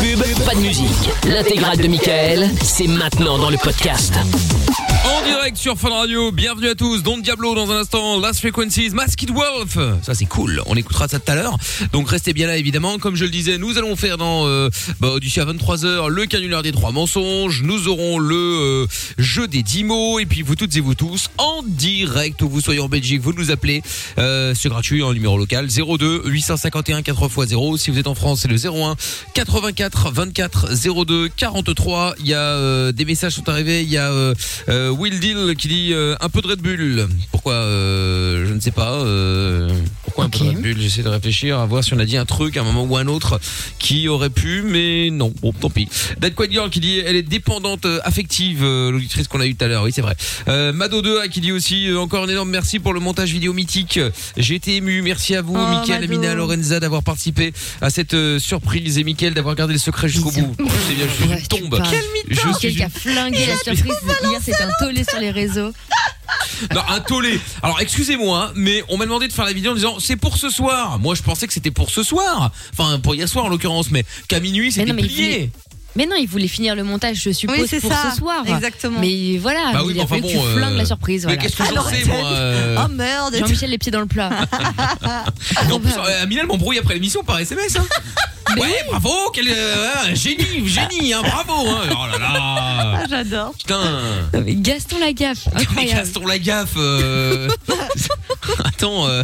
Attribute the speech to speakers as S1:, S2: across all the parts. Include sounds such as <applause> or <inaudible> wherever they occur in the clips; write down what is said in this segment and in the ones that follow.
S1: pub, pas de musique. L'intégrale de Michael, c'est maintenant dans le podcast.
S2: En direct sur Fun Radio, bienvenue à tous. Don Diablo dans un instant, Last Frequencies, Masked Wolf. Ça c'est cool, on écoutera ça tout à l'heure. Donc restez bien là évidemment. Comme je le disais, nous allons faire dans euh, bah, d'ici à 23h le canular des trois mensonges. Nous aurons le euh, jeu des 10 mots et puis vous toutes et vous tous en direct où vous soyez en Belgique, vous nous appelez. Euh, c'est gratuit, un numéro local 02 851 4 x 0. Si vous êtes en France, c'est le 01 84 24 02 43. Il y a euh, des messages sont arrivés, il y a euh, euh, Will Deal qui dit euh, un peu de Red Bull. Pourquoi euh, Je ne sais pas. euh, pourquoi un peu de Red Bull J'essaie de réfléchir à voir si on a dit un truc à un moment ou à un autre qui aurait pu, mais non. Bon, tant pis. Dead Quad Girl qui dit elle est dépendante euh, affective, euh, l'auditrice qu'on a eue tout à l'heure. Oui, c'est vrai. Euh, Mado 2 qui dit aussi euh, encore un énorme merci pour le montage vidéo mythique. J'ai été ému. Merci à vous,
S3: Oh,
S2: Mickaël,
S3: Mado.
S2: Amina, Lorenza d'avoir participé à cette euh, surprise et Mickaël d'avoir gardé le secret jusqu'au bout. Je sais bien, je suis une tombe. Je suis
S4: Quelqu'un
S2: une
S4: qui a flingué la surprise hier, c'est un tollé sur les réseaux.
S2: Non, un tollé. Alors, excusez-moi, hein, mais on m'a demandé de faire la vidéo en disant c'est pour ce soir. Moi, je pensais que c'était pour ce soir. Enfin, pour hier soir en l'occurrence, mais qu'à minuit,
S4: Mais
S2: c'était
S4: non, mais il voulait-
S2: plié.
S4: Mais non, il voulait finir le montage, je suppose,
S5: Oui, c'est
S4: pour
S5: ça,
S4: ce soir.
S5: exactement.
S4: Mais voilà,
S2: Bah oui,
S4: il
S2: mais
S4: a
S2: enfin
S4: fallu que tu
S2: bon, euh,
S4: flingues la surprise.
S2: mais
S4: voilà.
S2: qu'est-ce que j'en sais, moi, euh,
S5: Oh merde
S4: Jean-Michel, les pieds dans le plat.
S2: <laughs> Et en plus,
S4: Ah,
S2: euh, Amina, elle m'embrouille après l'émission par
S4: <laughs>
S2: SMS. hein. ouais, bravo, quel euh, ouais, génie, génie, hein, bravo. hein. Oh là là.
S5: J'adore.
S2: Putain.
S4: Ah, Mais Gaston Lagaffe,
S2: Mais
S4: incroyable.
S2: Gaston Lagaffe.
S4: <laughs>
S2: euh, Attends, euh,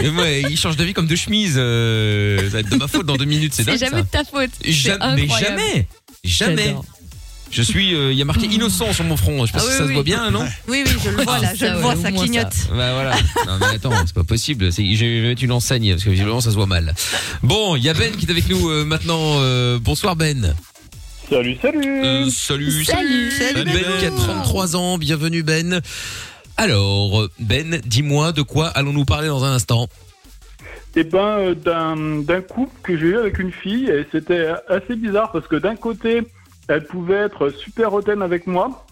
S2: mais moi, il change d'avis comme de chemise. euh, Ça va être de ma faute dans deux minutes, c'est
S4: C'est
S2: dingue.
S4: jamais
S2: ça.
S4: de ta faute. C'est
S2: Jamais, mais
S4: incroyable.
S2: jamais, jamais.
S4: J'adore.
S2: Je suis, euh, il y
S4: <gasps>
S2: a marqué innocent sur mon front. Je pense
S5: Ah
S2: que
S5: oui,
S2: ça se
S5: oui.
S2: voit bien, non
S5: Oui, oui, je le vois là, je
S4: ça,
S5: le
S4: ouais,
S5: vois,
S4: au
S5: ça
S4: moins, ça.
S5: clignote.
S2: Bah voilà. Non mais attends, c'est pas possible. C'est- Je vais mettre une enseigne parce que visiblement ça se voit mal. Bon, il y a Ben qui est avec nous euh, maintenant. Euh, bonsoir Ben.
S6: Salut, salut
S2: Euh, salut.
S4: Salut.
S2: Ben, Ben qui a 33 ans. Bienvenue Ben. Alors Ben, dis-moi de quoi allons-nous parler dans un instant
S6: Eh ben, euh, d'un d'un couple que j'ai eu avec une fille, et c'était assez bizarre parce que d'un côté, elle pouvait être super hautaine avec moi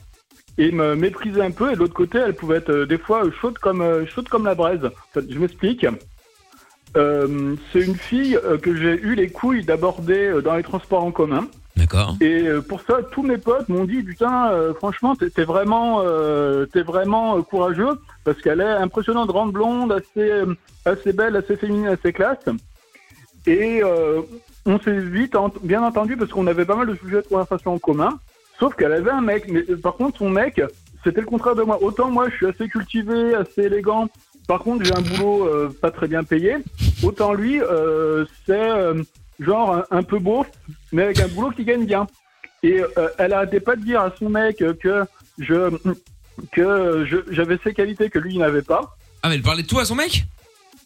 S6: et me mépriser un peu, et de l'autre côté, elle pouvait être euh, des fois euh, chaude comme, euh, chaude comme la braise. En fait, je m'explique. Euh, C'est une fille euh, que j'ai eu les couilles d'aborder euh, dans les transports en commun.
S2: D'accord.
S6: Et euh, pour ça, tous mes potes m'ont dit putain, euh, franchement, t'es t'es vraiment, euh, t'es vraiment euh, courageux parce qu'elle est impressionnante, grande blonde, assez, euh, assez belle, assez féminine, assez classe. Et euh, on s'est vite ent- bien entendu parce qu'on avait pas mal de sujets de conversation en commun. Sauf qu'elle avait un mec, mais euh, par contre son mec, c'était le contraire de moi. Autant moi, je suis assez cultivé, assez élégant. Par contre, j'ai un boulot euh, pas très bien payé. Autant lui, euh, c'est euh, genre un, un peu beau, mais avec un boulot qui gagne bien. Et euh, elle arrêtait pas de dire à son mec euh, que je que je- j'avais ses qualités que lui il n'avait pas.
S2: Ah mais elle parlait de toi à son mec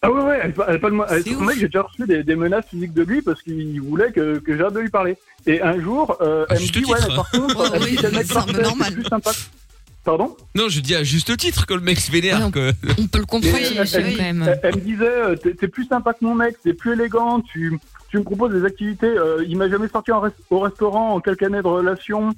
S6: Ah ouais ouais, elle, par- elle parle de moi.
S5: C'est
S6: Elle- son
S5: ouf.
S6: mec, j'ai déjà reçu des, des menaces physiques de lui parce qu'il voulait que, que j'arrête de lui parler. Et un jour, euh,
S2: Ah,
S6: elle me
S2: juste
S6: dit ouais,
S2: titre.
S6: mais par contre,
S5: Ouais,
S6: elle
S5: oui,
S6: dit, c'est le mec
S5: c'est un peu
S6: parfait, c'est
S5: normal.
S6: plus sympa. Pardon
S2: Non, je dis à juste titre que le mec se
S5: Ah
S2: vénère.
S4: Non.
S2: que-
S4: On peut le comprendre
S6: Et-
S4: Michel,
S6: et-
S4: quand même.
S6: Elle, elle me disait, euh, t'es t'es plus sympa que mon mec, t'es plus élégant, tu, tu me proposes des activités. euh, il m'a jamais sorti en res- au restaurant en quelques années de relation.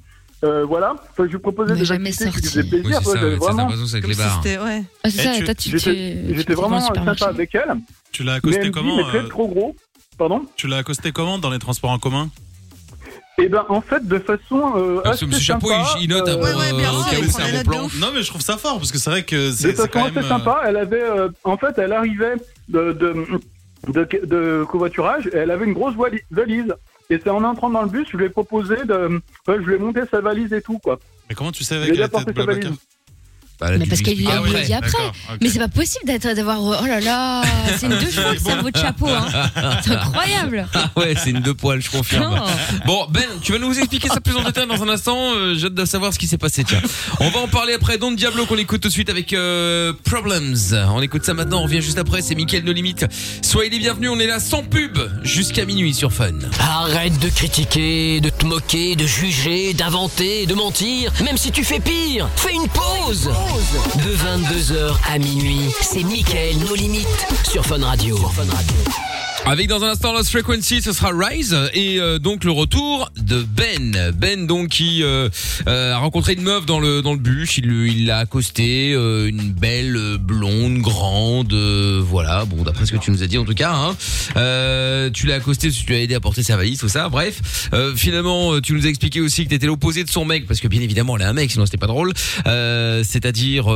S6: euh, voilà, Enfin, je lui proposais
S4: Il m'a
S6: des
S4: jamais
S6: activités
S4: sorti.
S6: qui lui faisaient
S2: Oui,
S6: plaisir.
S2: c'est
S6: quoi,
S2: ça.
S6: j'avais
S2: ouais, t'as
S6: vraiment-
S2: l'impression que c'est avec
S5: Comme
S2: les
S5: si
S2: bars.
S5: c'était- ouais.
S4: Ah, c'est
S7: Eh,
S4: ça,
S7: tu-
S4: toi, tu tu-
S6: J'étais
S4: tu te
S6: j'étais
S4: prends au
S6: vraiment
S4: supermarché.
S6: sympa avec elle.
S7: Tu l'as
S6: Mais
S7: accosté
S6: elle me dit, mais
S7: comment
S6: t'es
S7: euh,
S6: trop gros. Pardon
S7: Tu l'as accosté comment dans les transports en commun
S6: Et ben en fait, de façon. Euh,
S2: Ah,
S6: assez
S2: monsieur Chapeau,
S6: sympa,
S2: il- il note, hein,
S6: euh,
S2: bon,
S5: Ouais, ouais, bien
S2: euh, au
S5: sûr,
S2: cas
S5: il
S2: où
S5: prend
S2: c'est
S5: les
S2: un bon
S5: notes
S2: plan.
S5: de ouf.
S7: Non, mais je trouve ça fort parce que c'est vrai que
S6: de
S7: c'est c'est
S6: façon
S7: quand
S6: assez
S7: même. euh,
S6: sympa. Elle avait, euh, en fait, elle arrivait de, de, de, de covoiturage et elle avait une grosse voili- valise. Et c'est en entrant dans le bus, je lui ai proposé de, enfin, je lui ai monté sa valise et tout quoi.
S7: Mais comment tu
S6: Il
S7: savais
S6: a
S7: qu'elle était
S6: apporté
S7: de
S6: sa
S7: Blablacar
S6: valise.
S2: Bah, elle a
S4: Mais
S2: dû
S4: parce
S2: lui
S4: qu'il lui a
S2: expliquer
S4: dit après.
S7: d'accord, ok.
S4: Mais c'est pas possible d'être- d'avoir. Oh là là, c'est
S2: <laughs>
S4: une deux chevaux le cerveau de chapeau. Hein. C'est incroyable.
S2: Ah <laughs> ouais, c'est une deux poils, je confirme.
S4: Non.
S2: Bon, Ben, tu vas nous expliquer ça plus en détail dans un instant. Euh, J'ai hâte de savoir ce qui s'est passé, tiens. On va en parler après. Don Diablo qu'on écoute tout de suite avec euh, Problems. On écoute ça maintenant, on revient juste après. C'est Mickaël No Limite. Soyez les bienvenus, on est là sans pub jusqu'à minuit sur Fun.
S1: Arrête de critiquer, de te moquer, de juger, d'inventer, de mentir. Même si tu fais pire, fais une pause. De 22h à minuit, c'est Mickaël, nos limites, sur Fun Radio.
S2: Avec dans un instant Lost Frequency, ce sera Rise et euh, donc le retour de Ben. Ben donc qui euh, euh, a rencontré une meuf dans le dans le bus, il lui- il l'a accostée, euh, une belle euh, blonde grande, euh, voilà. Bon d'après ce que tu nous as dit en tout cas, hein. Euh, tu l'as accostée, parce que tu l'as aidé à porter sa valise, tout ça. Bref, Euh, finalement euh, tu nous as expliqué aussi que t'étais l'opposé de son mec parce que bien évidemment elle a un mec, sinon c'était pas drôle. Euh, C'est-à-dire,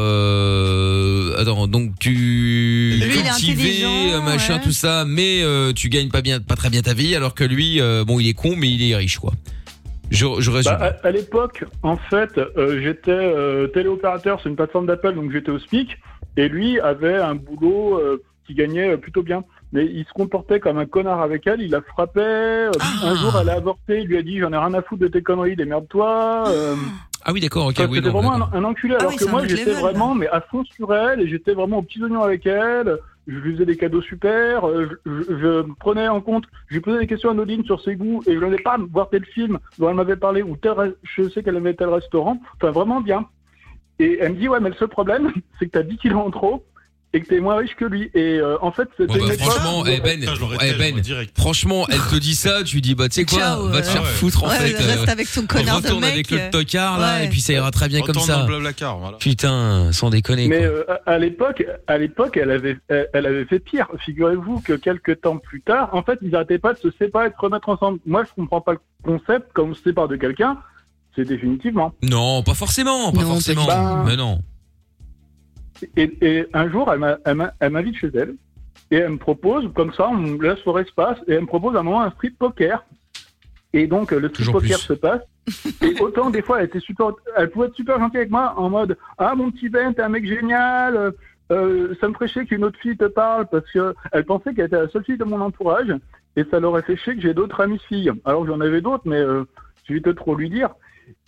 S2: euh, attends, donc tu
S3: Lui, il est
S2: cultivé,
S3: intelligent,
S2: euh, machin,
S3: ouais.
S2: tout ça, mais euh, tu gagnes pas bien, pas très bien ta vie, alors que lui, euh, bon, il est con, mais il est riche, quoi. Je, je résume.
S6: Bah, à à l'époque, en fait, euh, j'étais euh, téléopérateur sur une plateforme d'Apple, donc j'étais au SMIC, et lui avait un boulot euh, qui gagnait euh, plutôt bien. Mais il se comportait comme un connard avec elle, il la frappait, euh,
S2: Ah.
S6: un jour elle a avorté, il lui a dit j'en ai rien à foutre de tes conneries, démerde-toi. euh,
S2: ah oui, d'accord, ok,
S6: Enfin,
S2: oui,
S6: c'était
S2: donc,
S6: vraiment
S2: d'accord.
S6: un, un enculé,
S3: Ah
S6: alors
S3: oui,
S6: que
S3: c'est un
S6: moi
S3: autre
S6: j'étais
S3: level, là.
S6: vraiment mais à fond sur elle et j'étais vraiment aux petits oignons avec elle. Je lui faisais des cadeaux super, euh, je, je- je prenais en compte, je lui posais des questions anodines sur ses goûts et je n'allais pas voir tel film dont elle m'avait parlé ou tel, re- je sais qu'elle aimait tel restaurant, enfin vraiment bien. Et elle me dit ouais mais le seul problème <laughs> c'est que t'as 10 kilos en trop et que t'es moins riche que lui. Et euh, en fait c'était
S2: Bon, bah,
S6: une époque-
S2: franchement, eh, Ben,
S7: Putain, je l'aurais
S2: eh,
S7: tel,
S2: Ben,
S7: moi, direct.
S2: franchement, elle te dit ça, tu dis, bah, tu sais quoi,
S3: Ciao,
S2: va te
S3: euh,
S2: faire
S7: ouais.
S2: foutre, en
S3: ouais,
S2: fait. euh,
S3: reste avec ton connard de
S2: retourne
S3: mec. euh,
S2: avec le tocard, là,
S3: Ouais.
S2: et puis ça ira très bien comme
S7: Retourne dans
S2: ça.
S7: le Blablacar, voilà.
S2: Putain, sans déconner,
S6: Mais
S2: quoi.
S6: euh, à à l'époque, à l'époque, elle avait, elle elle avait fait pire. Figurez-vous que quelques temps plus tard, en fait, ils n'arrêtaient pas de se séparer, de se remettre ensemble. Moi, je comprends pas le concept. Quand on se sépare de quelqu'un, c'est définitivement.
S2: Non, pas forcément, pas
S4: Non,
S2: forcément.
S6: pas du tout.
S2: Mais non.
S6: Et, et un jour, elle m'a- elle m'a- elle m'invite chez elle et elle me propose, comme ça, on la soirée se passe et elle me propose à un moment un strip poker. Et donc, euh, le strip
S2: Toujours
S6: poker
S2: plus. <laughs>
S6: se passe. Et autant des fois, elle était super, elle pouvait être super gentille avec moi en mode Ah mon petit Ben, t'es un mec génial. euh, euh, ça me ferait chier qu'une autre fille te parle parce que elle pensait qu'elle était la seule fille de mon entourage et ça leur a fait chier que j'ai d'autres amies filles. Alors j'en avais d'autres, mais euh, j'évitais trop lui dire.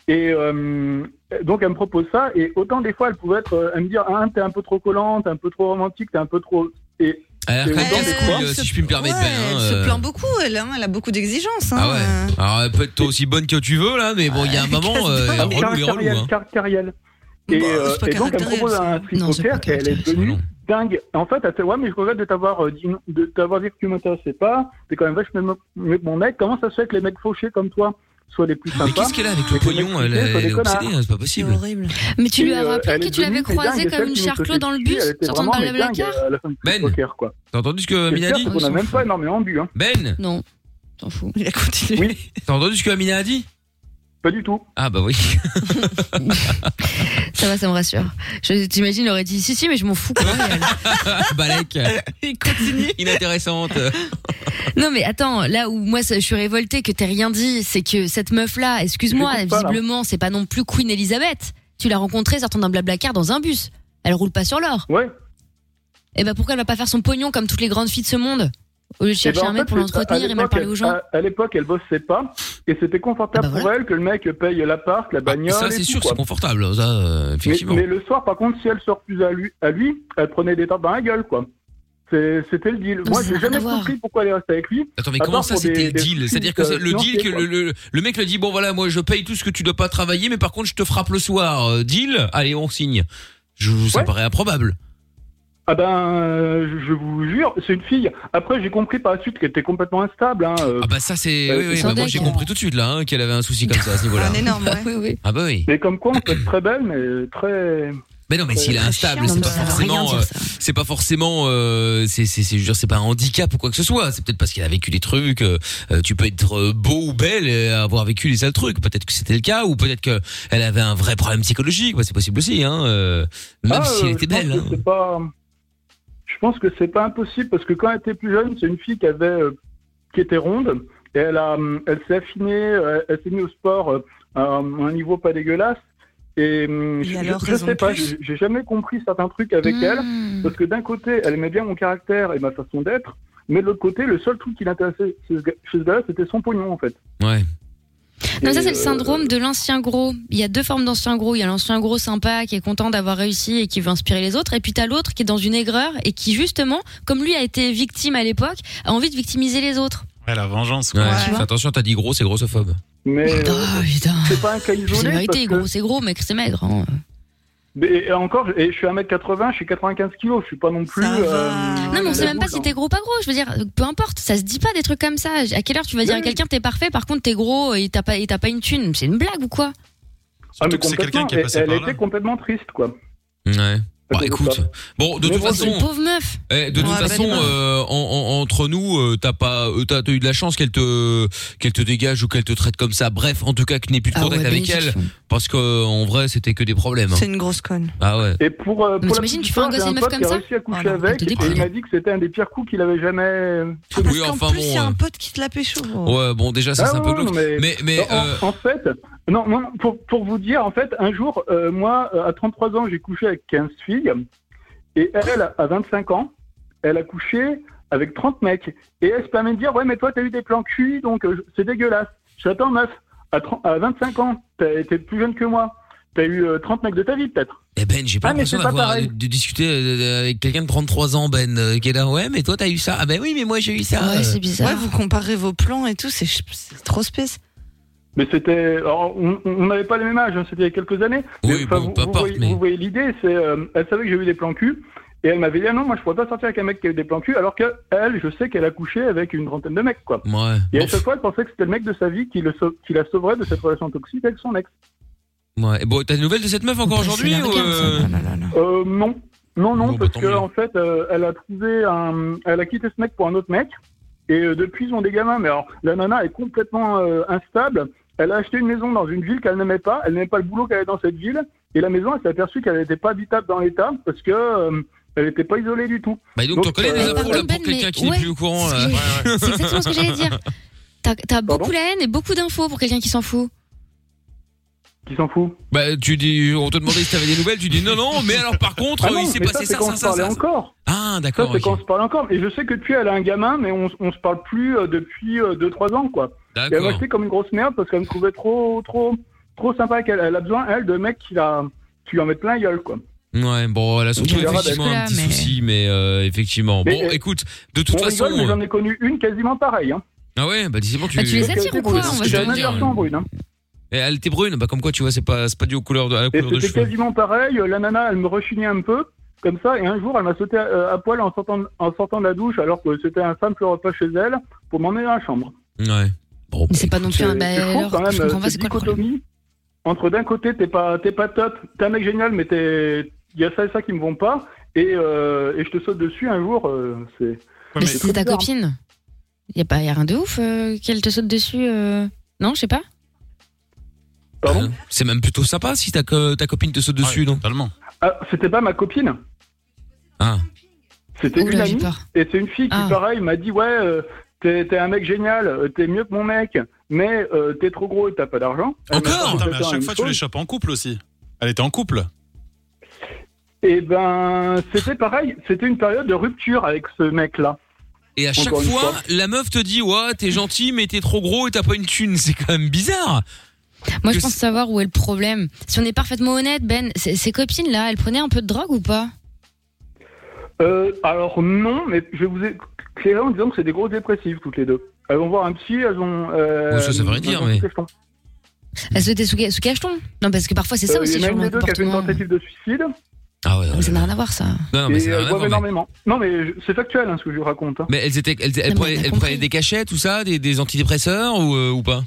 S6: Et euh, donc elle me propose ça et autant des fois elle pouvait être, euh, elle me dire Ah t'es un peu trop collante, t'es un peu trop romantique, t'es un peu trop. Et
S2: Elle a l'air quand
S6: Mais
S2: même
S6: dans
S2: casse
S6: des
S2: couille,
S6: coins,
S2: euh, si je puis me permettre, Ben. hein,
S3: elle
S2: euh.
S3: se plaint beaucoup, elle, hein, elle a beaucoup d'exigences. Hein,
S2: Ah ouais. Alors elle peut être toi aussi bonne que tu veux là, mais bon, il y a un moment, euh,
S3: casse-toi.
S2: relou et relou.
S6: caractériel,
S2: Hein.
S6: caractériel.
S3: Bah,
S6: Et,
S3: c'est
S6: euh,
S3: pas
S6: et donc elle me propose
S3: caractériel,
S6: un
S3: ça.
S6: strip
S4: Non, c'est
S6: poker
S4: pas
S6: et elle est
S4: caractériel.
S6: devenue
S2: Non.
S6: dingue. En fait, elle fait ouais, mais je regrette de t'avoir euh, dit, de t'avoir dit que tu m'intéressais pas. T'es quand même vachement mieux que mon mec. Comment ça se fait que les mecs fauchés comme toi soient les plus
S2: Mais
S6: sympas
S2: qu'est-ce qu'elle a avec le
S6: Mais c'est
S2: pognon Elle,
S6: des
S2: elle est
S6: connards.
S2: obsédée, hein, c'est pas
S3: C'est
S2: possible.
S3: horrible.
S4: Mais tu lui as
S6: Et, euh,
S4: rappelé
S6: elle
S4: que
S6: est
S4: tu l'avais
S6: devenue, mais dingue,
S4: croisée
S6: et celle
S4: comme une
S6: qui nous
S4: charclot
S6: sautait
S4: dans le
S6: dessus,
S4: bus
S6: elle était
S4: sur ton
S6: vraiment, mais dingue,
S4: blablacar
S6: euh, à la fin du
S2: Ben.
S6: poker, quoi.
S2: T'as entendu ce que
S6: Et
S2: Amina a dit
S6: certes, on
S4: Ah,
S6: a
S4: ils
S6: même
S4: sont
S6: pas énormément bu, hein.
S2: Ben,
S4: Non, t'en fous.
S3: Il
S4: <laughs>
S3: a continué.
S6: Oui.
S2: t'as entendu ce que Amina a dit
S6: Pas du tout.
S2: Ah bah oui. <laughs>
S4: Ça va, ça me rassure. Je- T'imagines, il aurait dit si, si, mais je m'en
S6: <laughs>
S4: fous. quoi.
S2: Balek,
S3: <laughs> Il continue.
S2: Bah, inintéressante.
S4: non, mais attends, là où moi ça- je suis révoltée que t'aies rien dit, c'est que cette meuf-là, excuse-moi,
S6: J'écoute pas, là.
S4: visiblement, c'est pas non plus Queen Elizabeth. Tu l'as rencontrée sortant d'un blablacar dans un bus. Elle roule pas sur l'or.
S6: Ouais.
S4: Et ben pourquoi elle va pas faire son pognon comme toutes les grandes filles de ce monde Au lieu de
S6: Eh ben,
S4: chercher
S6: en
S4: un mec
S6: fait,
S4: pour
S6: c'est-
S4: l'entretenir
S6: à
S4: et mal parler
S6: l'époque,
S4: aux gens.
S6: À, à l'époque, elle bossait pas et c'était confortable
S4: Ah bah
S6: pour elle que le mec paye l'appart, la bagnole.
S2: Bah, ça
S6: et
S2: c'est
S6: tout,
S2: sûr,
S6: quoi.
S2: c'est confortable, ça euh,
S6: Mais,
S2: effectivement.
S6: mais le soir, par contre, si elle se refusait à lui, à lui elle prenait des tapes dans la gueule, quoi. C'est- C'était le deal. Moi,
S4: ça
S6: j'ai
S4: n'a rien
S6: jamais
S4: à voir.
S6: compris pourquoi elle est restée avec lui.
S2: Attends, mais
S6: à
S2: comment
S6: part
S2: ça
S6: pour
S2: c'était
S6: des-
S2: le
S6: des
S2: deal
S6: trucs,
S2: C'est-à-dire que c'est-
S6: euh,
S2: le deal que le, le, le mec le dit bon voilà, moi je paye tout ce que tu dois pas travailler, mais par contre je te frappe le soir. Euh, deal Allez, on signe. Je, ça
S6: Ouais.
S2: paraît improbable.
S6: Ah ben, euh, je- je vous jure, c'est une fille. Après, j'ai compris par la suite qu'elle était complètement instable. Hein. euh,
S2: Ah bah ça c'est.
S6: Euh,
S2: oui, oui,
S4: sans
S2: bah, moi j'ai
S4: deck.
S2: compris tout de suite là hein, qu'elle avait un souci comme ça à ce niveau-là.
S3: <laughs> Un énorme, ouais.
S4: <laughs> Oui, oui.
S2: Ah bah oui.
S6: Mais comme quoi, on peut être très belle, mais très.
S2: Mais non, mais s'il est
S3: très
S2: instable,
S3: chiant,
S2: c'est
S3: mais
S2: pas
S4: ça veut rien
S2: forcément,
S4: dire,
S2: euh,
S4: ça.
S2: c'est pas forcément, euh, c'est, c'est, c'est, je veux dire, c'est pas un handicap ou quoi que ce soit. C'est peut-être parce qu'il a vécu des trucs. euh, euh, tu peux être euh, beau ou belle et avoir vécu les sales trucs. Peut-être que c'était le cas ou peut-être que elle avait un vrai problème psychologique. Bah, c'est possible aussi, hein. euh, même
S6: Ah,
S2: si
S6: euh,
S2: elle était
S6: je pense
S2: belle.
S6: que
S2: hein.
S6: c'est pas- Je pense que c'est pas impossible parce que quand elle était plus jeune, c'est une fille qui avait, euh, qui était ronde et elle a, hum, elle s'est affinée, euh, elle s'est mise au sport euh, à un niveau pas dégueulasse. Et hum,
S3: Et
S6: je,
S3: alors,
S6: je- je
S3: raison
S6: sais
S3: de
S6: pas,
S3: plus.
S6: j'ai j'ai jamais compris certains trucs avec elle
S4: Mmh.
S6: parce que d'un côté, elle aimait bien mon caractère et ma façon d'être, mais de l'autre côté, le seul truc qui l'intéressait chez ce gars- chez ce gars-là, c'était son pognon en fait.
S2: Ouais.
S4: Non, ça,
S6: Et,
S4: c'est le
S6: euh,
S4: syndrome de l'ancien gros. Il y a deux formes d'ancien gros. Il y a l'ancien gros sympa qui est content d'avoir réussi et qui veut inspirer les autres. Et puis, t'as l'autre qui est dans une aigreur et qui, justement, comme lui a été victime à l'époque, a envie de victimiser les autres.
S7: Ouais, la vengeance,
S2: hein. Ouais,
S7: quoi.
S3: Ouais.
S2: fais attention, t'as dit gros, c'est grossophobe.
S6: Mais euh,
S4: putain.
S6: c'est pas un cas
S4: C'est
S6: isolé.
S4: la vérité,
S6: parce que-
S4: gros, c'est gros, mais c'est maigre. hein.
S6: Mais- Et, encore, je- et je suis 1m80, je suis 95 kg, je suis pas non plus. euh,
S3: Ça va.
S4: Non, mais on sait
S6: la
S4: même pas
S6: boule,
S4: si
S6: hein.
S4: t'es gros ou pas gros. Je veux dire, peu importe, ça se dit pas des trucs comme ça. À quelle heure tu vas dire à
S6: Oui.
S4: quelqu'un t'es parfait, par contre t'es gros et t'as pas, et t'as pas une thune C'est une blague ou quoi
S6: Ah,
S7: Surtout
S6: mais
S7: que c'est quelqu'un
S6: complètement.
S7: qui est
S6: Et
S7: passé
S6: elle
S7: par là.
S6: était complètement triste, quoi.
S2: Ouais. Bah
S6: C'était
S2: écoute,
S6: ça.
S2: bon de
S6: Mais
S2: toute
S6: bon,
S4: C'est une
S2: façon,
S4: pauvre meuf.
S2: eh, de
S3: Ouais,
S2: toute
S3: bah,
S2: façon,
S3: dis-moi.
S2: euh, en- en- entre nous, euh, t'as pas, euh, t'as t'as eu de la chance qu'elle te, qu'elle te dégage ou qu'elle te traite comme ça. Bref, en tout cas, que tu n'aies plus de
S4: Ah
S2: contact
S4: ouais,
S2: avec
S4: bénéfique.
S2: elle, parce que euh, en vrai, c'était que des problèmes. hein.
S3: C'est une grosse conne.
S2: Ah ouais.
S6: Et pour, euh,
S4: Mais
S6: pour la
S4: t'imagines, tu
S6: petite
S4: fais un
S6: histoire,
S4: gosse et
S6: j'ai
S4: une meuf
S6: pote
S4: comme
S6: qui a
S4: ça
S6: réussi à coucher
S3: Oh non,
S4: elle te
S6: avec, et
S4: déprime.
S6: il m'a dit que c'était un des pires coups qu'il avait jamais. euh,
S2: Oui,
S3: Parce qu'en
S2: enfin
S3: plus,
S2: bon,
S3: il y a
S7: hein.
S2: euh,
S3: un pote qui te l'a pécho. gros.
S2: Ouais, bon déjà ça
S6: Ah
S2: c'est un peu
S6: ouais,
S2: glauque.
S6: non, mais-
S2: Mais mais
S6: en,
S2: euh,
S6: en fait, non, non, pour, pour vous dire, en fait, un jour, euh, moi, euh, à 33 ans, j'ai couché avec 15 filles, et elle, à 25 ans, elle a couché avec 30 mecs. Et elle se permet de dire, ouais, mais toi, t'as eu des plans cul, donc euh, c'est dégueulasse. Je t'attends, meuf, à, 30 à 25 ans, t'es t'es plus jeune que moi. T'as eu euh, 30 mecs de ta vie, peut-être.
S2: eh Ben, j'ai pas
S6: Ah, mais
S2: l'impression
S6: c'est pas
S2: d'avoir de,
S6: pareil.
S2: de discuter euh, avec quelqu'un de 33 ans Ben euh, qui est là ouais, mais toi t'as eu ça. Ah ben oui, mais moi j'ai eu ça.
S4: Ouais, c'est
S3: Ouais,
S4: bizarre.
S3: vous comparez vos plans et tout, c'est c'est trop spécial.
S6: Mais c'était. alors, On on n'avait pas les mêmes âges, hein, c'était il y a quelques années.
S2: Oui,
S6: Mais, enfin,
S2: bon,
S6: vous,
S2: peu
S6: vous
S2: importe,
S6: voyez,
S2: mais-
S6: vous voyez l'idée, c'est. euh, elle savait que j'ai eu des plans cul. Et elle m'avait dit, ah non, moi je pourrais pas sortir avec un mec qui a eu des plans cul, alors que elle, je sais qu'elle a couché avec une trentaine de mecs, quoi.
S2: Ouais. Bon,
S6: Et à chaque fois, elle pensait que c'était le mec de sa vie qui, le sau- qui la sauverait de cette relation toxique avec son ex.
S2: ouais. Bon, t'as des nouvelles de cette meuf encore
S4: Ouais, c'est
S2: aujourd'hui
S4: Bah, la
S2: ou,
S4: regarde,
S2: euh,
S4: ça.
S3: Non, non, non.
S6: Euh, non. Non, non,
S2: Bon, bah,
S6: parce
S2: tant
S6: que
S2: mieux.
S6: en fait, euh, elle a trouvé un. Elle a quitté ce mec pour un autre mec. Et euh, depuis, ils ont des gamins. Mais alors, la nana est complètement euh, instable. Elle a acheté une maison dans une ville qu'elle n'aimait pas. Elle n'aimait pas le boulot qu'elle avait dans cette ville. Et la maison, elle s'est aperçue qu'elle n'était pas habitable dans l'état parce que euh, elle n'était pas isolée du tout.
S2: Bah donc,
S6: Donc,
S2: t'en connais des
S6: euh,
S2: infos là
S4: pardon,
S2: pour
S4: Ben,
S2: quelqu'un
S4: mais
S2: qui n'est
S4: ouais,
S2: plus au courant.
S4: c'est ce
S2: là.
S4: que j'ai- C'est exactement ce que j'allais dire. T'as t'as beaucoup
S6: Pardon
S4: la haine et beaucoup d'infos pour quelqu'un qui s'en fout.
S6: Qui s'en fout
S2: Bah tu dis, on te demandait si t'avais des nouvelles, tu dis non non, mais alors par contre
S6: Ah non,
S2: il s'est
S6: mais
S2: passé
S6: c'est
S2: ça
S6: quand
S2: ça
S6: on se
S2: ça
S6: parlait
S2: ça.
S6: encore.
S2: Ah
S6: Ça,
S2: d'accord.
S6: c'est
S2: ok.
S6: quand on se parle encore. Et je sais que depuis, elle a un gamin, mais on, s- on se parle plus euh, depuis euh, deux, trois ans, quoi. Et elle m'a
S2: D'accord.
S6: acheté comme une grosse merde parce qu'elle me trouvait trop, trop, trop sympa. avec Elle, elle a besoin, elle, de mecs qui la, qui lui en mettent plein la gueule, quoi.
S2: Ouais bon, elle a surtout
S6: On verra
S2: effectivement un
S4: d'ailleurs.
S2: petit
S4: Mais-
S2: souci, mais euh, effectivement.
S6: Mais,
S2: Bon,
S6: euh,
S2: écoute, de toute
S6: on
S2: façon. euh,
S6: rigole, mais j'en ai connu une quasiment pareille. Hein.
S2: Ah ouais, bah dis-moi tu.
S4: Bah, tu les
S6: Parce
S4: attires
S6: qu'elle
S4: ou quoi On va
S6: était brune.
S2: se le
S6: C'était un
S2: dire.
S6: garçon brune. hein.
S2: Eh, Elle était brune, bah comme quoi tu vois, c'est pas, c'est pas dû aux couleurs de, à la
S6: Et
S2: couleur de
S6: c'était
S2: cheveux.
S6: quasiment pareil. La nana, elle me rechignait un peu, comme ça. Et un jour, elle m'a sauté à, euh, à poil en sortant, de- en sortant de la douche, alors que c'était un simple repas chez elle, pour m'emmener dans la chambre.
S2: Ouais. Bon.
S4: Mais c'est pas non plus un.
S6: C'est
S4: Bah,
S6: c'est fou,
S4: alors,
S6: quand même,
S4: je comprends
S6: euh,
S4: pas,
S6: cette
S4: c'est quoi le problème
S6: dichotomie entre d'un côté, t'es pas, t'es pas top, t'es un mec génial, mais t'es, il y a ça et ça qui me vont pas, et, euh, et je te saute dessus un jour, euh, c'est.
S7: Ouais,
S4: Mais
S7: mais-
S4: c'est ta
S6: bizarre.
S4: copine. Y a pas, y a rien de ouf euh, qu'elle te saute dessus. euh, Non, je sais pas.
S6: Pardon
S2: Hein C'est même plutôt sympa si ta, co- ta copine te saute dessus,
S7: Ouais,
S2: non
S7: Totalement.
S6: Ah, c'était pas ma copine,
S2: Ah.
S6: c'était une
S4: Oula, Oh, j'ai
S6: amie,
S4: peur.
S6: et c'est une fille qui,
S4: Ah.
S6: pareil, m'a dit Ouais, euh, t'es t'es un mec génial, euh, t'es mieux que mon mec, mais euh, t'es trop gros et t'as pas d'argent. Euh, Elle m'a
S2: Encore
S6: fait
S7: Putain, mais à
S6: faire
S7: chaque
S6: une
S7: fois, tu
S6: pause.
S7: les chopes en couple aussi. Elle était en couple.
S6: Et ben, c'était pareil, c'était une période de rupture avec ce mec-là.
S2: Et à chaque
S6: Encore une
S2: fois,
S6: fois.
S2: la meuf te dit ouais, t'es gentil, mais t'es trop gros et t'as pas une thune. C'est quand même bizarre.
S4: Moi,
S2: que
S4: je pense
S2: c'est-
S4: savoir où est le problème. Si on est parfaitement honnête, Ben, ces ces copines là, elles prenaient un peu de drogue ou pas
S6: Euh, alors non, mais je vais vous éclairer en disant que c'est des grosses dépressives toutes les deux. Elles vont voir un psy, elles ont. Euh,
S2: Ouais, ça, ça veut rien dire,
S6: elles ont
S2: mais-
S6: toutes les cheveux.
S4: Elles se étaient sous, sous cacheton Non, parce que parfois c'est ça
S6: Euh,
S4: aussi.
S6: Il y en a
S4: sur
S6: une
S4: le
S6: des deux qui a fait une
S4: comportement.
S6: tentative de suicide
S2: Ah ouais. ouais,
S4: Mais Ça
S2: ouais.
S4: n'a rien à voir ça.
S2: Non, non, mais
S6: et
S2: ça n'a
S6: elles
S2: rien à
S6: boivent
S2: voir, mais-
S6: énormément. Non, mais je- c'est factuel hein, ce que je vous raconte. hein.
S2: Mais elles étaient, elles, elles
S4: Non, mais on
S2: prenaient,
S4: a
S2: elles
S4: compris.
S2: prenaient des cachets, tout ça, des, des antidépresseurs ou, euh, ou pas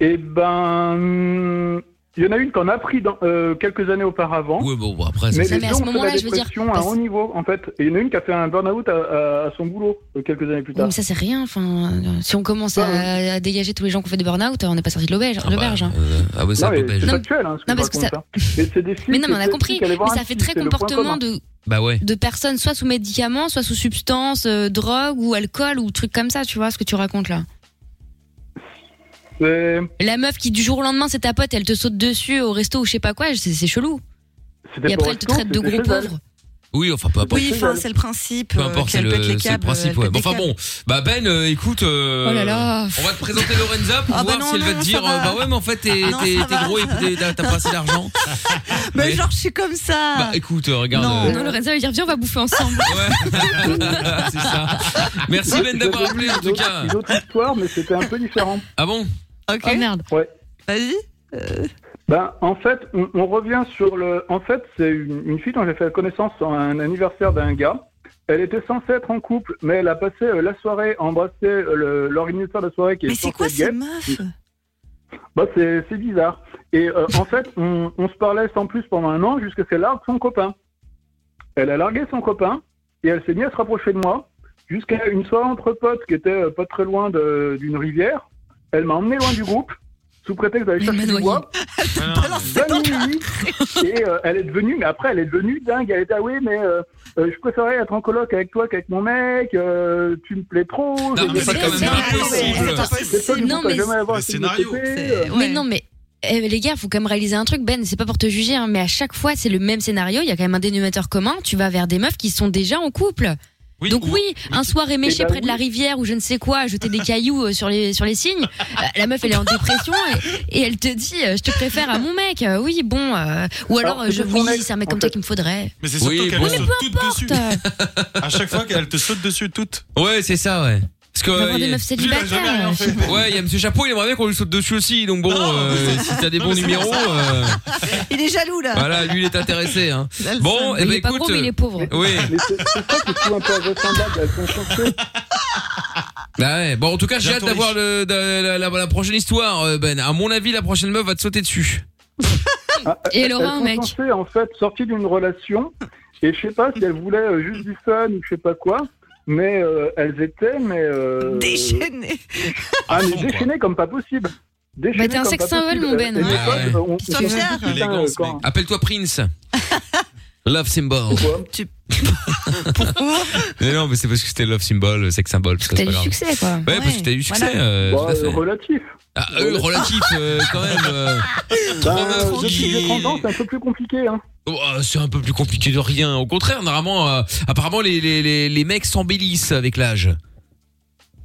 S6: Et ben, hum, il y en a une qu'on a pris dans, euh, quelques années auparavant.
S2: Ouais, bon, bon, après.
S6: Mais
S2: c'est-
S4: ça,
S6: les
S4: mais à
S6: deux
S4: ce
S6: ont fait
S4: moment-là,
S6: la
S4: je veux dire,
S6: dépression à
S4: parce-
S6: un haut niveau, en fait. Et il y en a une qui a fait un burn-out à, à- à son boulot euh, quelques années plus
S4: Oui,
S6: tard.
S4: mais ça, c'est rien. Enfin, euh, si on commence
S6: Ah,
S4: à, à dégager tous les gens qui ont fait des burn-out, on n'est pas sorti de l'auberge.
S2: Ah, bah,
S4: l'auberge, hein.
S2: euh, ah ouais, ça
S6: Non, mais
S2: l'auberge.
S6: c'est
S4: Non,
S6: factuel, hein, ce que
S4: non,
S6: je
S4: parce que
S6: raconte, hein. Mais c'est des
S4: Mais
S6: filles
S4: non, mais on
S6: qui-
S4: a compris.
S6: qui allaient voir
S4: Mais
S6: un
S4: ça fait
S6: psy,
S4: très
S6: c'est le point commun.
S4: comportement de,
S2: Bah ouais.
S4: de personnes, soit sous médicaments, soit sous substances, euh, drogue ou alcool ou trucs comme ça, tu vois, ce que tu racontes là.
S6: C'est-
S4: La meuf qui du jour au lendemain, c'est ta pote, elle te saute dessus au resto ou je sais pas quoi, c'est c'est chelou.
S6: c'était
S4: Et
S6: pas
S4: après, elle te
S6: resto,
S4: traite de
S6: c'était
S4: gros
S6: chez elle.
S4: pauvre.
S2: Oui, enfin, peu importe.
S3: Oui, enfin, c'est le principe.
S2: Peu
S3: euh,
S2: importe, c'est
S3: qu'elle
S2: le,
S3: pète les
S2: c'est le
S3: câbles, euh,
S2: principe.
S3: elle
S2: Ouais.
S3: pète
S2: Bon,
S3: les
S2: enfin
S3: câbles.
S2: bon, bah Ben, euh, écoute, euh,
S4: Oh là là.
S2: on va te présenter Lorenza
S3: <laughs>
S2: pour
S3: Ah bah
S2: voir
S3: non,
S2: si elle va
S3: non,
S2: te
S3: ça
S2: dire,
S3: va.
S2: euh, bah ouais, mais en fait t'es
S3: Ah non,
S2: t'es-
S3: ça
S2: t'es
S3: va.
S2: gros et t'es- t'as t'as pas assez
S3: <laughs>
S2: d'argent.
S3: Mais
S2: Ouais.
S3: genre, je suis comme ça.
S2: Bah écoute, euh, regarde.
S3: Non.
S2: euh,
S4: Non, Lorenza va dire, viens, on va bouffer ensemble.
S2: <laughs> Ouais. euh, <laughs> c'est ça. Merci Ben d'avoir appelé en tout cas.
S6: Une autre histoire, mais c'était un peu différent.
S2: Ah bon
S3: ok,
S4: Oh merde.
S3: vas-y.
S6: Ben, en fait, on, on revient sur le. En fait, c'est une, une fille dont j'ai fait la connaissance à un anniversaire d'un gars. Elle était censée être en couple, mais elle a passé euh, la soirée à embrasser euh, le- l'organisateur de la soirée qui
S3: Mais
S6: est
S3: c'est
S6: censé
S3: quoi
S6: être gay.
S3: ces meufs
S6: Bah, c'est c'est bizarre. Et euh, en fait, on, on se parlait sans plus pendant un an jusqu'à ce qu'elle largue son copain. Elle a largué son copain et elle s'est mise à se rapprocher de moi jusqu'à une soirée entre potes qui était euh, pas très loin de- d'une rivière. Elle m'a emmené loin du groupe sous prétexte d'aller
S4: Il m'a
S6: chercher du
S4: noyé.
S6: bois.
S2: Ah
S3: Balance cette
S6: Bonne
S3: entrée.
S6: nuit. Et euh, elle est devenue, mais après, elle est devenue dingue. Elle était, ah oui, mais euh, euh, je préférais être en coloc avec toi qu'avec mon mec. euh, tu me plais trop.
S2: Non, mais c'est quand même impossible.
S3: C'est pas
S6: C'est toi, du
S3: possible.
S4: Non,
S6: coup, t'as
S4: mais
S6: jamais avoir
S7: le
S6: essayé de
S7: scénario.
S6: m'occuper, euh,
S3: C'est- ouais.
S4: Mais non, mais eh, les gars, faut quand même réaliser un truc, Ben. C'est pas pour te juger, hein, mais à chaque fois, c'est le même scénario. Il y a quand même un dénominateur commun. Tu vas vers des meufs qui sont déjà en couple.
S2: Oui,
S4: Donc
S2: ou-
S4: oui, un soir éméché
S6: Eh ben
S4: près de la
S6: oui.
S4: rivière ou je ne sais quoi, jeter des cailloux euh, sur les sur les signes. Euh, la meuf, elle est en dépression et, et elle te dit, euh, je te préfère à mon mec. Euh, oui, bon. euh, ou alors,
S6: Alors,
S4: euh, je
S6: c'est ton
S4: oui,
S6: mec,
S4: c'est un mec
S6: en
S4: comme toi
S6: fait.
S4: qu'il me faudrait.
S7: Mais c'est surtout
S2: Oui,
S7: qu'elle
S2: bon.
S7: te saute toutes dessus.
S4: Putain,
S7: À chaque fois qu'elle te saute dessus, toutes.
S2: Ouais, c'est ça, ouais. Parce que
S4: D'avoir des
S2: euh,
S4: meufs
S7: Tu l'as jamais rien
S4: célibataires.
S7: fait.
S4: <laughs>
S2: ouais, il y a Monsieur Chapeau, il aimerait bien qu'on lui saute dessus aussi. Donc bon,
S7: Non.
S2: euh, si t'as des
S7: Non,
S2: bons
S7: mais c'est
S2: numéros, euh,
S3: Il est jaloux là.
S2: voilà, lui il est intéressé. Hein. Bon, eh
S4: Il
S2: ben
S4: est pas
S2: écoute,
S4: gros, mais il est pauvre.
S2: euh, oui.
S6: Mais c'est c'est ça qui trouve un peu invraisemblable. Elles sont censées-
S2: Bah ouais. Bon, en tout cas, j'ai hâte
S7: Bientôt
S2: d'avoir le- de- la, la- la prochaine histoire, euh, Ben. À mon avis, la prochaine meuf va te sauter dessus.
S4: Et elle
S6: elles
S4: aura un
S6: sont
S4: mec.
S6: censées, en fait sortir d'une relation et je sais pas si elles voulaient euh, juste du fun ou je sais pas quoi. Mais euh, elles étaient, mais euh,
S3: Déchaîné.
S6: ah,
S7: À
S6: mais
S7: fond, quoi.
S6: déchaînées comme pas possible. Déchaînées
S4: Bah, t'es un
S6: comme
S4: sex
S6: pas possible.
S4: symbol, mon Ben.
S6: Et mes
S2: Ah
S6: potes,
S2: ouais.
S6: euh, on-
S3: Histoire
S6: on-
S3: fière.
S7: Ah,
S6: putain, euh,
S7: Élégant, ce
S6: quand-
S4: <laughs>
S2: Appelle-toi Prince. Love symbol.
S6: Pourquoi
S2: Mais non, mais c'est parce que c'était love symbol, sex symbol. parce que
S4: T'as
S2: c'est
S4: du
S2: pas grave.
S4: succès, quoi.
S2: Ouais, parce
S3: Ouais,
S2: que t'as du succès.
S3: voilà.
S2: euh, tout
S6: Bah,
S2: à fait.
S6: euh, relatif.
S2: Ah, euh, relatif,
S6: <laughs>
S2: euh, quand même. euh.
S6: Ben,
S2: Trois meufs
S6: je
S2: qui-
S6: suis j'ai 30 ans, c'est un peu plus compliqué. Hein.
S2: Oh, c'est un peu plus compliqué de rien. Au contraire, normalement, euh, apparemment, les, les, les, les mecs s'embellissent avec l'âge.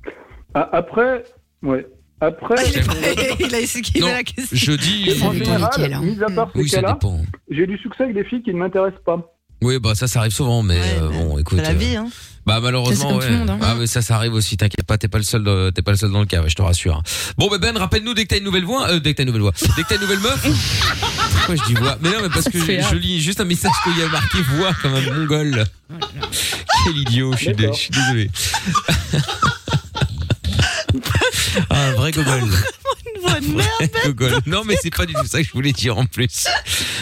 S3: <laughs>
S6: Ah, Après, ouais. Après,
S3: Ah, il, est
S6: euh, <laughs>
S3: pas- il a esquivé
S2: Non,
S3: la question.
S2: Je dis. euh,
S4: Ça
S6: en
S4: dépend lesquels,
S6: général,
S4: hein.
S6: mis à part
S2: Oui,
S6: ces
S2: ça
S6: cas-là,
S2: dépend.
S6: j'ai du succès avec des filles qui ne m'intéressent pas.
S2: Oui, bah ça, ça arrive souvent, mais
S3: Ouais,
S2: euh,
S3: mais
S2: bon, écoute.
S3: C'est la
S2: euh,
S3: vie, hein.
S2: Bah
S4: C'est
S2: malheureusement,
S4: comme
S2: ouais.
S4: tout le monde, hein.
S2: Ah mais ça, ça arrive aussi. T'inquiète pas, t'es pas le seul, euh, t'es pas le seul dans le cas. ouais, je te rassure. Bon, bah, Ben, rappelle-nous dès que t'as une nouvelle voix, euh, dès que t'as une nouvelle voix, dès que t'as une nouvelle meuf. Pourquoi je dis voix Mais non, mais parce que
S4: Ça fait
S2: je,
S4: hâte.
S2: je lis juste un message qu'il y a marqué voix comme un mongol. Quel idiot, je suis, dé-
S6: D'accord.
S2: je suis désolé. <laughs> Ah, un vrai gogol.
S3: Une voix de merde.
S2: Gogol. Non, mais c'est pas du tout ça que je voulais dire en plus.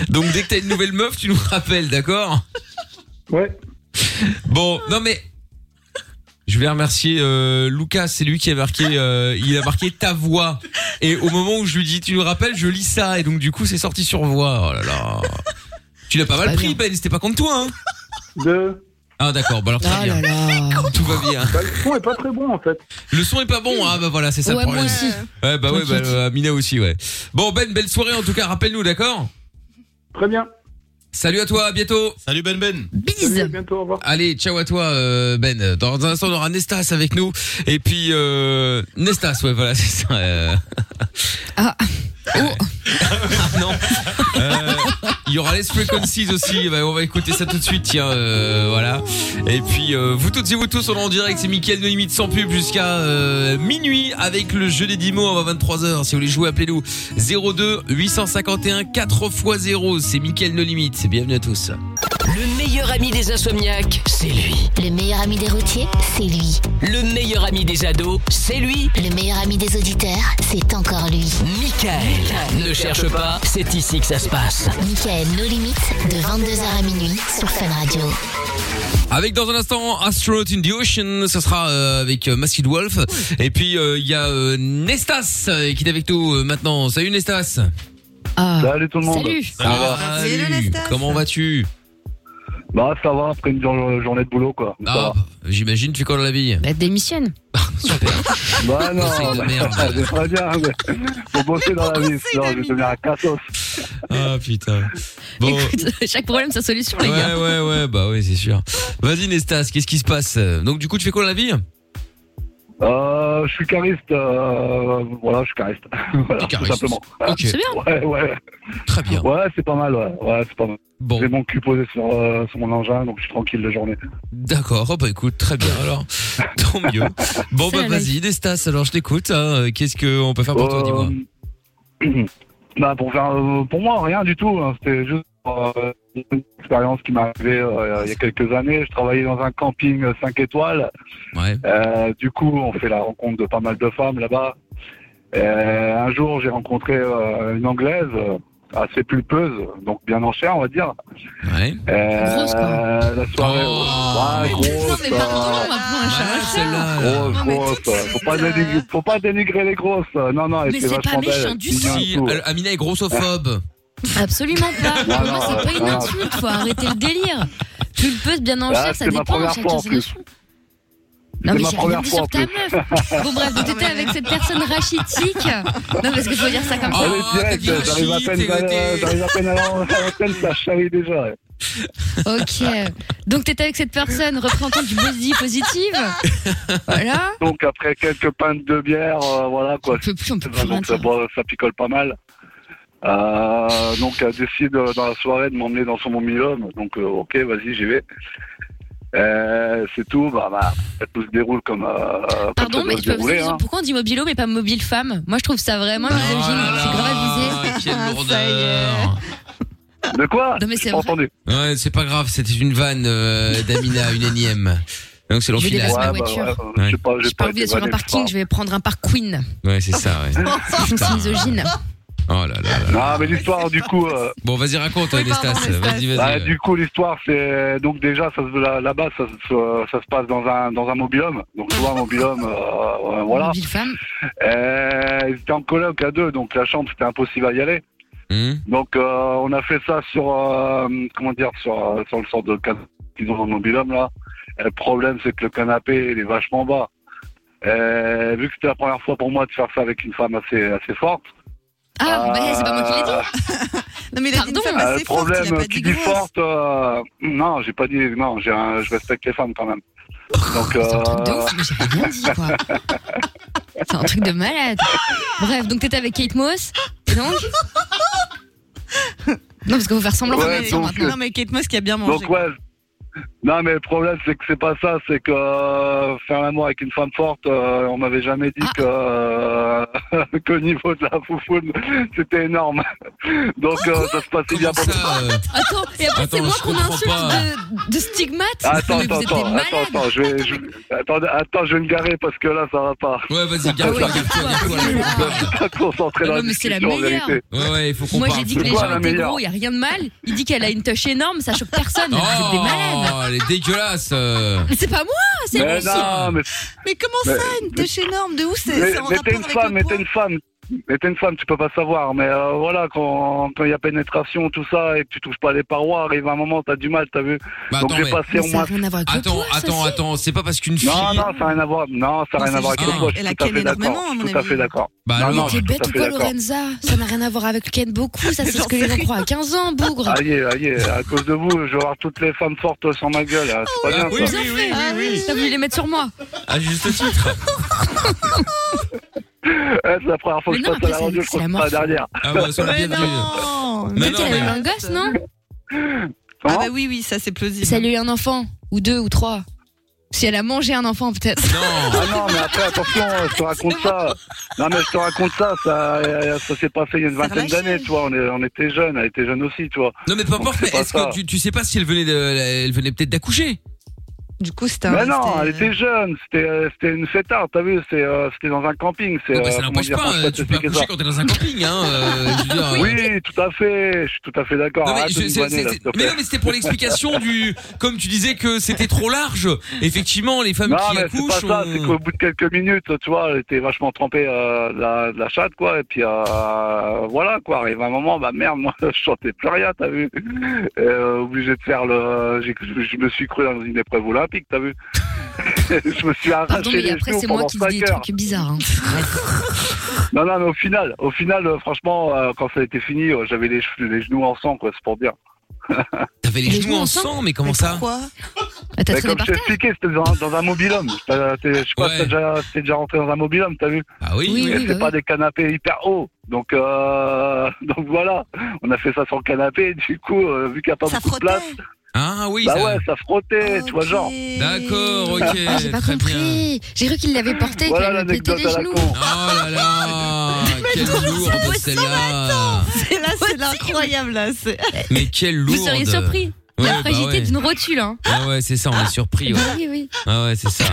S2: Donc, dès que t'as une nouvelle meuf, tu nous rappelles, d'accord
S6: Ouais.
S2: Bon, non mais je voulais remercier euh, Lucas, c'est lui qui a marqué, euh, il a marqué ta voix. Et au moment où je lui dis, tu nous rappelles, je lis ça et donc du coup c'est sorti sur voix. Oh là là. Tu l'as pas mal
S4: pas
S2: pris,
S4: bien.
S2: Ben. C'était pas contre toi. Hein
S6: De...
S2: ah d'accord, bah alors très
S4: Oh là
S2: bien.
S4: là.
S2: Tout va bien.
S6: Bah, le son est pas très bon en fait.
S2: Le son est pas bon. Ah bah voilà, c'est ça
S4: Ouais,
S2: le
S4: moi
S2: problème.
S4: aussi.
S2: Ouais bah ouais, bah, euh, Amina aussi ouais. Bon Ben, belle soirée en tout cas. Rappelle-nous, d'accord
S6: Très bien.
S2: Salut à toi, à bientôt.
S7: Salut Ben Ben.
S6: Salut, à
S4: Bise.
S6: bientôt, au revoir.
S2: Allez, ciao à toi euh, Ben. Dans un instant, on aura Nestas avec nous. Et puis euh, Nestas, ouais, voilà, <laughs> c'est ça. euh.
S4: Ah.
S2: Ah, <laughs> non. Euh, Il y aura les Frequencies aussi. Bah, on va écouter ça tout de suite. Tiens, euh, voilà. Et puis euh, vous toutes et vous tous, on est en direct. C'est Mickaël de limite sans pub jusqu'à euh, minuit avec le jeu des 10 mots à 23 h Si vous voulez jouer, appelez-nous 02 851 4 x 0. C'est Mickaël de limite. Bienvenue à tous.
S1: Le meilleur ami des insomniaques, c'est lui.
S5: Le meilleur ami des routiers, c'est lui.
S1: Le meilleur ami des ados, c'est lui.
S5: Le meilleur ami des auditeurs, c'est encore lui.
S1: Michael. Ne cherche pas, Ah, c'est ici que ça se passe.
S5: Michael, nos limites, de 22h à minuit sur Fun Radio.
S2: Avec dans un instant Astronaut in the Ocean, ça sera euh, avec euh, Masked Wolf. Et puis euh, il y a euh, Nestas euh, qui est avec nous euh, maintenant. Salut Nestas.
S4: Ah.
S8: Salut tout le monde.
S4: Salut.
S3: Salut, Nestas.
S2: Comment vas-tu
S8: Bah ça va après une jour- journée de boulot quoi. Ça
S2: Ah, J'imagine tu colles la vie.
S4: Bah,
S2: <laughs>
S4: démissionne.
S2: Ah, Super.
S8: va. <laughs>
S2: Ah
S8: Bah non,
S2: Conseil de merde.
S8: c'est très bien. Mais... Faut bosser dans la vie, sinon je vais devenir un cassos.
S2: Ah putain. Bon.
S4: euh, <laughs> Écoute, chaque problème sa solution,
S2: Ouais
S4: les gars.
S2: ouais ouais bah ouais c'est sûr. Vas-y Nestas, qu'est-ce qui se passe Donc du coup tu fais quoi dans la vie
S8: Euh, je suis cariste. euh, Voilà, je suis cariste. <laughs> Voilà,
S2: T'es
S8: tout
S2: cariste.
S8: simplement.
S2: Ok.
S4: C'est bien.
S8: Ouais, ouais,
S2: Très bien.
S8: ouais, c'est pas mal, ouais, ouais c'est pas mal.
S2: Bon.
S8: J'ai mon cul posé sur, euh, sur mon engin, donc je suis tranquille la journée.
S2: D'accord, oh bah écoute, très bien alors. Tant mieux. Bon
S4: C'est
S2: bah
S4: la
S2: vas-y, Nestas, alors je t'écoute. hein. Qu'est-ce qu'on peut faire pour toi,
S8: Euh, <clears throat>
S2: dis-moi
S8: Bah, pour faire, euh, pour moi, rien du tout. hein. C'était juste euh, une expérience qui m'est arrivée euh, il y a quelques années. Je travaillais dans un camping 5 étoiles.
S2: Ouais.
S8: Euh, du coup, on fait la rencontre de pas mal de femmes là-bas. Euh, un jour, j'ai rencontré euh, une Anglaise euh, assez pulpeuse, donc bien en chair, on va dire.
S2: Ouais.
S8: Euh,
S4: Grosse, quoi.
S8: La soirée.
S2: Oh.
S8: ouais, grosse,
S3: Non, mais pardon, on
S8: euh,
S3: va prendre un
S2: Malade,
S3: chat.
S2: Bah, celle-là.
S8: Grosse,
S3: Non, mais
S8: grosse.
S3: tout de suite,
S8: Oh, Faut pas,
S3: euh.
S8: dénigrer, faut pas dénigrer les grosses. euh, Non, non, elle
S4: Mais
S8: était
S4: c'est pas
S8: vachement
S4: méchant
S8: belle,
S4: du
S8: elle signait
S2: Si,
S8: un tour.
S2: elle- Amina est grossophobe.
S4: Absolument pas.
S8: Ah Non,
S4: Pour moi,
S8: non,
S4: c'est pas une
S8: non.
S4: insulte. Faut arrêter le délire. Tu le peux bien en
S8: Ah,
S4: chair, ça
S8: c'est ma
S4: dépend.
S8: première
S4: Chacun
S8: fois, en
S4: ses
S8: plus.
S4: notions. Non, mais
S8: ma
S4: j'ai rien
S8: première
S4: dit
S8: fois,
S4: sur
S8: en
S4: ta meuf. Bon, bref, donc t'étais avec cette personne rachitique. Non, parce qu'il faut dire ça Ah, comme
S2: Oh,
S4: ça.
S8: Allez,
S2: t'as
S8: Ah direct,
S2: dit
S8: j'arrive à
S2: Rachid,
S8: peine,
S2: t'es
S8: à-
S2: voté.
S8: j'arrive à peine à l'antenne, ça charrie déjà. ouais. euh, bah.
S4: Ok. Donc t'étais avec cette personne représentant du body positive. Voilà.
S8: Donc après quelques pintes de bière, euh, voilà quoi.
S4: Ah. On peut plus, on peut plus rien
S8: Donc ça,
S4: dire.
S8: boit- ça picole pas mal. Euh, donc elle décide euh, dans la soirée de m'emmener dans son mobilhome. Donc euh, ok, vas-y, j'y vais. Euh, c'est tout, bah, bah, tout se déroule comme, euh, comme
S4: Pardon,
S8: ça doit
S4: mais
S8: se
S4: tu peux
S8: dérouler. hein.
S4: pourquoi on dit mobilo mais pas mobile femme Moi, je trouve ça vraiment
S2: Oh
S4: misogyne.
S2: là là,
S4: C'est grave abusé.
S3: Ah,
S2: Quelle
S3: ça
S2: lourdeur.
S8: De quoi
S4: Non, mais c'est
S8: J'ai pas
S4: vrai.
S8: entendu.
S2: Ouais, c'est pas grave, c'était une vanne euh, d'Amina, une énième. Donc c'est
S4: Je
S2: l'enfilade.
S4: dépasse ma
S8: bah,
S4: voiture.
S8: ouais, euh, je sais pas, j'ai
S4: J'ai pas
S8: pas
S4: envie
S8: été
S4: d'être sur un
S8: vanné,
S4: parking,
S8: je
S4: je vais prendre un park
S8: <laughs>
S4: queen.
S2: Ouais, c'est ça, ouais.
S4: Je trouve que c'est misogyne.
S2: Oh là là. là.
S8: sais pas. Non, mais l'histoire, du coup, euh,
S2: Bon, vas-y, raconte,
S3: Oui,
S2: Anastas.
S3: pardon, Anastas.
S2: Vas-y, vas-y.
S8: Bah, du coup, l'histoire, c'est donc déjà ça se- là- là-bas, ça, se- ça se passe dans un dans un mobilhome. Donc tu vois, un mobilhome, euh, voilà.
S4: Mobile femme.
S8: Euh, ils étaient en coloc à deux, donc la chambre c'était impossible à y aller.
S2: Hmm
S8: Donc euh, on a fait ça sur euh, comment dire sur euh, sur le sort de canapé qu'ils ont dans le mobilhome là. Et le problème, c'est que le canapé il est vachement bas. Euh, vu que c'était la première fois pour moi de faire ça avec une femme assez assez forte.
S4: Ah, bah, c'est pas moi qui l'ai dit.
S8: euh,
S3: Non, mais il a dit
S4: Pardon.
S3: une femme
S8: Ah, le
S3: assez forte, il a
S8: problème,
S3: pas
S8: qui
S3: dit
S8: dit
S3: grosse.
S8: forte, euh, non, j'ai pas dit, non, j'ai un- je respecte les femmes quand même. Donc,
S4: Oh, C'est un truc de
S8: euh,
S4: ouf, mais j'ai
S8: <laughs>
S4: rien dit, quoi. C'est un truc de malade. Bref, donc t'étais avec Kate Moss. Et
S3: <laughs>
S4: donc Non, parce qu'on faut faire semblant quand
S8: Ouais,
S4: même.
S3: mais,
S4: sans
S8: donc,
S4: maintenant.
S8: euh,
S3: non, mais Kate Moss qui a bien mangé.
S8: donc ouais. Non, mais le problème, c'est que c'est pas ça, c'est que euh, faire l'amour avec une femme forte, euh, on m'avait jamais dit
S4: Ah.
S8: que euh, <laughs> qu'au niveau de la foufoune, c'était énorme. <laughs> Donc, euh, ça se passait bien
S2: Comment
S8: pour
S2: ça euh,
S4: Attends, et après, c'est
S2: Attends,
S4: moi
S2: je
S4: qu'on
S2: comprends
S4: insulte
S2: pas.
S4: de, de stigmate
S8: Ah, Attends,
S4: Non, mais
S8: attends,
S4: vous êtes des
S8: attends, attends,
S4: malades.
S8: attends, je vais, je... attends, attends, je vais me garer parce que là, ça va pas. Ah
S2: Ouais, vas-y, garde-toi,
S4: ouais, garde-toi,
S2: garde-toi, garde-toi. là.
S4: garde-toi.
S8: Je suis pas concentré
S4: Ah
S8: dans
S4: non,
S8: la
S4: mais c'est la
S8: discussion, en
S4: meilleure.
S8: vérité.
S2: Ouais, ouais, il faut qu'on
S4: Moi,
S2: parle.
S4: j'ai dit que les
S8: Pourquoi
S4: gens
S8: la
S4: étaient
S8: meilleure
S4: gros, y a rien de mal. Il dit qu'elle a une touche énorme, ça choque personne. Vous êtes des malades.
S2: Oh, elle est dégueulasse. Bah, euh.
S4: Mais c'est pas moi, c'est
S8: Mais
S4: lui.
S8: non, mais
S3: Mais comment
S8: Mais-
S3: ça, une touche énorme De où c'est
S8: Mais,
S3: c'est en
S8: mais
S3: rapport
S8: t'es une
S3: avec
S8: femme,
S3: le
S8: mais
S3: poids
S8: t'es une femme. Mais t'es une femme, tu peux pas savoir. Mais euh, voilà, quand quand il y a pénétration, tout ça, et que tu touches pas les parois, arrive un moment, t'as du mal, t'as vu.
S2: Bah,
S8: Donc
S2: attends,
S8: j'ai
S2: mais-
S8: passé
S4: Mais
S8: au
S4: ça n'a
S8: moins.
S4: rien à voir avec le
S2: Attends,
S4: poids, ça,
S2: attends,
S4: si.
S2: attends, c'est pas parce qu'une fille.
S8: Non, non, ça n'a rien à voir. Non, ça n'a rien
S3: Non,
S8: à voir avec
S3: c'est
S8: le
S2: juste
S8: poids. Je
S3: elle a
S8: suis tout à
S3: qu'elle
S8: fait
S3: est
S8: d'accord.
S3: énormément, à mon
S8: Je suis tout à
S3: avis.
S8: fait d'accord.
S2: Bah,
S8: non,
S2: alors,
S8: non,
S4: Mais t'es
S8: tout
S4: bête
S8: à
S4: ou
S8: fait
S4: quoi,
S8: d'accord.
S4: Lorenza Ça n'a rien à voir avec Ken beaucoup, ça c'est ce que les gens croient à 15 ans, bougre
S8: Aïe, aïe, à cause de vous, je vais avoir toutes les femmes fortes sur ma gueule. hein. C'est pas
S2: Ah,
S8: bien
S2: oui,
S8: ça.
S4: Bien fait T'as voulu les mettre sur
S8: <laughs>
S4: moi
S2: à juste titre.
S8: Eh, C'est la première fois que
S4: Mais
S8: je
S4: non,
S8: passe à la
S4: après,
S8: radio,
S4: c'est-
S8: je
S4: c'est
S8: crois que
S4: la
S8: c'est
S4: mort.
S8: pas la dernière.
S2: Ah bah, sois le
S3: Mais
S2: bienvenu.
S3: non
S2: Mais
S4: Mais
S2: non, Ah
S4: qu'elle
S2: mais-
S4: avait un gosse, non
S3: Ah
S7: Hein
S8: Comment
S3: bah oui, oui, ça c'est plausible.
S4: Ça lui a eu un enfant, ou deux, ou trois. Si elle a mangé un enfant, peut-être.
S2: Non.
S8: Ah non, mais après,
S3: <laughs>
S8: attention, je te raconte ça. Non, mais je te raconte ça, ça, euh, ça s'est passé il y a une vingtaine
S3: relâché.
S8: d'années, tu vois. On, est- on était jeunes, elle était jeune aussi, tu vois.
S2: Non, mais peu importe, mais
S8: c'est pas
S2: est-ce
S8: ça.
S2: que tu, tu sais pas si elle venait de, elle venait peut-être d'accoucher?
S3: Du coup, c'était un.
S8: mais Bah non, elle
S3: c'était-
S8: était jeune, c'était euh, c'était une fêtarde, t'as vu, c'est, euh, c'était dans un camping. c'est
S2: Bon, bah,
S8: euh,
S2: ça
S8: comment
S2: n'empêche
S8: dire,
S2: pas,
S8: comment je peux
S2: euh, tu peux
S8: t'expliquer ça
S2: accoucher quand t'es dans un camping, hein, euh, je veux dire, euh,
S8: Oui, tout à fait, je suis tout à fait d'accord.
S2: Non, mais,
S8: Arrête de
S2: je-
S8: me
S2: c'est-
S8: vanner, là,
S2: c'est-
S8: s'il te
S2: mais
S8: plaît.
S2: non, mais c'était pour
S8: <laughs>
S2: l'explication du. Comme tu disais que c'était trop large. Effectivement, les femmes
S8: Non,
S2: qui
S8: mais c'est pas
S2: accouchent.
S8: ça,
S2: ont-
S8: c'est qu'au bout de quelques minutes, tu vois, elle était vachement trempée euh, de, la, de la chatte, quoi, et puis euh, voilà, quoi, arrive un moment, bah merde, moi, <laughs> je chantais plus rien, t'as vu Euh, Obligé de faire le... j'ai- Je me suis cru dans une épreuve olympique, t'as vu <laughs> Je me suis arraché
S4: Pardon, mais
S8: les
S4: après,
S8: genoux
S4: c'est moi
S8: pendant
S4: qui dis des
S8: 5 heures.
S4: trucs bizarres. hein.
S8: Non, non, mais au final, au final, euh, franchement, euh, quand ça a été fini, euh, j'avais les, che- les genoux en sang, quoi, c'est pour dire.
S2: T'avais les
S4: Les
S2: genoux
S4: genoux
S2: en
S4: en
S2: sang, mais comment
S3: Mais
S2: ça
S3: Pourquoi
S4: Ah, T'as
S8: Mais
S4: traîné
S8: comme
S4: par
S8: je t'ai
S4: terre
S8: expliqué, c'était dans, dans un mobilhome. T'as- t'es- Je sais pas
S2: Ouais.
S8: si t'es déjà, t'es déjà rentré dans un mobilhome, t'as vu
S2: Ah oui.
S4: Oui,
S8: Et
S4: oui.
S8: c'est pas des canapés hyper hauts. Donc, euh, <laughs> donc voilà, on a fait ça sur le canapé. Du coup, euh, vu qu'il n'y a pas
S3: Ça
S8: beaucoup de
S3: frottait.
S8: place,
S2: Ah oui.
S8: bah
S2: ça-
S8: ouais, ça frottait, tu vois,
S3: Ok.
S8: genre.
S2: D'accord, ok.
S4: Ah, j'ai pas
S2: très bien.
S4: compris J'ai cru qu'il l'avait porté, qu'il
S8: Voilà
S4: avait pété
S8: l'anecdote
S4: les
S8: à la
S4: genoux
S8: con.
S2: Oh Ah là là. quel lourd celle-là
S3: C'est là, c'est l'incroyable là. c'est-
S2: Mais quelle lourde
S4: Vous seriez surpris.
S2: Ouais,
S4: la
S2: bah
S4: fragilité
S2: ouais.
S4: d'une rotule, hein.
S2: Ah ouais, c'est ça, on est surpris. Ouais.
S4: bah Oui, oui.
S2: Ah ouais, c'est ça.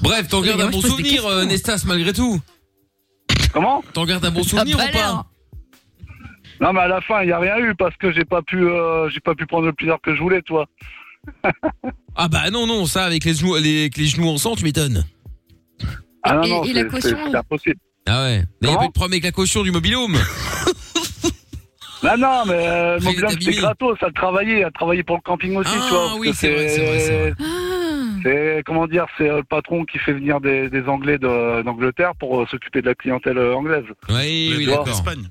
S2: Bref, t'en
S4: Mais
S2: gardes
S4: moi,
S2: un
S4: je
S2: bon
S4: pose des
S2: souvenir,
S4: questions.
S2: euh, Nestas, malgré tout.
S8: Comment
S2: T'en gardes un bon souvenir
S4: Ah,
S2: ou
S4: bah
S2: pas
S4: alors.
S8: Non, mais à la fin, il n'y a rien eu parce que j'ai pas pu, euh, j'ai pas pu prendre le plaisir que je voulais, <laughs> toi.
S2: Ah bah non, non, ça, avec les genoux, les, avec les genoux en sang, tu m'étonnes.
S8: Ah non,
S4: Et-
S8: non,
S4: et la
S8: c'est- c'est
S4: caution,
S8: c'est impossible.
S2: Ah ouais. Mais y a
S8: Comment
S2: pas eu de problème avec la caution du mobilhome.
S8: Non, non, mais euh,
S2: Il
S8: mon
S2: est
S8: bilan,
S2: abîmé.
S8: c'était gratos. Ça travaillait, à travailler pour le camping aussi,
S2: Ah
S8: tu vois. parce
S2: oui,
S8: que
S2: c'est vrai, c'est vrai, c'est vrai.
S4: Ah.
S8: C'est comment dire, c'est euh, le patron qui fait venir des, des Anglais de- d'Angleterre pour euh, s'occuper de la clientèle euh, anglaise.
S2: Oui, oui,
S8: doigts.
S2: d'accord.
S7: Espagne.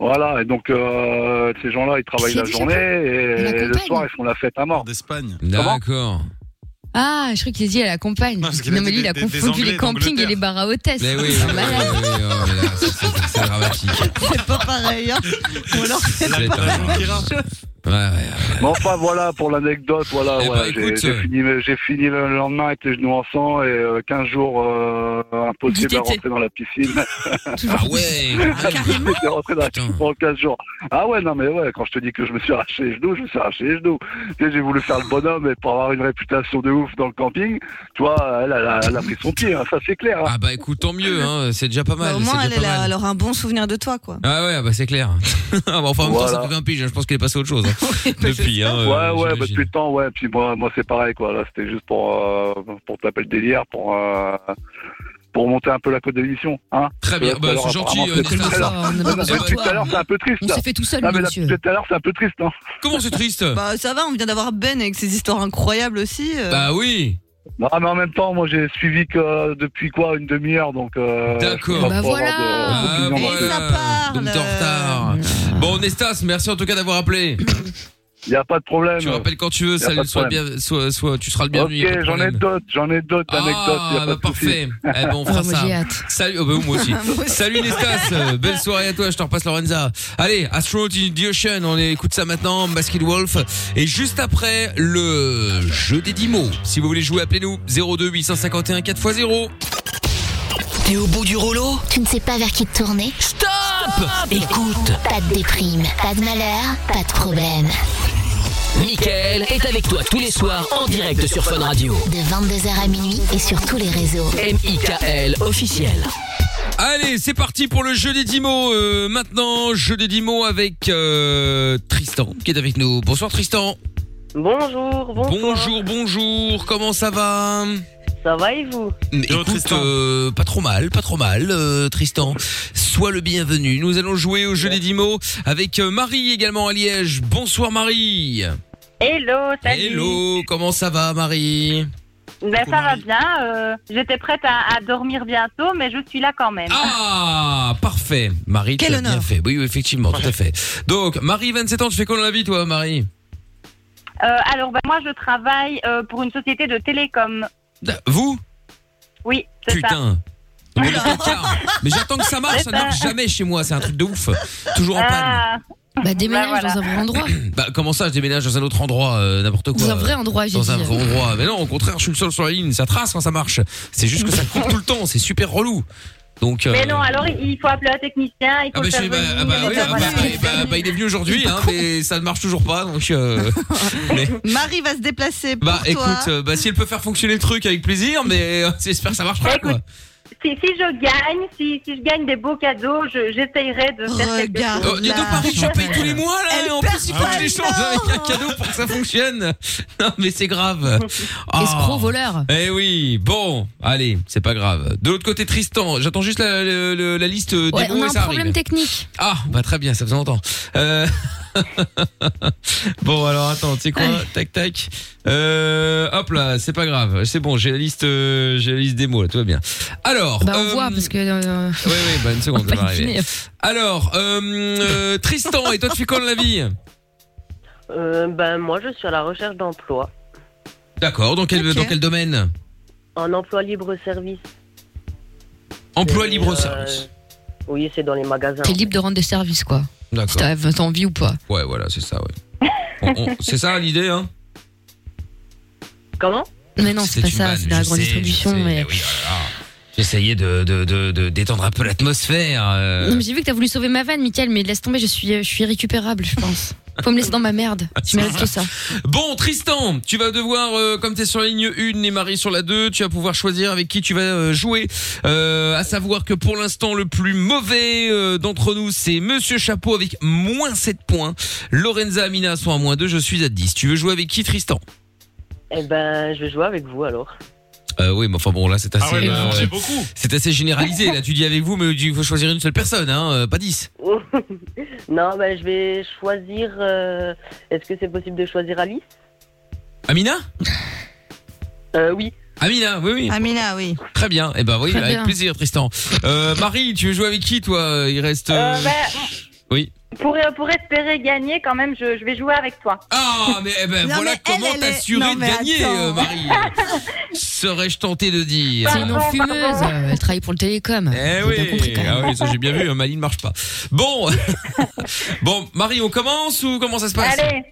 S8: Voilà, et donc euh, ces gens-là, ils travaillent
S4: Qui
S8: la
S4: dit
S8: journée
S4: On
S8: et le
S4: l'accompagne.
S8: soir, ils font la fête à mort.
S7: D'Espagne.
S2: D'accord.
S4: Ah, je crois qu'il a dit à la campagne.
S7: Non,
S4: Non,
S7: parce qu'il a
S4: mais
S7: dit
S4: lui, il a
S7: des- des- des
S4: confondu les
S7: Anglais
S4: campings et
S7: d'Angleterre.
S4: les bars à hôtesses.
S2: Mais
S4: <laughs>
S2: oui, oui,
S4: C'est
S2: oui,
S4: malade.
S2: oui, oui, oh là là, c'est- c'est c'est dramatique.
S3: C'est pas pareil. Hein.
S7: <laughs>
S3: Ou alors,
S2: C'est étonnant. Ouais, ouais,
S8: Mais enfin, voilà, pour l'anecdote, voilà,
S2: Eh
S8: voilà,
S2: ben,
S8: j'ai
S2: écoute,
S8: j'ai
S2: euh,
S8: fini, j'ai fini le lendemain avec les genoux en sang et euh, 15 jours euh, impossible
S4: D'ITT.
S8: à rentrer dans la piscine.
S4: Toujours
S2: Ah
S8: <laughs>
S2: ouais.
S8: J'ai rentré dans la piscine
S2: Putain.
S8: pendant 15 jours. Ah ouais, non mais ouais, quand je te dis que je me suis arraché les genoux, je me suis arraché les genoux. Tu sais, j'ai voulu faire le bonhomme et pour avoir une réputation de ouf dans le camping, tu vois, elle, elle a, elle a pris son pied, hein, ça c'est clair. hein.
S2: Ah bah écoute, tant mieux, hein. c'est déjà pas mal.
S3: Bah, au
S2: c'est déjà
S3: moins, elle,
S2: pas
S3: elle, a-
S2: mal.
S3: elle aura un bon souvenir de toi, quoi.
S2: Ah ouais, bah c'est clair. <laughs> enfin, en même temps, ça
S8: Voilà.
S2: fait 20 piges, hein. je pense qu'il est passé à autre chose.
S4: <laughs>
S2: hein, Depuis, hein, euh,
S8: ouais, ouais, bah,
S2: j'imagine.
S8: depuis le temps, ouais. Puis moi, moi c'est pareil, quoi. Là, c'était juste pour, euh, pour taper le délire, pour, euh, pour monter un peu la côte de l'émission, hein.
S2: Très bien,
S8: Tout
S2: bah,
S8: à l'heure,
S2: c'est gentil,
S8: apparemment,
S2: euh,
S8: c'est
S2: Nestor.
S8: tout à l'heure.
S4: Oh, on a pas
S8: Non, mais
S4: besoin de
S8: depuis tout à
S4: toi.
S8: l'heure, c'est un peu triste.
S4: On s'est fait tout seul,
S8: Non, mais là,
S4: monsieur.
S8: depuis tout à l'heure, c'est un peu triste, hein.
S2: Comment c'est triste
S3: Bah, ça va, on vient d'avoir Ben avec ses histoires incroyables aussi. euh.
S2: Bah oui,
S8: Non, mais en même temps, moi, j'ai suivi que euh, depuis quoi, une demi-heure, donc, euh,
S2: D'accord. Ah,
S8: je peux pas
S4: Bah
S8: avoir
S4: voilà.
S8: de- d'opinion.
S3: Et voilà. ça parle.
S2: Donc t'es en retard. Bon, Nestas, merci en tout cas d'avoir appelé.
S8: Il n'y a pas de problème.
S2: Tu rappelles quand tu veux,
S8: Y a pas
S2: salut,
S8: de
S2: sois
S8: problème.
S2: bien, sois, sois- bah, tu seras le bienvenu. y a pas
S8: Ok,
S2: de
S8: j'en ai
S2: problème.
S8: d'autres, j'en ai d'autres anecdotes. y a
S2: Ah, bah
S8: pas de souci.
S2: parfait. Eh ben, on fera
S4: Ah, moi,
S2: ça.
S4: j'ai hâte.
S2: Salut, oh, bah, moi aussi.
S3: Moi aussi.
S2: Salut Nestas, euh, belle soirée à toi, je te repasse Lorenza. Allez, Astronaut in the Ocean, on écoute ça maintenant, Basket Wolf. Et juste après, le jeu des 10 mots. Si vous voulez jouer, appelez-nous 02 851 4x0.
S1: T'es au bout du rouleau
S5: Tu ne sais pas vers qui te tourner
S1: Stop Écoute,
S5: Pas de déprime, pas de malheur, pas de problème.
S1: Mickaël est avec toi tous les soirs en direct sur Fun Radio.
S5: De 22h à minuit et sur tous les réseaux.
S1: M.I.K.L. officiel.
S2: Allez, c'est parti pour le jeu des 10 mots. Euh, maintenant, jeu des 10 mots avec euh, Tristan qui est avec nous. Bonsoir Tristan.
S9: Bonjour, bonsoir.
S2: Bonjour, bonjour, comment ça va
S9: Ça va et vous
S2: Mais
S7: Hello,
S2: Écoute,
S7: Tristan.
S2: euh, pas trop mal, pas trop mal, euh, Tristan. Sois le bienvenu. Nous allons jouer au jeu des 10 mots avec euh, Marie également à Liège. Bonsoir Marie.
S9: Hello, salut.
S2: Hello, comment ça va Marie
S9: Ben, ça va
S7: Marie.
S9: bien. euh, J'étais prête à, à dormir bientôt, mais je suis là quand même.
S2: Ah, parfait. Marie, tu
S3: Quel
S2: as bien
S3: honneur.
S2: fait. Oui, oui, effectivement, tout à fait. Donc, Marie, 27 ans, tu fais quoi dans la vie toi, Marie
S9: Euh, alors, ben, moi, je travaille euh, pour une société de télécom.
S2: Da- Vous
S9: Oui, c'est ça.
S2: Putain.
S9: <laughs>
S2: Mais, pétard. Mais j'attends que ça marche, ça ne marche jamais chez moi, c'est un truc de ouf. Toujours en panne.
S9: Ah,
S4: Bah, déménage
S9: Bah, voilà.
S4: dans un vrai endroit.
S2: Bah comment ça, je déménage dans un autre endroit, euh, n'importe quoi.
S4: Dans un vrai endroit, j'ai dit.
S2: dans un vrai endroit. Mais non, au contraire, je suis le seul sur la ligne. Ça trace quand ça marche. C'est juste que ça court tout le temps. C'est super relou. Donc. euh,
S9: mais non, alors il il faut appeler un technicien. Il faut
S2: Ah bah,
S9: le
S2: je
S9: faire
S2: sais- bah,
S9: venir,
S2: ah bah
S9: et
S2: oui,
S9: ben,
S2: ah bah,
S9: voilà.
S2: bah, bah, bah, il est venu aujourd'hui, hein, mais ça ne marche toujours pas.
S9: <laughs>
S2: Donc, euh,
S3: Marie va se déplacer pour
S2: bah
S3: toi.
S2: écoute, euh, bah si elle peut faire fonctionner le truc avec plaisir, mais euh, <laughs> j'espère que ça marchera.
S9: Bah,
S2: Quoi.
S9: écoute, Si, si je gagne, si, si je gagne des beaux cadeaux, je- j'essayerai de faire quelque
S3: Regarde.
S9: chose.
S2: Oh, dis donc Marie, tu paye tous les mois là,
S3: Elle
S2: et en
S3: perd
S2: plus il
S3: pas
S4: Ah
S2: faut que je
S3: le
S2: l'échange
S3: temps.
S2: avec un cadeau pour que ça fonctionne. <laughs> Non mais c'est grave.
S4: <laughs>
S2: Ah.
S4: Escroc voleur.
S2: Eh oui, bon, allez, c'est pas grave. De l'autre côté, Tristan, j'attends juste la, le- le- la liste des
S4: Ouais,
S2: mots
S4: on a un
S2: et ça
S4: problème
S2: arrive.
S4: technique.
S2: Ah, bah très bien, ça faisait longtemps. Euh... <laughs> bon, alors attends, tu sais quoi Tac, tac. Euh... Hop là, c'est pas grave. C'est bon, j'ai la liste, euh, j'ai la liste des mots, là, tout va bien. <coughs> Alors,
S4: Bah, on
S2: euh,
S4: voit parce que. euh,
S2: Oui, oui, bah
S4: <laughs>
S2: une seconde, ça
S4: pas
S2: va arriver.
S4: deviner.
S2: Alors, euh, euh, Tristan, et toi, tu fais quoi de la vie
S9: Euh, ben, moi, je suis à la recherche d'emploi.
S2: D'accord, dans quel,
S3: Ok.
S2: dans quel domaine
S9: En emploi libre-service.
S2: Emploi
S9: Et, euh,
S2: libre-service.
S9: Oui, c'est dans les magasins.
S4: T'es libre de rendre des services, quoi. Si
S2: D'accord.
S4: t'as t'as envie ou pas.
S2: Ouais, voilà, c'est ça, ouais. On- on-
S4: <laughs>
S2: c'est ça l'idée, hein
S9: Comment
S4: Mais non, c'est pas
S2: une
S4: ça,
S2: vanne,
S4: c'est de la
S2: je
S4: grande
S2: sais, je
S4: distribution.
S2: sais,
S4: mais-
S2: oui, oh là là. J'essayais de, de, de- de détendre un peu l'atmosphère. euh.
S4: Non, mais j'ai vu que t'as voulu sauver ma vanne, Mickaël, mais laisse tomber, je suis, euh, je suis récupérable, je
S2: <laughs>
S4: pense. Faut me laisser dans ma merde.
S2: Ah,
S4: Tu mérites tout ça.
S2: Bon, Tristan, tu vas devoir, euh, comme tu es sur la ligne 1 et Marie sur la 2, tu vas pouvoir choisir avec qui tu vas euh, jouer. Euh, à savoir que pour l'instant, le plus mauvais euh, d'entre nous, c'est Monsieur Chapeau avec moins 7 points. Lorenza Amina sont à moins 2, je suis à 10. Tu veux jouer avec qui, Tristan
S10: Eh ben, je vais jouer avec vous alors.
S2: euh, Oui, mais enfin bon, là, c'est assez...
S10: Ah ouais, bah,
S2: euh,
S10: c'est beaucoup.
S2: C'est assez généralisé, là, tu dis avec vous, mais il faut choisir une seule personne, hein, euh, pas 10.
S10: <laughs> non, ben, je vais choisir. euh, Est-ce que c'est possible de choisir Alice
S2: Amina
S10: Euh, oui.
S2: Amina, oui, oui.
S3: Amina, oui.
S2: Très bien. Eh ben oui,
S3: Très
S2: avec
S3: bien.
S2: plaisir, Tristan. Euh, Marie, tu veux jouer avec qui, toi Il reste. euh,
S10: ben-
S9: Euh, bah,
S2: Oui.
S9: pour, pour espérer gagner, quand même, je, je vais jouer avec toi.
S2: Ah, mais eh ben,
S9: Non,
S2: voilà
S9: mais elle,
S2: comment
S9: elle est-
S2: t'assurer
S9: Non,
S2: de
S9: mais
S2: gagner,
S9: attends.
S2: euh, Marie. Serais-je tenté de dire
S4: C'est une fumeuse. Elle travaille pour le télécom.
S2: Eh
S4: J'ai
S2: oui,
S4: bien compris, quand même.
S2: ah oui, ça j'ai bien vu, hein, ma ligne marche pas. Bon, <laughs> bon, Marie, on commence ou comment ça se passe
S9: Allez,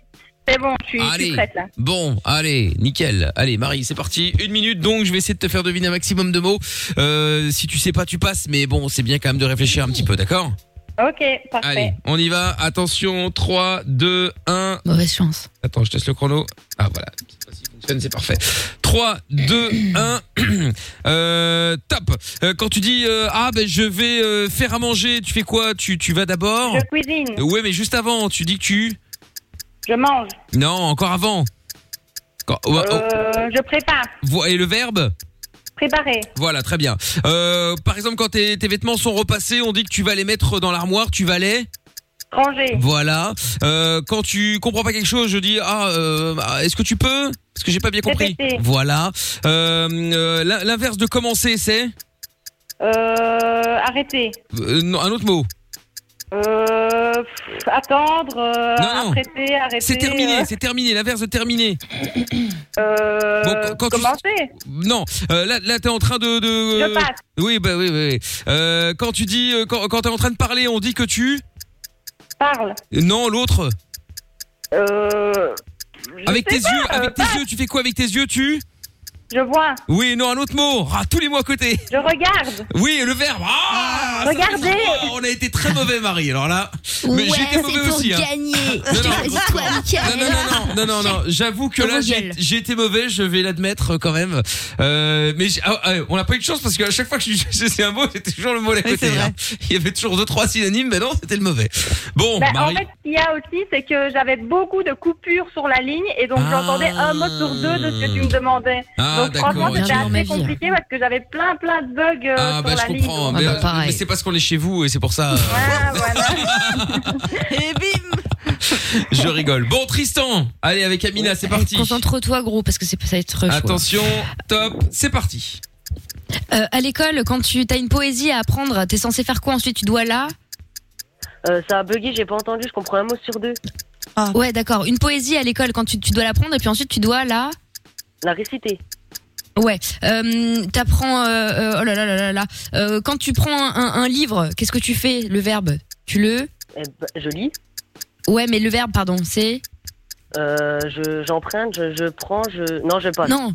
S9: c'est bon, je suis, je suis
S2: Allez.
S9: prête là.
S2: Bon, allez, nickel. Allez, Marie, c'est parti. Une minute, donc je vais essayer de te faire deviner un maximum de mots. Euh, si tu sais pas, tu passes, mais bon, c'est bien quand même de réfléchir un petit peu, d'accord
S9: Ok, parfait.
S2: Allez, on y va. Attention, 3, 2, 1.
S4: Mauvaise chance.
S2: Attends, je teste le chrono. Ah, voilà. Ça fonctionne, c'est parfait. 3, 2, 1. <clears throat> euh, top. Euh, quand tu dis euh, Ah, ben je vais euh, faire à manger, tu fais quoi tu, tu vas d'abord
S9: Je cuisine,
S2: Ouais, mais juste avant, tu dis que tu.
S9: je mange,
S2: Non, encore avant. Quand- ouais, oh.
S9: euh, je prépare,
S2: Vo- Et le verbe
S9: préparer,
S2: Voilà, très bien. Euh, par exemple, quand tes, tes vêtements sont repassés, on dit que tu vas les mettre dans l'armoire, tu vas les.
S9: ranger,
S2: Voilà. Euh, quand tu comprends pas quelque chose, je dis ah euh, ah, est-ce que tu peux Parce que j'ai pas bien compris.
S9: Répéter.
S2: Voilà. Euh, euh, l'in- L'inverse de commencer, c'est
S9: euh, arrêter,
S2: Euh, non, un autre mot.
S9: euh, pff, attendre, euh,
S2: Non, non.
S9: apprêter, arrêter.
S2: C'est terminé,
S9: euh,
S2: c'est terminé. L'inverse de terminé.
S9: Euh,
S2: Bon, quand- quand tu-
S9: commencer.
S2: Non. Euh, là, là, t'es en train de. de...
S9: Je passe.
S2: Oui, bah oui, oui. oui. Euh, quand tu dis euh, quand, quand t'es en train de parler, on dit que tu.
S9: Parle.
S2: Non, l'autre.
S9: Euh,
S2: Avec
S9: sais
S2: tes
S9: pas,
S2: yeux,
S9: euh,
S2: avec tes yeux, tu fais quoi avec tes yeux, tu
S9: Je vois.
S2: Oui, non, un autre mot. Ah, tous les mots à côté.
S9: Je regarde.
S2: Oui, le verbe. Ah, ça fait
S9: Regardez.
S2: trois. On a été très mauvais, Marie. Alors là, mais j'étais mauvais aussi. hein.
S5: Je
S2: te non.
S5: choisis toi, Mickaël.
S2: Non, non, non. J'avoue que là, j'ai- j'ai été mauvais. Je vais l'admettre quand même. Euh, mais j'ai- ah, ah, on n'a pas eu de chance parce qu'à chaque fois que je disais un mot, c'était toujours le mot à côté. hein. Il y avait toujours deux, trois synonymes, mais non, c'était le mauvais. Bon,
S9: Bah, en
S2: Marie.
S9: fait, ce qu'il y a aussi, c'est que j'avais beaucoup de coupures sur la ligne et donc j'entendais un mot sur deux de ce que tu me demandais.
S2: Ah,
S9: donc franchement,
S2: d'accord,
S9: c'était
S2: ok.
S9: assez compliqué parce que j'avais plein plein de bugs euh,
S2: Ah
S9: sur
S2: bah
S9: la
S2: je
S9: ligne.
S2: comprends, mais,
S9: Donc,
S2: mais c'est parce qu'on est chez vous et c'est pour ça. euh, <laughs> Eh, je rigole. Bon Tristan, allez avec Amina, c'est parti.
S4: Concentre-toi, gros, parce que c'est- ça va être chaud. hein.
S2: Attention, top, c'est parti.
S4: Euh, à l'école, quand tu as une poésie à apprendre, t'es censé faire quoi ensuite Tu dois là
S10: Euh, ça a bugué, j'ai pas entendu, je comprends un mot sur deux.
S4: Ouais, d'accord. Une poésie à l'école, quand tu, tu dois l'apprendre, et puis ensuite tu dois là.
S10: La réciter.
S4: Ouais. Euh, T'apprends. euh, euh, oh là là là là là. Euh, quand tu prends un, un- un livre, qu'est-ce que tu fais Le verbe Tu le
S10: Eh ben, je lis,
S4: Ouais, mais le verbe, pardon, c'est.
S10: euh, je- j'emprunte, je, je prends, je. Non, je passe.
S4: Non.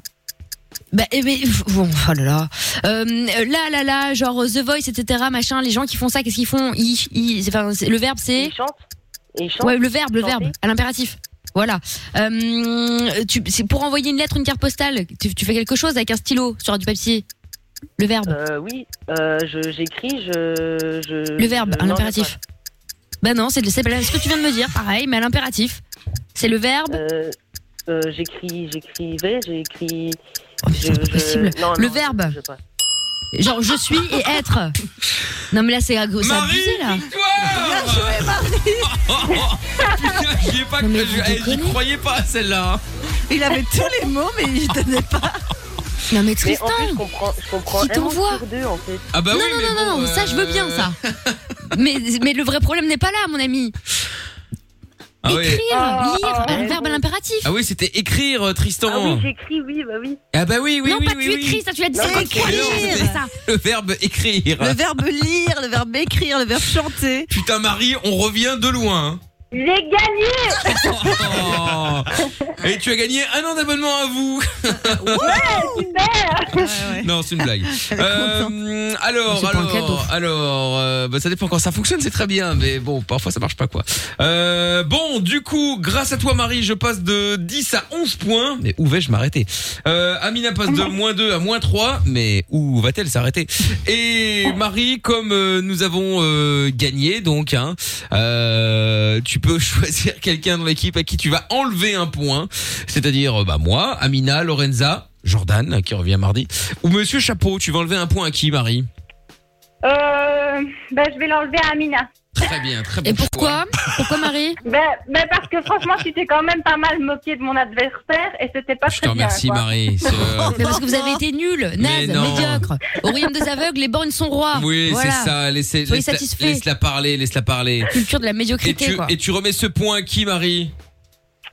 S4: Bah, eh ben, pff, bon, oh là là. Euh, là, là, là, genre The Voice, etc., machin, les gens qui font ça, qu'est-ce qu'ils font ils, ils- c'est- enfin, c'est- Le verbe, c'est. Ils
S10: chantent.
S4: Ouais, le verbe, le verbe, à l'impératif. Voilà. Euh, tu, c'est pour envoyer une lettre, une carte postale, tu, tu fais quelque chose avec un stylo sur du papier. Le verbe.
S10: Euh, oui, euh, je- j'écris, je, je.
S4: Le verbe,
S10: je-
S4: à
S10: Euh, non,
S4: l'impératif. Bah non, c'est c'est pas ce que tu viens de me dire, pareil, mais à l'impératif. C'est le verbe.
S10: Euh, euh, j'écris, j'écrivais, j'écris.
S4: Oh,
S10: je- je-
S4: possible.
S10: non,
S4: Le
S10: non,
S4: verbe.
S10: je passe.
S4: Genre je suis et être. Non mais là c'est ag- c'est
S2: Marie,
S4: abusé là.
S2: Bien joué, Marie. <laughs> Putain, j'y ai pas cru, je- eh, j'y croyais pas à celle-là. hein.
S3: Il avait tous les mots, mais il donnait pas.
S4: Non mais
S10: Tristan, en plus, je comprends, je comprends
S4: qui
S10: un mot
S4: t'envoie
S10: sur deux en fait.
S2: Ah bah
S4: non,
S2: oui,
S4: non,
S2: mais
S4: non,
S2: bon, euh,
S4: non, ça je veux bien
S2: <laughs>
S4: ça. mais, mais le vrai problème n'est pas là, mon ami.
S2: Ah oui.
S4: Écrire, lire,
S2: oh,
S4: le verbe à l'impératif.
S2: Ah oui, c'était écrire euh, Tristan.
S10: Ah oui, j'écris, oui, bah oui.
S2: Ah bah oui, oui,
S4: non,
S2: oui,
S4: pas
S2: oui,
S4: tu
S2: oui.
S4: écris, ça tu l'as dit,
S2: Non,
S4: c'est
S2: mais
S4: écrire,
S2: non,
S4: c'est ça.
S2: Le verbe écrire.
S3: Le verbe lire, le verbe écrire, le verbe chanter.
S2: Putain Marie, on revient de loin. hein.
S9: J'ai gagné
S2: Oh. Et tu as gagné un an d'abonnement à vous.
S9: Ouais, super
S2: <laughs> Non, c'est une blague. <laughs> Euh, alors, alors, alors, euh, bah, ça dépend quand ça fonctionne, c'est très bien, mais bon, parfois ça marche pas quoi. Euh, bon, du coup, grâce à toi Marie, je passe de 10 à 11 points. Mais où vais-je m'arrêter euh, Amina passe de moins 2 à moins 3, mais où va-t-elle s'arrêter Et Marie, comme euh, nous avons euh, gagné, donc, hein, euh, tu peux <laughs> choisir quelqu'un dans l'équipe à qui tu vas enlever un point, c'est-à-dire euh, bah, moi, Amina, Lorenza. Jordan, qui revient mardi. Ou Monsieur Chapeau, tu vas enlever un point à qui, Marie
S9: Euh, ben, je vais l'enlever à Amina.
S2: Très bien, très
S4: Et pourquoi Pourquoi Marie
S9: <laughs> ben, ben, parce que franchement, tu t'es quand même pas mal moqué de mon adversaire et c'était pas
S2: Je te
S9: très bien.
S2: remercie,
S9: quoi.
S2: Marie. C'est, euh,
S4: <laughs> Mais parce que vous avez été nul, naze,
S2: Mais non.
S4: médiocre. Au royaume des aveugles, les bornes sont rois.
S2: Oui,
S4: Voilà.
S2: c'est ça. Laissez,
S4: Soyez
S2: laisse,
S4: satisfait.
S2: laisse-la parler, laisse-la parler.
S4: Culture de la
S2: Et
S4: médiocrité,
S2: tu,
S4: quoi.
S2: et tu remets ce point à qui, Marie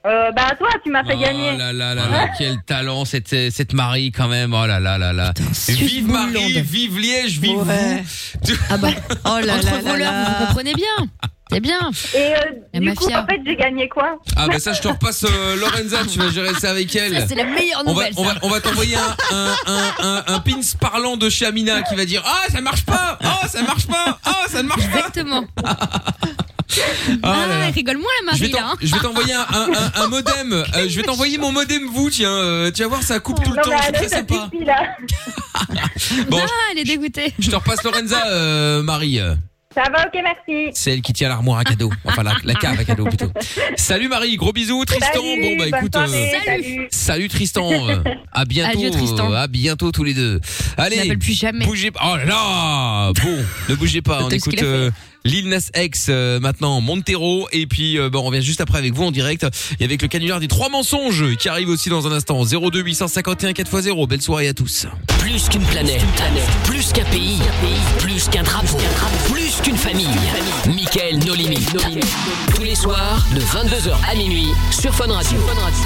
S9: Euh, ben, à toi, tu m'as fait
S2: Oh
S9: gagner.
S2: là là là là, quel talent cette, cette Marie quand même. Oh là là là là. <laughs> vive Marie, vive Liège, vive vous.
S4: Ah bah,
S3: oh là
S4: Entre
S3: là là
S4: voleurs,
S3: là.
S4: vous comprenez bien. C'est bien.
S9: Et
S4: la
S9: Du coup,
S4: mafia.
S9: en fait, j'ai gagné quoi
S2: Ah bah ça je te repasse euh, Lorenza, tu vas gérer ça avec elle.
S4: Ça, c'est la meilleure
S2: On va-
S4: nouvelle,
S2: On va,
S4: ça.
S2: on va t'envoyer un, un, un, un, un pins parlant de chez Amina qui va dire ah ça marche pas, ah ça marche pas, ah ça ne marche pas. <laughs>
S4: Exactement.
S2: Ah là là.
S4: Ah, elle rigole moins, la
S2: Je vais
S4: Marie,
S2: t'en-
S4: là. hein.
S2: je vais t'envoyer un, un, un-
S9: <laughs>
S2: un modem. Euh, je vais t'envoyer mon modem vous tiens. euh, tu vas voir ça coupe tout le
S9: Non,
S2: temps.
S9: mais
S2: C'est
S9: allez,
S2: très
S9: ça
S2: sympa.
S9: suffit là.
S2: Bon,
S4: Ah, elle est dégoûtée.
S2: je te repasse Lorenza, euh, Marie. euh,
S9: Ça va, ok, merci.
S2: C'est elle qui tient l'armoire
S9: <laughs>
S2: à cadeaux. Enfin la, la cave à cadeaux plutôt. Salut Marie, gros bisous. Tristan.
S9: Salut,
S2: bon bah
S9: bonne
S2: écoute.
S9: soirée,
S2: euh,
S9: salut. <laughs>
S2: Salut Tristan, euh, à bientôt,
S4: Adieu, Tristan.
S2: euh, à bientôt tous les deux.
S4: Je
S2: Allez,
S4: n'appelle plus jamais.
S2: bougez pas. Oh là là, bon, ne
S4: <laughs>
S2: bougez pas. On
S4: Peut-être
S2: écoute
S4: qu'il a fait.
S2: euh, Lil Nas X euh, maintenant, Montero, et puis euh, bon, on revient juste après avec vous en direct et avec le canular des trois mensonges qui arrive aussi dans un instant. 02 851 4x0. Belle soirée à tous.
S1: Plus qu'une planète, plus qu'un pays, plus qu'un drapeau, plus qu'une famille. Michael No Limites. Tous les soirs, de 22h à minuit, sur Fun Radio.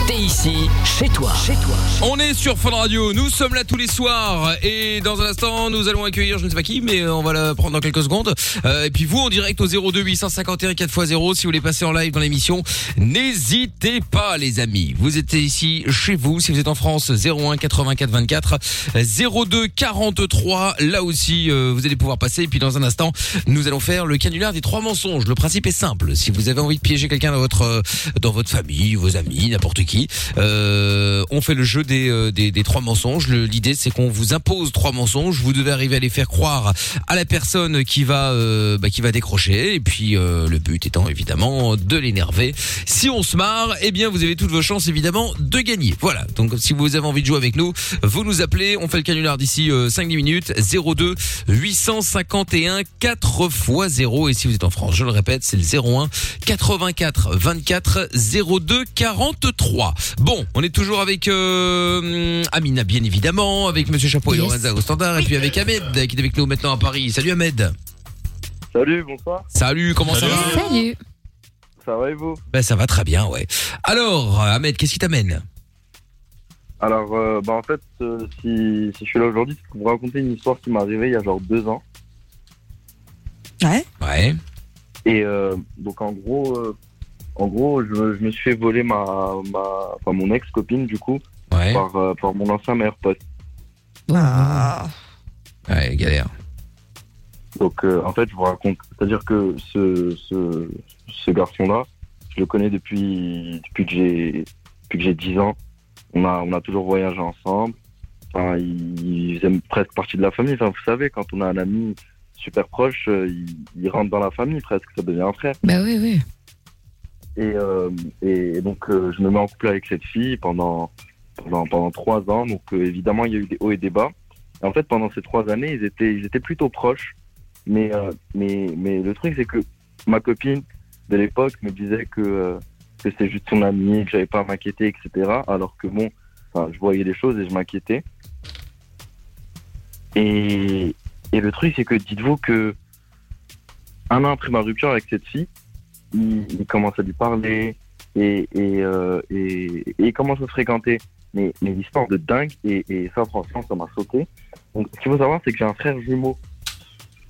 S1: T'es ici, chez toi. Chez toi.
S2: On est sur Fun Radio, nous sommes là tous les soirs et dans un instant nous allons accueillir je ne sais pas qui mais euh, on va la prendre dans quelques secondes Euh, et puis vous en direct au 02 851 4x0 si vous voulez passer en live dans l'émission n'hésitez pas les amis vous êtes ici chez vous si vous êtes en France 01 84 24 02 43 là aussi euh, vous allez pouvoir passer et puis dans un instant nous allons faire le canular des trois mensonges le principe est simple si vous avez envie de piéger quelqu'un dans votre euh, dans votre famille vos amis n'importe qui euh, on fait le jeu des, euh, des, des trois mensonges. Le- L'idée, c'est qu'on vous impose trois mensonges. Vous devez arriver à les faire croire à la personne qui va euh, bah, qui va décrocher. Et puis, euh, le but étant évidemment de l'énerver. Si on se marre, eh bien, vous avez toutes vos chances évidemment de gagner. Voilà. Donc, si vous avez envie de jouer avec nous, vous nous appelez. On fait le canular d'ici euh, 5-10 minutes. 02 851 4 x 0. Et si vous êtes en France, je le répète, c'est le 01 84 24 02 43. Bon, on est toujours avec euh, hum, Amina, bien évidemment, avec Monsieur Chapeau et
S4: Yes.
S2: Lorenza au standard, et puis avec Ahmed qui est avec nous maintenant à Paris. Salut Ahmed.
S11: Salut, bonsoir.
S2: Salut, comment ça va
S4: Salut.
S11: Ça va et vous
S2: Ben ça va très bien, ouais. Alors Ahmed, qu'est-ce qui t'amène
S11: Alors, euh, bah, en fait, euh, si, si je suis là aujourd'hui, c'est pour vous raconter une histoire qui m'est arrivée il y a genre deux ans.
S3: Ouais.
S2: Ouais.
S11: Et euh, donc, en gros, euh, en gros je, je me suis fait voler ma, ma, enfin, mon ex-copine, du coup,
S2: Ouais.
S11: par, euh, par mon ancien meilleur pote.
S4: Ah.
S2: Ouais, galère.
S11: Donc, euh, en fait, je vous raconte. C'est-à-dire que ce, ce, ce garçon-là, je le connais depuis, depuis que j'ai depuis que j'ai 10 ans. On a, on a toujours voyagé ensemble. Enfin, il, il faisait presque partie de la famille. Enfin, vous savez, quand on a un ami super proche, euh, il, il rentre dans la famille presque. Ça devient un frère.
S2: Ben
S4: Bah oui, oui.
S11: Et, euh, et donc, euh, je me mets en couple avec cette fille pendant, pendant, pendant trois ans. Donc, euh, évidemment, il y a eu des hauts et des bas. Et en fait, pendant ces trois années, ils étaient, ils étaient plutôt proches. Mais, euh, mais, mais le truc, c'est que ma copine de l'époque me disait que, euh, que c'était juste son ami, que j'avais pas à m'inquiéter, etc. Alors que bon, enfin, je voyais les choses et je m'inquiétais. Et, et le truc, c'est que dites-vous que un an après ma rupture avec cette fille, il, il commence à lui parler et, et, euh, et, et il commence à se fréquenter. Mais, mais l'histoire de dingue, et, et ça, franchement, ça m'a sauté. Donc, ce qu'il faut savoir, c'est que j'ai un frère jumeau.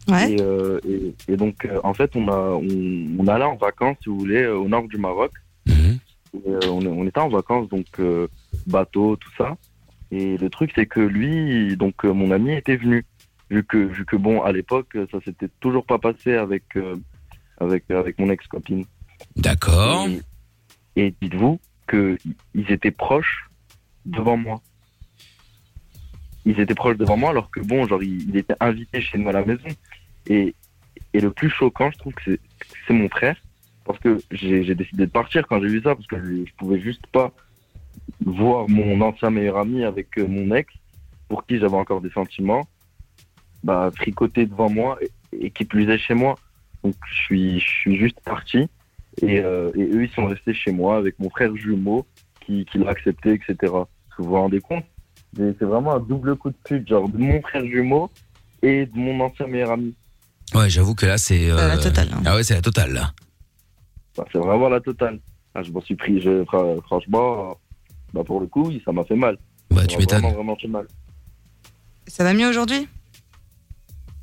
S11: Et, euh, et- et donc, euh, en fait, on, a, on, on allait en vacances, si vous voulez, euh, au nord du Maroc. Et, euh, on, on était en vacances, donc euh, bateau, tout ça. Et le truc, c'est que lui, donc euh, mon ami était venu. Vu que, vu que bon, à l'époque, euh, ça s'était toujours pas passé avec, euh, avec, avec mon ex-copine.
S2: D'accord.
S11: Et, et dites-vous qu'ils étaient proches devant moi. Ils étaient proches devant moi, alors que bon, genre, il, il était invité chez nous à la maison. Et, et le plus choquant, je trouve que c'est- que c'est mon frère. Parce que j'ai j'ai décidé de partir quand j'ai vu ça, parce que je, je pouvais juste pas voir mon ancien meilleur ami avec euh, mon ex, pour qui j'avais encore des sentiments, bah, fricoter devant moi et, et qui plus est chez moi. Donc je suis, je suis juste parti. Et, euh, et eux, ils sont restés chez moi avec mon frère jumeau qui, qui l'a accepté, etc. Parce que Vous vous rendez compte C'est c'est vraiment un double coup de pute, genre de mon frère jumeau et de mon ancien meilleur ami.
S2: Ouais, j'avoue que là, c'est. euh,
S11: la totale, hein.
S2: Ah ouais, c'est la totale, là.
S11: Bah, c'est vraiment la totale. Ah, je m'en suis pris, je- fra- franchement, euh, bah, pour le coup, oui, ça m'a fait mal.
S2: Bah,
S11: tu m'étonnes. Vraiment, vraiment fait mal.
S3: Ça va mieux aujourd'hui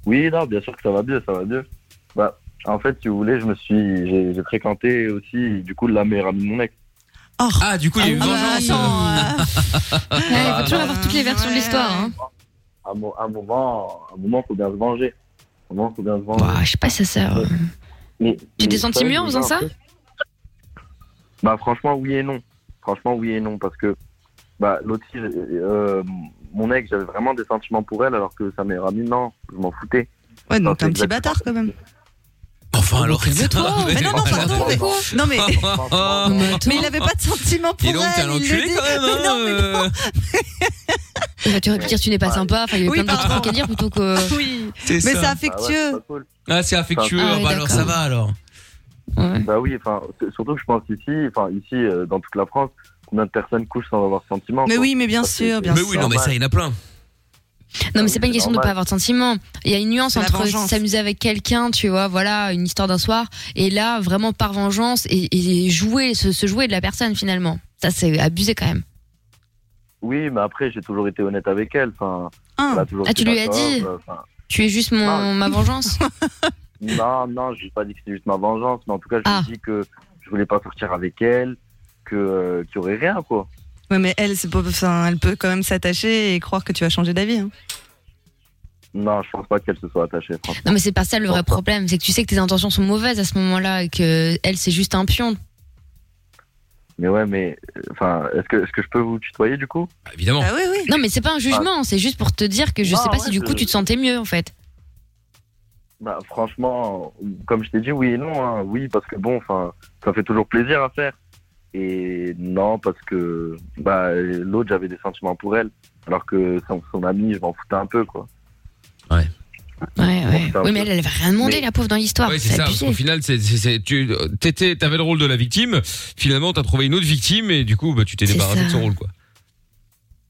S11: Oui, non, bien sûr que ça va mieux, ça va mieux. Bah, en fait, si vous voulez, je me suis, j'ai, j'ai fréquenté aussi, du coup, la meilleure amie de mon ex.
S4: Oh.
S2: Ah, du coup, il y a eu
S4: bah
S2: vengeance.
S4: euh.
S2: hein. Ah,
S4: Ouais, il faut
S2: bah.
S4: toujours avoir toutes les versions de l'histoire. hein.
S11: À un mo- à un moment, à un moment, faut bien se venger. À un moment, faut bien se venger.
S4: je sais pas euh. si ça sert.
S11: Mais,
S4: Tu t'es
S11: mais
S4: senti
S11: ça,
S4: mieux en
S11: je
S4: faisant
S11: vous dis
S4: ça
S11: un truc. Bah franchement oui et non. Franchement oui et non parce que bah l'autre fille, euh, mon ex j'avais vraiment des sentiments pour elle alors que sa meilleure amie non, je m'en foutais.
S3: Ouais
S11: donc
S3: T'es un petit bâtard quand même.
S2: Enfin, alors.
S3: Toi Oh, Mais non, non, pardon, mais Non, mais. <laughs> mais il avait pas de sentiment pour
S2: Et donc, t'es
S3: elle.
S2: un
S3: il le
S2: enculé
S3: dit.
S2: quand même, hein euh,
S4: Bah, tu aurais pu dire tu n'es pas sympa. Enfin, il y avait
S3: Oui,
S4: plein de
S3: pardon.
S4: trucs à dire plutôt que.
S3: <laughs> Oui.
S2: C'est ça. Ah, c'est affectueux.
S4: Ah ouais,
S2: bah, alors, ça
S4: d'accord.
S2: va, alors.
S11: Bah oui, enfin s- surtout que je pense ici, enfin ici euh, dans toute la France, combien de personnes couchent sans avoir de sentiments
S4: Mais
S11: quoi.
S4: oui, mais bien
S11: Parce que
S4: sûr,
S11: c'est-
S4: bien Mais oui, sûr. non, mais ça, il y
S2: en a plein.
S4: Non, mais c'est pas une question de
S11: normal.
S4: pas avoir de sentiment. Il y a une nuance
S3: C'est la
S4: entre
S3: vengeance.
S4: s'amuser avec quelqu'un, tu vois, voilà, une histoire d'un soir, et là, vraiment par vengeance, et, et jouer, se, se jouer de la personne finalement. Ça, c'est abusé quand même.
S11: Oui, mais après j'ai toujours été honnête avec elle, enfin elle a toujours
S4: Ah, tu
S11: été
S4: lui as
S11: d'accord,
S4: dit
S11: euh, enfin,
S4: Tu es juste mon, ma
S11: <laughs>
S4: vengeance.
S11: Non, non, je n'ai pas dit que c'était juste ma vengeance, mais en tout cas,
S4: Ah.
S11: je lui ai dit que je voulais pas sortir avec elle, que euh, qu'il y aurait rien, quoi.
S3: Ouais, mais elle, c'est pas. Enfin, elle peut quand même s'attacher et croire que tu vas changer d'avis. hein.
S11: Non, je pense pas qu'elle se soit attachée, franchement.
S4: Non, mais c'est pas ça le vrai problème. C'est que tu sais que tes intentions sont mauvaises à ce moment-là, et que elle, c'est juste un pion.
S11: Mais ouais, mais euh, enfin, est-ce que est-ce que je peux vous tutoyer du coup
S2: Évidemment.
S3: Ah
S4: Non, mais c'est pas un jugement, c'est juste pour te dire que je
S11: Non,
S4: sais pas
S11: ouais,
S4: si du coup
S11: je-
S4: tu te sentais mieux en fait.
S11: Bah franchement, comme je t'ai dit, oui et non. hein. Oui parce que bon, enfin, ça fait toujours plaisir à faire. Et non parce que bah l'autre, j'avais des sentiments pour elle, alors que son, son ami, je m'en foutais un peu, quoi.
S4: Ouais, ouais.
S11: un
S4: Oui,
S11: peu.
S4: mais elle, elle avait rien demandé,
S11: Mais-
S4: la pauvre, dans l'histoire.
S2: Ouais, c'est ça. Parce
S4: abusé.
S2: qu'au final, c'est, c'est- c'est- tu t'étais- t'avais le rôle de la victime. Finalement, t'as trouvé une autre victime et du coup, bah, tu t'es débarrassé de son rôle, quoi.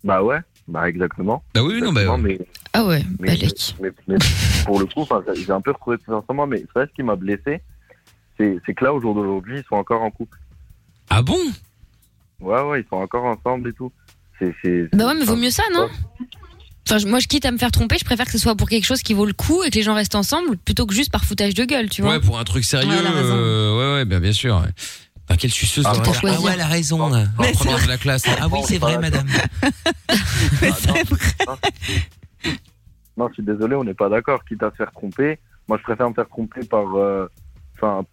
S11: Bah ouais, bah exactement.
S2: Bah oui, non, bah.
S11: mais
S4: Ah ouais,
S12: bah,
S11: mais, mais- mais pour le coup, enfin, j'ai un peu retrouvé tout ensemble, mais c'est vrai ce qui m'a blessé, c'est c'est que là, au jour d'aujourd'hui, ils sont encore en couple.
S2: Ah bon
S11: Ouais, ouais, ils sont encore ensemble et tout. C'est, c'est,
S4: Bah ouais, mais vaut mieux ça, non Enfin, je- moi, je quitte à me faire tromper, je préfère que ce soit pour quelque chose qui vaut le coup et que les gens restent ensemble plutôt que juste par foutage de gueule, tu vois.
S2: Ouais, pour un truc sérieux.
S4: Ouais, elle a raison.
S2: euh, ouais, ouais, bien, bien sûr. ouais. Putain, quelle suceuse.
S4: Ah,
S2: dans la
S4: pour
S2: classe.
S4: choisir.
S2: Ah ouais, elle a raison, là. On va
S4: Mais
S2: prendre
S4: c'est
S2: de la classe. Ah oui, c'est vrai, <laughs>
S4: <laughs>
S2: madame.
S11: Non, je suis désolé, on n'est pas d'accord, quitte à se faire tromper. Moi, je préfère me faire tromper par. euh, Enfin,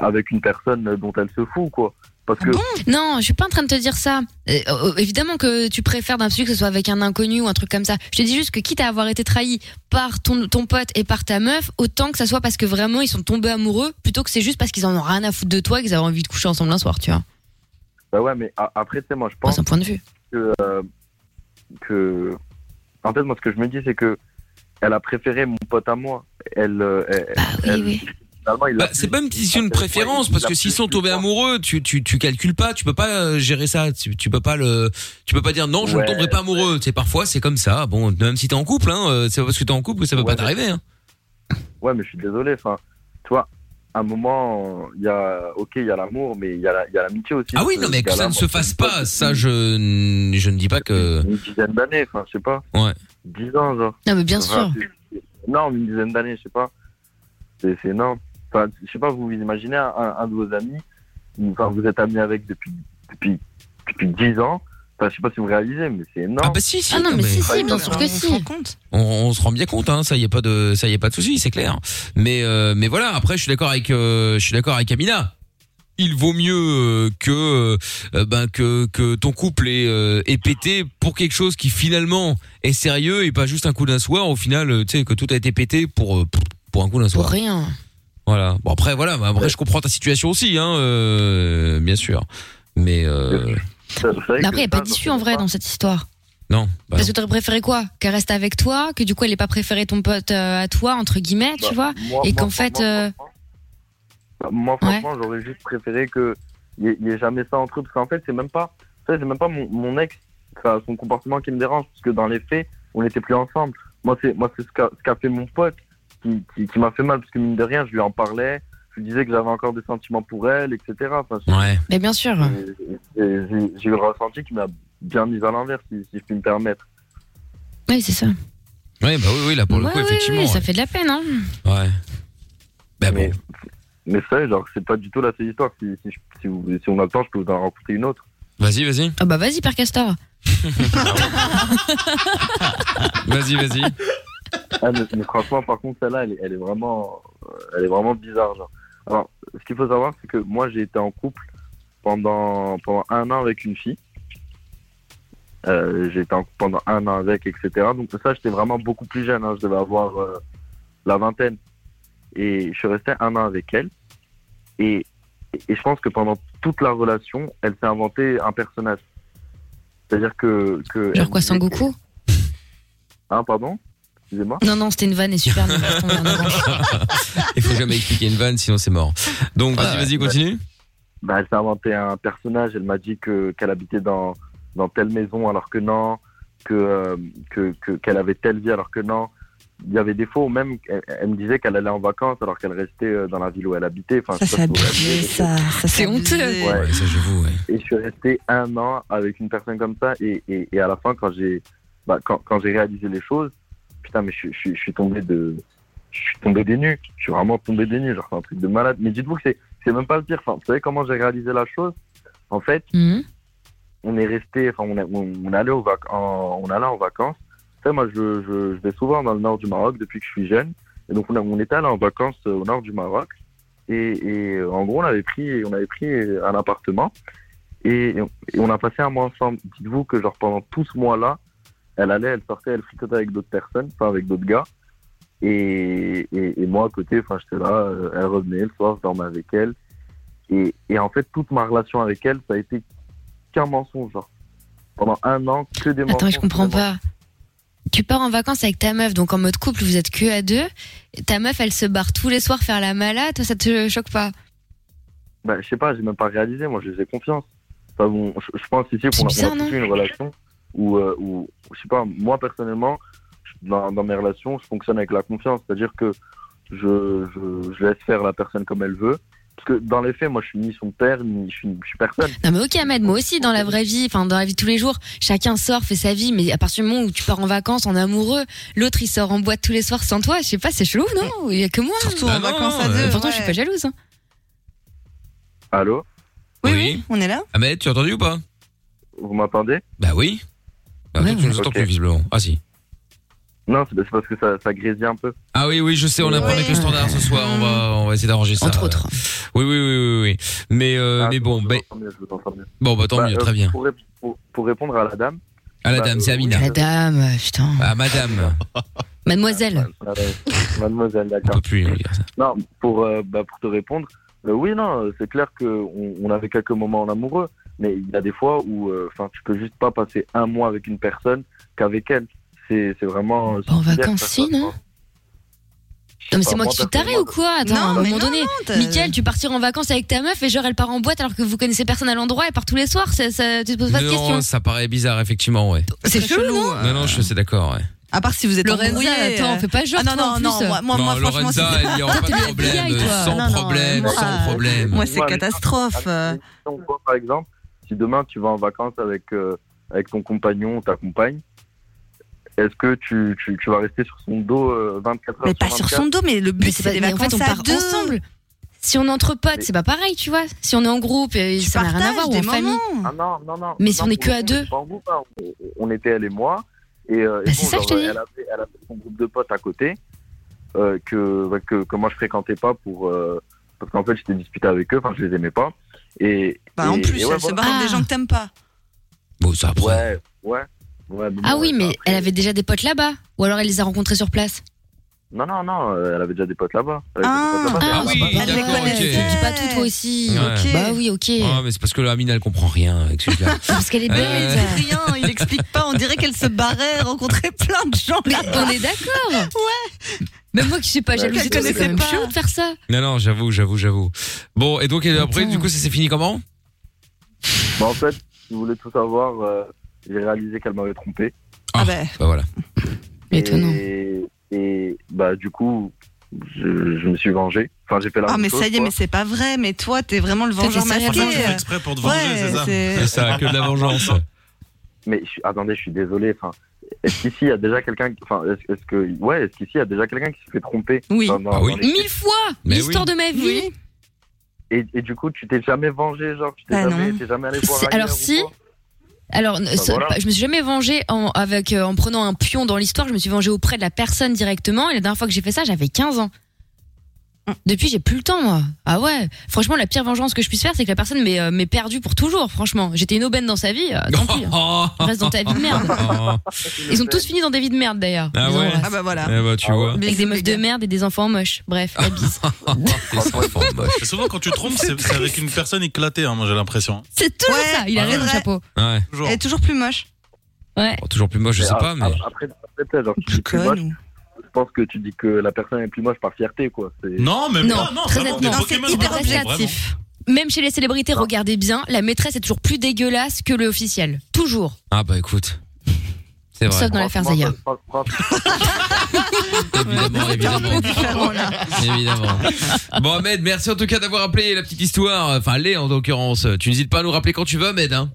S11: avec une personne dont elle se fout, quoi. Parce
S4: Ah
S11: que.
S4: Non, je suis pas en train de te dire ça. Euh, euh, évidemment que tu préfères d'un que ce soit avec un inconnu ou un truc comme ça. Je te dis juste que quitte à avoir été trahi par ton, ton pote et par ta meuf, autant que ça soit parce que vraiment ils sont tombés amoureux plutôt que c'est juste parce qu'ils en ont rien à foutre de toi et qu'ils avaient envie de coucher ensemble un soir, tu vois.
S11: Bah ouais, mais a- après, tu sais, moi, je pense.
S4: point de vue.
S11: Que, euh, que. En fait, moi, ce que je me dis, c'est que. Elle a préféré mon pote à moi. Elle. euh, elle-
S4: Bah
S11: elle- finalement, il l'a
S2: Bah, c'est pas une question de préférence parce que s'ils sont tombés amoureux, tu, tu tu calcules pas, tu peux pas euh, gérer ça, tu, tu peux pas le tu peux pas dire non, je
S11: Ouais.
S2: ne tomberai pas amoureux. C'est parfois c'est comme ça. Bon, même si t'es en couple, hein, euh, c'est pas parce que t'es en couple que ça peut pas t'arriver. Hein.
S11: Ouais, mais je suis désolé. Enfin, tu vois, à un moment, il y a, ok, il y a l'amour, mais il y a la- il y a l'amitié aussi.
S2: Ah oui, non mais que ça ne se fasse pas, ça je n- je ne dis pas que
S11: Une dizaine d'années, enfin, je sais pas.
S2: Ouais.
S11: 10 ans, genre.
S2: Ah,
S4: Non, mais bien
S11: Enfin,
S4: sûr.
S11: c'est- énorme, une dizaine d'années, je sais pas. C'est c'est énorme. Enfin, je sais pas, vous vous imaginez un, un de vos amis, enfin, vous êtes ami avec depuis, depuis, depuis 10 ans. Enfin, je sais pas si vous réalisez, mais c'est énorme. Ah,
S2: bah si, si, Ah non, non, mais mais- si, si, bien sûr que si. On, on se rend bien compte, hein, ça y est pas de, ça y est pas de souci, c'est clair. Mais euh, mais voilà, après je suis d'accord avec, euh, je suis d'accord avec Amina. Il vaut mieux euh, que euh, ben que que ton couple est, euh, est pété pour quelque chose qui finalement est sérieux et pas juste un coup d'un soir. Au final, euh, tu sais que tout a été pété pour euh, pour un coup d'un soir.
S4: Pour rien.
S2: Voilà. Bon après voilà, bah, après je comprends ta situation aussi, hein, euh, bien sûr. Mais euh,
S4: Mais après, il n'y a pas d'issue en vrai dans cette histoire.
S2: non. bah
S4: Parce que t'aurais préféré quoi Qu'elle reste avec toi, que du coup elle n'ait pas préféré ton pote euh, à toi, entre guillemets, tu vois
S11: Bah, moi,
S4: Et
S11: moi,
S4: qu'en
S11: moi,
S4: fait.
S11: moi,
S4: euh,
S11: Bah, Moi, franchement, j'aurais juste préféré que il y ait- il y ait jamais ça entre eux, parce qu'en fait, c'est même pas, ça, c'est même pas mon, mon ex, enfin, son comportement qui me dérange, parce que dans les faits, on n'était plus ensemble. Moi, c'est, moi, c'est ce qu'a, ce qu'a fait mon pote qui, qui, qui m'a fait mal, parce que mine de rien, je lui en parlais, je lui disais que j'avais encore des sentiments pour elle, etc. Enfin, je-
S4: Mais bien sûr.
S11: j'ai, j'ai- j'ai eu le ressenti qui m'a bien mis à l'envers, si, si je puis me permettre.
S4: Oui, c'est ça.
S2: Ouais, bah oui, oui, là pour le
S4: Ouais,
S2: coup,
S4: oui,
S2: effectivement.
S4: oui, ça fait de la peine, hein.
S2: Ouais. Ben
S11: mais, mais ça, genre, c'est pas du tout la seule histoire. Si, si, je- si, vous- si on a le temps, je peux vous en raconter une autre.
S2: Vas-y, vas-y.
S4: Ah bah vas-y, Père Castor.
S11: Euh,
S2: Vas-y, vas-y.
S11: Ah, mais, mais franchement, par contre, celle-là, elle, est- elle est vraiment, euh, elle est vraiment bizarre. Genre. Alors, ce qu'il faut savoir, c'est que moi, j'ai été en couple pendant pendant un an avec une fille. Euh, j'ai été en couple pendant un an avec, etc. Donc ça, j'étais vraiment beaucoup plus jeune. hein. Je devais avoir euh, la vingtaine. Et je suis resté un an avec elle. Et, et je pense que pendant toute la relation, elle s'est inventée un personnage. C'est-à-dire que... que
S4: Genre quoi, Sangoku
S11: Hein, pardon Excusez-moi
S4: Non, non, c'était une vanne et super nulle, laisse
S11: <laughs>
S4: tomber, non, non.
S2: <laughs> Il faut jamais expliquer une vanne, sinon c'est mort. Donc, vas-y, vas-y, continue.
S11: Bah, elle s'est inventé un personnage. Elle m'a dit que qu'elle habitait dans dans telle maison alors que non, que euh, que que- qu'elle avait telle vie alors que non. Il y avait des faux. Même elle, elle me disait qu'elle allait en vacances alors qu'elle restait euh, dans la ville où elle habitait. Enfin,
S3: Ça,
S11: je sais pas si vous réalisez.
S3: ça, ça c'est honteux.
S11: Ouais.
S2: j'avoue.
S11: Et je suis resté un an avec une personne comme ça. Et, et, et à la fin, quand j'ai bah, quand, quand j'ai réalisé les choses, putain, mais je, suis- je, suis- je suis tombé de je suis tombé des nues. Je suis vraiment tombé des nues. Genre, c'est un truc de malade. Mais dites-vous que c'est c'est même pas le pire. Enfin, vous savez comment j'ai réalisé la chose En fait, on est resté, enfin, on, est- on, on allait au vac- en, on allait en vacances. Tu sais, moi, je, je, je vais souvent dans le nord du Maroc depuis que je suis jeune. Et donc, on, a- on était allé en vacances euh, au nord du Maroc. Et, et, euh, en gros, on avait pris, on avait pris euh, un appartement. Et, et on a passé un mois ensemble. Dites-vous que, genre, pendant tout ce mois-là, elle allait, elle sortait, elle fricotait avec d'autres personnes, enfin, avec d'autres gars. Et, et, et moi, à côté, enfin, j'étais là, euh, elle revenait le soir, je dormais avec elle. Et, et en fait, toute ma relation avec elle, ça a été qu'un mensonge, genre. Pendant un an, que des mensonges.
S4: Attends, je comprends pas. Tu pars en vacances avec ta meuf, donc en mode couple, vous êtes que à deux. Et Ta meuf, elle se barre tous les soirs faire la malade, toi, ça te choque pas
S11: Bah, je sais pas, j'ai même pas réalisé, moi, je faisais confiance. Enfin, bon, je, je pense ici
S4: C'est
S11: qu'on a,
S4: bizarre,
S11: on a
S4: non
S11: tous eu une relation où, euh, où, je sais pas, moi, personnellement, je- dans, dans mes relations, je fonctionne avec la confiance. C'est-à-dire que je, je, je laisse faire la personne comme elle veut. Parce que dans les faits, moi, je suis ni son père, ni je suis, je suis personne.
S4: Non mais ok Ahmed, moi aussi dans la vraie vie, enfin dans la vie de tous les jours, chacun sort, fait sa vie, mais à partir du moment où tu pars en vacances, en amoureux, l'autre il sort en boîte tous les soirs sans toi, je sais pas, c'est chelou, non Il y a que moi. Surtout
S3: en Bah non, vacances à deux,
S4: Pourtant je suis
S3: ouais.
S4: pas jalouse. hein.
S11: Allô
S2: Oui,
S3: On est là
S2: Ahmed, tu as entendu ou pas
S11: Vous m'entendez
S2: Bah oui. Bah, toi, tu nous entends plus, visiblement. Ah si.
S11: Non, c'est c'est parce que ça, ça grésille un peu.
S2: Ah oui, oui, je sais, on apprend avec le standard ce soir, on va, on va essayer d'arranger ça. Entre autres. Oui, oui, oui, oui, oui. Mais,
S11: Ah,
S2: euh, mais bon, bah, bon, bah tant
S11: Bah,
S2: mieux,
S11: euh,
S2: très bien.
S11: Pour, rép- pour- pour répondre à la dame, Bah,
S2: À la dame, c'est Amina.
S4: Madame, euh, putain.
S2: Ah, madame.
S3: Ah,
S4: Mademoiselle.
S11: euh, mademoiselle, d'accord. Non, pour, euh, bah, pour te répondre, euh, oui, non, euh, c'est clair qu'on on avait quelques moments en amoureux, mais il y a des fois où euh, 'fin, tu peux juste pas passer un mois avec une personne qu'avec elle. C'est c'est vraiment.
S4: En vacances si non non mais c'est moi qui suis taré ou quoi Attends,
S3: Non,
S4: à un
S3: mais
S4: moment
S3: non,
S4: donné,
S3: non, t'as-
S4: Mickaël, tu partiras en vacances avec ta meuf et genre elle part en boîte alors que vous connaissez personne à l'endroit, elle part tous les soirs, ça, ça- tu te poses pas de questions.
S2: Non, ça paraît bizarre, effectivement, ouais.
S3: C'est chelou,
S4: hein.
S3: non
S2: Non, non, je suis d'accord, ouais.
S3: À part si vous êtes
S4: Lorenza,
S3: embrouillés,
S4: attends,
S3: euh,
S4: fais pas genre,
S3: ah, non,
S4: toi,
S3: non,
S4: en
S3: non,
S4: plus.
S3: moi, moi,
S2: non,
S3: moi, franchement,
S2: Lorenza,
S3: c'est-
S2: il n'y aura pas de problème, sans
S3: Non, non,
S2: problème,
S3: moi,
S2: sans
S3: euh,
S2: problème.
S3: Moi, c'est catastrophe. euh.
S11: Par exemple, si demain tu vas en vacances avec, euh, avec ton compagnon ou ta compagne, est-ce que tu, tu, tu vas rester sur son dos euh, 24 heures
S3: Mais pas sur son dos, mais le but,
S4: Mais
S3: c'est
S4: pas-
S3: des
S4: mais en
S3: vacances
S4: fait, on
S3: à
S4: part
S3: deux.
S4: ensemble. Si on est entre potes, c'est pas pareil, tu vois. Si on est en groupe, euh, ça n'a rien à voir, ou en famille.
S11: Ah non, non, non.
S4: Mais si
S11: Non,
S4: on est
S11: pour
S4: que
S11: le
S4: à
S11: coup,
S4: deux.
S11: on est pas en groupe, hein. On, on était elle et moi. Et, euh, et
S4: Bah, c'est
S11: bon,
S4: ça que je te
S11: genre,
S4: dis.
S11: elle, avait, elle avait son groupe de potes à côté euh, que, ouais, que, que moi je fréquentais pas pour. euh, parce qu'en fait, j'étais disputé avec eux, enfin, je les aimais pas. Et,
S3: Bah, en
S11: et-
S3: plus,
S11: et ouais,
S3: elle se
S11: voilà.
S3: barre
S4: Ah.
S3: avec des gens que t'aimes pas.
S2: Bon, ça après.
S11: Ouais, ouais. ouais, mais
S4: Ah
S11: bon,
S4: oui, mais elle avait déjà des potes là-bas. Ou alors elle les a rencontrés sur place.
S11: Non, non, non, euh, elle avait déjà des potes là-bas. Elle avait
S4: Ah,
S11: des potes là-bas.
S4: oui,
S11: Elle
S4: d'accord,
S11: les
S4: ok.
S11: connaissait.
S4: Tu dis pas tout toi aussi.
S2: Ouais. Ok.
S4: Bah oui, ok.
S2: Ah, mais c'est parce que la mine, elle comprend rien avec celui-là.
S4: <laughs> Parce qu'elle est
S2: Euh,
S4: belle.
S3: Rien, il explique pas. On dirait qu'elle se barrait, rencontrait plein de gens.
S4: Mais
S3: là-bas.
S4: on est d'accord. Ouais. Même moi qui suis pas
S3: Ouais,
S4: jalouse,
S3: je
S4: et tout, c'est
S3: connaissais
S4: quand même
S3: pas.
S4: chiant de faire ça.
S2: Non, non, j'avoue, j'avoue, j'avoue. Bon, et donc, et après, du coup, ça s'est fini comment
S11: Bah, en fait, si vous voulez tout savoir, euh, j'ai réalisé qu'elle m'avait trompé.
S2: Ah, bah. voilà.
S11: Étonnant. Et, et, bah, du coup, je, je me suis vengé. Enfin, j'ai fait la
S3: Ah,
S11: même
S3: mais
S11: chose,
S3: ça y est,
S11: quoi.
S3: mais c'est pas vrai. Mais toi, t'es vraiment le vengeur
S11: Franchement,
S3: masqué.
S11: tu fais exprès pour te venger,
S3: Ouais,
S11: c'est ça
S7: euh,
S2: C'est ça, que de la vengeance.
S11: Mais je suis- attendez, je suis désolé. Enfin, est-ce qu'ici il y a déjà quelqu'un, qui- enfin, est-ce est-ce que, ouais, est-ce qu'ici il y a déjà quelqu'un qui s'est fait tromper
S4: Oui.
S11: dans- dans-
S2: Ah
S11: dans les-
S4: Mille fois
S11: Mais
S4: L'histoire
S11: oui.
S4: de ma vie.
S11: et, et du coup, tu t'es jamais vengé, genre, tu t'es jamais, t'es jamais allé voir.
S4: C'est-
S11: ailleurs
S4: Alors
S11: ou
S4: si. Alors, ne- ça-
S11: voilà.
S4: pas- je me suis jamais vengée en, avec, euh, en prenant un pion dans l'histoire. Je me suis vengée auprès de la personne directement. Et la dernière fois que j'ai fait ça, j'avais 15 ans. Depuis, j'ai plus le temps, moi. Ah ouais. Franchement, la pire vengeance que je puisse faire, c'est que la personne m'ait euh, m'ait perdue pour toujours. Franchement, j'étais une aubaine dans sa vie. euh, tant pis. Reste dans ta vie de merde. Ils ont tous fini dans des vies de merde d'ailleurs.
S2: Ah
S4: Les
S2: ouais
S4: embrasses.
S2: Ah bah voilà. Oh. <laughs> Eh bah, tu vois.
S4: Avec des meufs de merde et des enfants moches. Bref, la
S2: <laughs>
S4: bise.
S7: Et Souvent, quand tu te trompes, c'est c'est avec une personne éclatée, hein, moi j'ai l'impression.
S4: C'est toujours ça. Il
S7: ouais.
S4: a raison,
S7: C'est vrai.
S4: chapeau.
S2: Ouais.
S7: Toujours.
S3: Elle est toujours plus moche.
S4: Ouais.
S2: Toujours plus moche, je
S11: Mais
S2: sais
S11: a-
S2: pas, mais.
S11: a- Après, après, t'as genre, tu dis plus moche, je pense que tu dis que la personne est plus moche par fierté, quoi. C'est-
S7: Non, mais
S4: Non, très honnêtement, c'est hyper relatif. Même chez les célébrités, regardez bien, la maîtresse est toujours plus dégueulasse que le officiel. Toujours.
S2: Ah bah écoute. C'est vrai.
S4: Sauf dans l'affaire Zaya.
S2: <laughs> Évidemment, évidemment. Évidemment. Bon, Ahmed, merci en tout cas d'avoir appelé la petite histoire. Enfin, l'est en l'occurrence. Tu n'hésites pas à nous rappeler quand tu veux, Ahmed. Hein.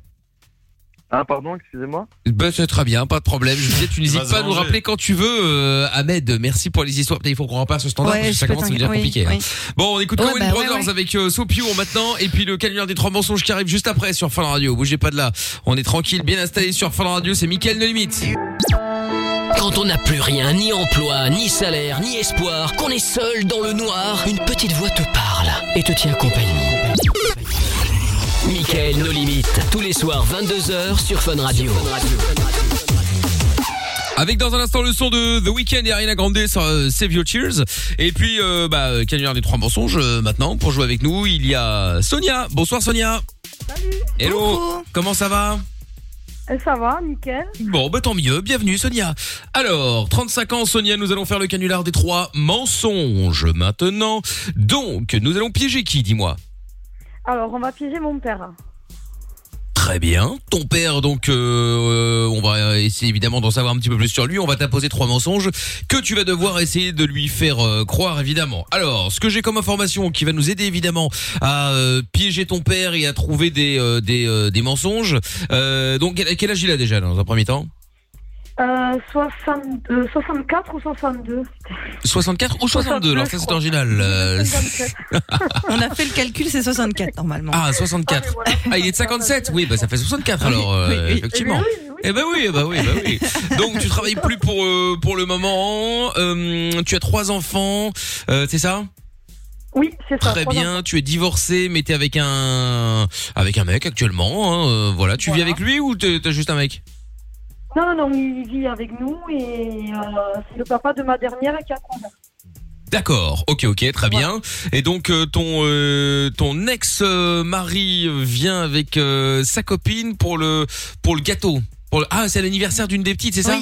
S11: Ah, pardon, excusez-moi.
S2: Bah, c'est très bien, pas de problème. Je disais, tu n'hésites
S11: vas
S2: pas à
S11: se
S2: nous
S11: venger.
S2: rappeler quand tu veux, euh, Ahmed. Merci pour les histoires. Putain, il faut qu'on repasse ce standard
S11: Ouais,
S2: parce que ça
S11: je peux
S2: commence à devenir
S11: t'inquiéter, oui,
S2: compliqué. hein.
S11: oui.
S2: Bon, on écoute
S11: Ouais,
S2: Cohen
S11: bah, ouais,
S2: Brothers avec euh, Sopio maintenant et puis le canular des trois mensonges qui arrive juste après sur Fun Radio. Bougez pas de là. On est tranquille, bien installé sur Fun Radio. C'est Mickaël No Limite.
S1: Quand on n'a plus rien, ni emploi, ni salaire, ni espoir, qu'on est seul dans le noir, une petite voix te parle et te tient compagnie. Michael, nos limites, tous les soirs 22h sur Fun Radio.
S2: Avec dans un instant le son de The Weeknd et Ariana Grande sur euh, Save Your Tears. Et puis, euh, bah, euh, canular des trois mensonges euh, maintenant. Pour jouer avec nous, il y a Sonia. Bonsoir Sonia. Salut. Hello. Comment ça va
S9: Euh, Ça va, nickel.
S2: Bon, bah tant mieux. Bienvenue Sonia. Alors, 35 ans Sonia, nous allons faire le canular des trois mensonges maintenant. Donc, nous allons piéger qui, dis-moi
S9: Alors, on va piéger mon père.
S2: Très bien. Ton père, donc, euh, euh, on va essayer évidemment d'en savoir un petit peu plus sur lui. On va t'imposer trois mensonges que tu vas devoir essayer de lui faire euh, croire, évidemment. Alors, ce que j'ai comme information qui va nous aider évidemment à euh, piéger ton père et à trouver des euh, des, euh, des mensonges. Euh, donc, quel quel âge il a déjà dans un premier temps
S9: Euh, 60, euh, 64 ou 62
S2: 64 ou 62 Alors ça, c'est original. Euh,
S3: On a fait le calcul, c'est 64 normalement.
S2: <laughs> Ah, 64. Ah, il est de 57 Oui, bah ça fait 64 alors, euh, effectivement. Eh ben oui, eh ben oui, eh ben oui. Donc tu travailles plus pour euh, pour le moment. euh, tu as trois enfants, euh, c'est ça
S9: Oui, c'est ça.
S2: Très
S9: trois
S2: bien. Tu es divorcé, mais t'es avec un avec un mec actuellement. hein, euh, voilà. Tu vis avec lui ou t'es- t'as juste un mec
S9: enfants. Non, non, non, il vit avec nous et euh, c'est le papa de ma dernière qui a 30 ans.
S2: D'accord. Ok, ok, très bien. Et donc euh, ton euh, ton ex euh, mari vient avec euh, sa copine pour le pour le gâteau. Pour le- Ah, c'est l'anniversaire d'une des petites, c'est ça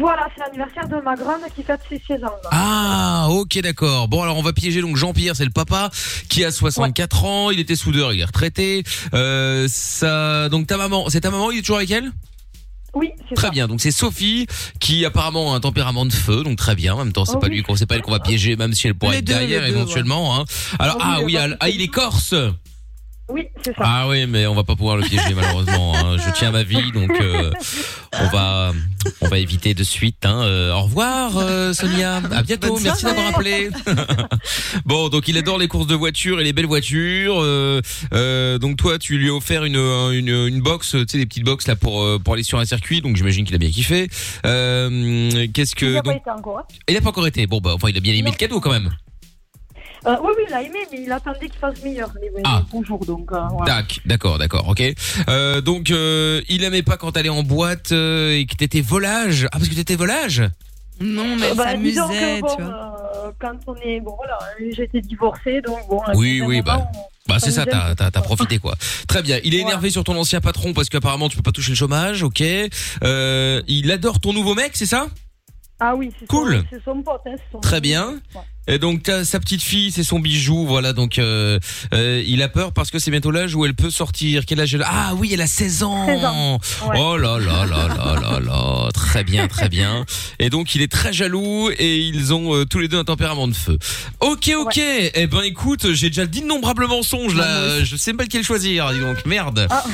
S9: Voilà, c'est l'anniversaire de ma grande qui fête ses 16 ans. là.
S2: Ah, ok, d'accord. Bon, alors on va piéger donc Jean-Pierre, c'est le papa qui a 64 ans, il était soudeur, il est retraité. Euh, ça, donc ta maman, c'est ta maman, il est toujours avec elle
S9: Oui,
S2: Très bien. Donc c'est Sophie qui apparemment a un tempérament de feu, donc très bien. En même temps, c'est pas lui qu'on, c'est pas elle qu'on va piéger, même si elle pourrait
S13: Oh Les
S2: être
S13: deux,
S2: derrière
S13: les deux,
S2: éventuellement. hein. Alors
S13: Ah oui, il
S2: ah
S13: y a pas
S2: oui, ah,
S13: de
S2: ah, il est corse.
S9: Oui, c'est ça.
S2: Ah oui, mais on va pas pouvoir le piéger malheureusement. hein. Je tiens ma vie, donc euh, on va on va éviter de suite. Hein. Euh, au revoir euh, Sonia, à bientôt.
S13: Bonne
S2: Merci d'avoir appelé.
S13: soirée.
S2: bon, donc il adore les courses de voitures et les belles voitures. Euh, euh, donc toi, tu lui as offert une une, une box, tu sais les petites box là pour euh, pour aller sur un circuit. Donc j'imagine qu'il a bien kiffé. Euh, Qu'est-ce
S9: Il
S2: que
S9: a pas
S2: donc
S9: été encore. hein.
S2: il a pas encore été. Bon bah enfin il a bien aimé le cadeau quand même.
S9: Euh, oui, oui, il a aimé, mais il attendait qu'il fasse meilleur. Mais, mais
S4: Ah.
S9: bonjour, donc. euh, voilà.
S2: Tac, d'accord, d'accord, ok. Euh, donc, euh, il aimait pas quand t'allais en boîte euh, et que t'étais volage. Ah, parce que t'étais volage
S3: Non, mais
S9: Euh,
S3: elle
S9: bah,
S3: s'amusait,
S9: disons que, bon,
S3: tu vois.
S9: euh, quand on est. Bon, voilà, j'étais divorcée, donc bon.
S2: Oui,
S9: à
S2: oui,
S9: un
S2: bah.
S9: moment,
S2: Bah c'est
S9: nous
S2: ça,
S9: aime,
S2: t'as t'as- t'as profité quoi. Très bien. Il est énervé sur ton ancien patron parce qu'apparemment tu peux pas toucher le chômage, ok. Euh, il adore ton nouveau mec, c'est ça
S9: Ah oui, c'est
S2: Cool.
S9: son- C'est son pote, hein, c'est son
S2: Très bien. Et donc t'as sa petite fille, c'est son bijou, voilà. Donc euh, euh, il a peur parce que c'est bientôt l'âge où elle peut sortir. Quel âge elle a Ah oui, elle a 16 ans.
S13: 16 ans, ouais.
S2: Oh là là là là là là. Très bien, très bien. Et donc il est très jaloux et ils ont euh, tous les deux un tempérament de feu. Ok, ok. Eh ben écoute, j'ai déjà d'innombrables mensonges là. Je sais même pas lequel choisir. Dis donc merde.
S14: Ah,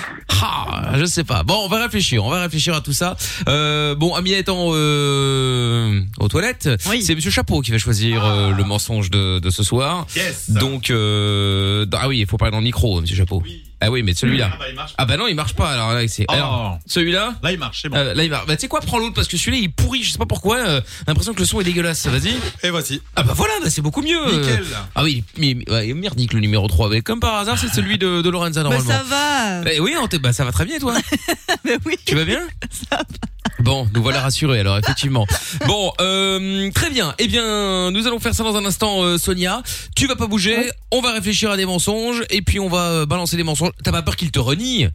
S2: Ah, je sais pas. Bon, on va réfléchir. On va réfléchir à tout ça. Euh, bon, Amina étant euh, aux toilettes, c'est Monsieur Chapeau qui va choisir
S3: Ah.
S2: euh, le mensonge de, de ce soir. Donc, euh, ah oui, il faut parler dans le micro, Monsieur Chapeau. Ah oui, mais celui-là.
S7: Ah bah, il marche
S2: Ah bah non, il marche pas. Alors là, c'est.
S7: Oh.
S2: alors, celui-là.
S7: Là, il marche, c'est bon.
S2: Euh, là, il marche. Bah tu sais quoi, prends l'autre parce que celui-là il pourrit. Je sais pas pourquoi. euh, j'ai l'impression que le son est dégueulasse. Vas-y.
S7: Et voici.
S2: Ah bah voilà, bah, c'est beaucoup mieux.
S7: Nickel.
S2: Ah oui, mais ouais, merdique le numéro 3. Mais comme par hasard, c'est celui de, de Lorenza
S3: Bah,
S2: normalement.
S3: ça va.
S2: Eh oui, on t'est- bah, ça va très bien, et toi. oui. Tu vas bien Bon, nous voilà rassurés alors effectivement. Bon, euh, très bien. Eh bien, nous allons faire ça dans un instant, euh, Sonia. Tu vas pas bouger. On va réfléchir à des mensonges et puis on va euh, balancer des mensonges. T'as pas peur qu'il te renie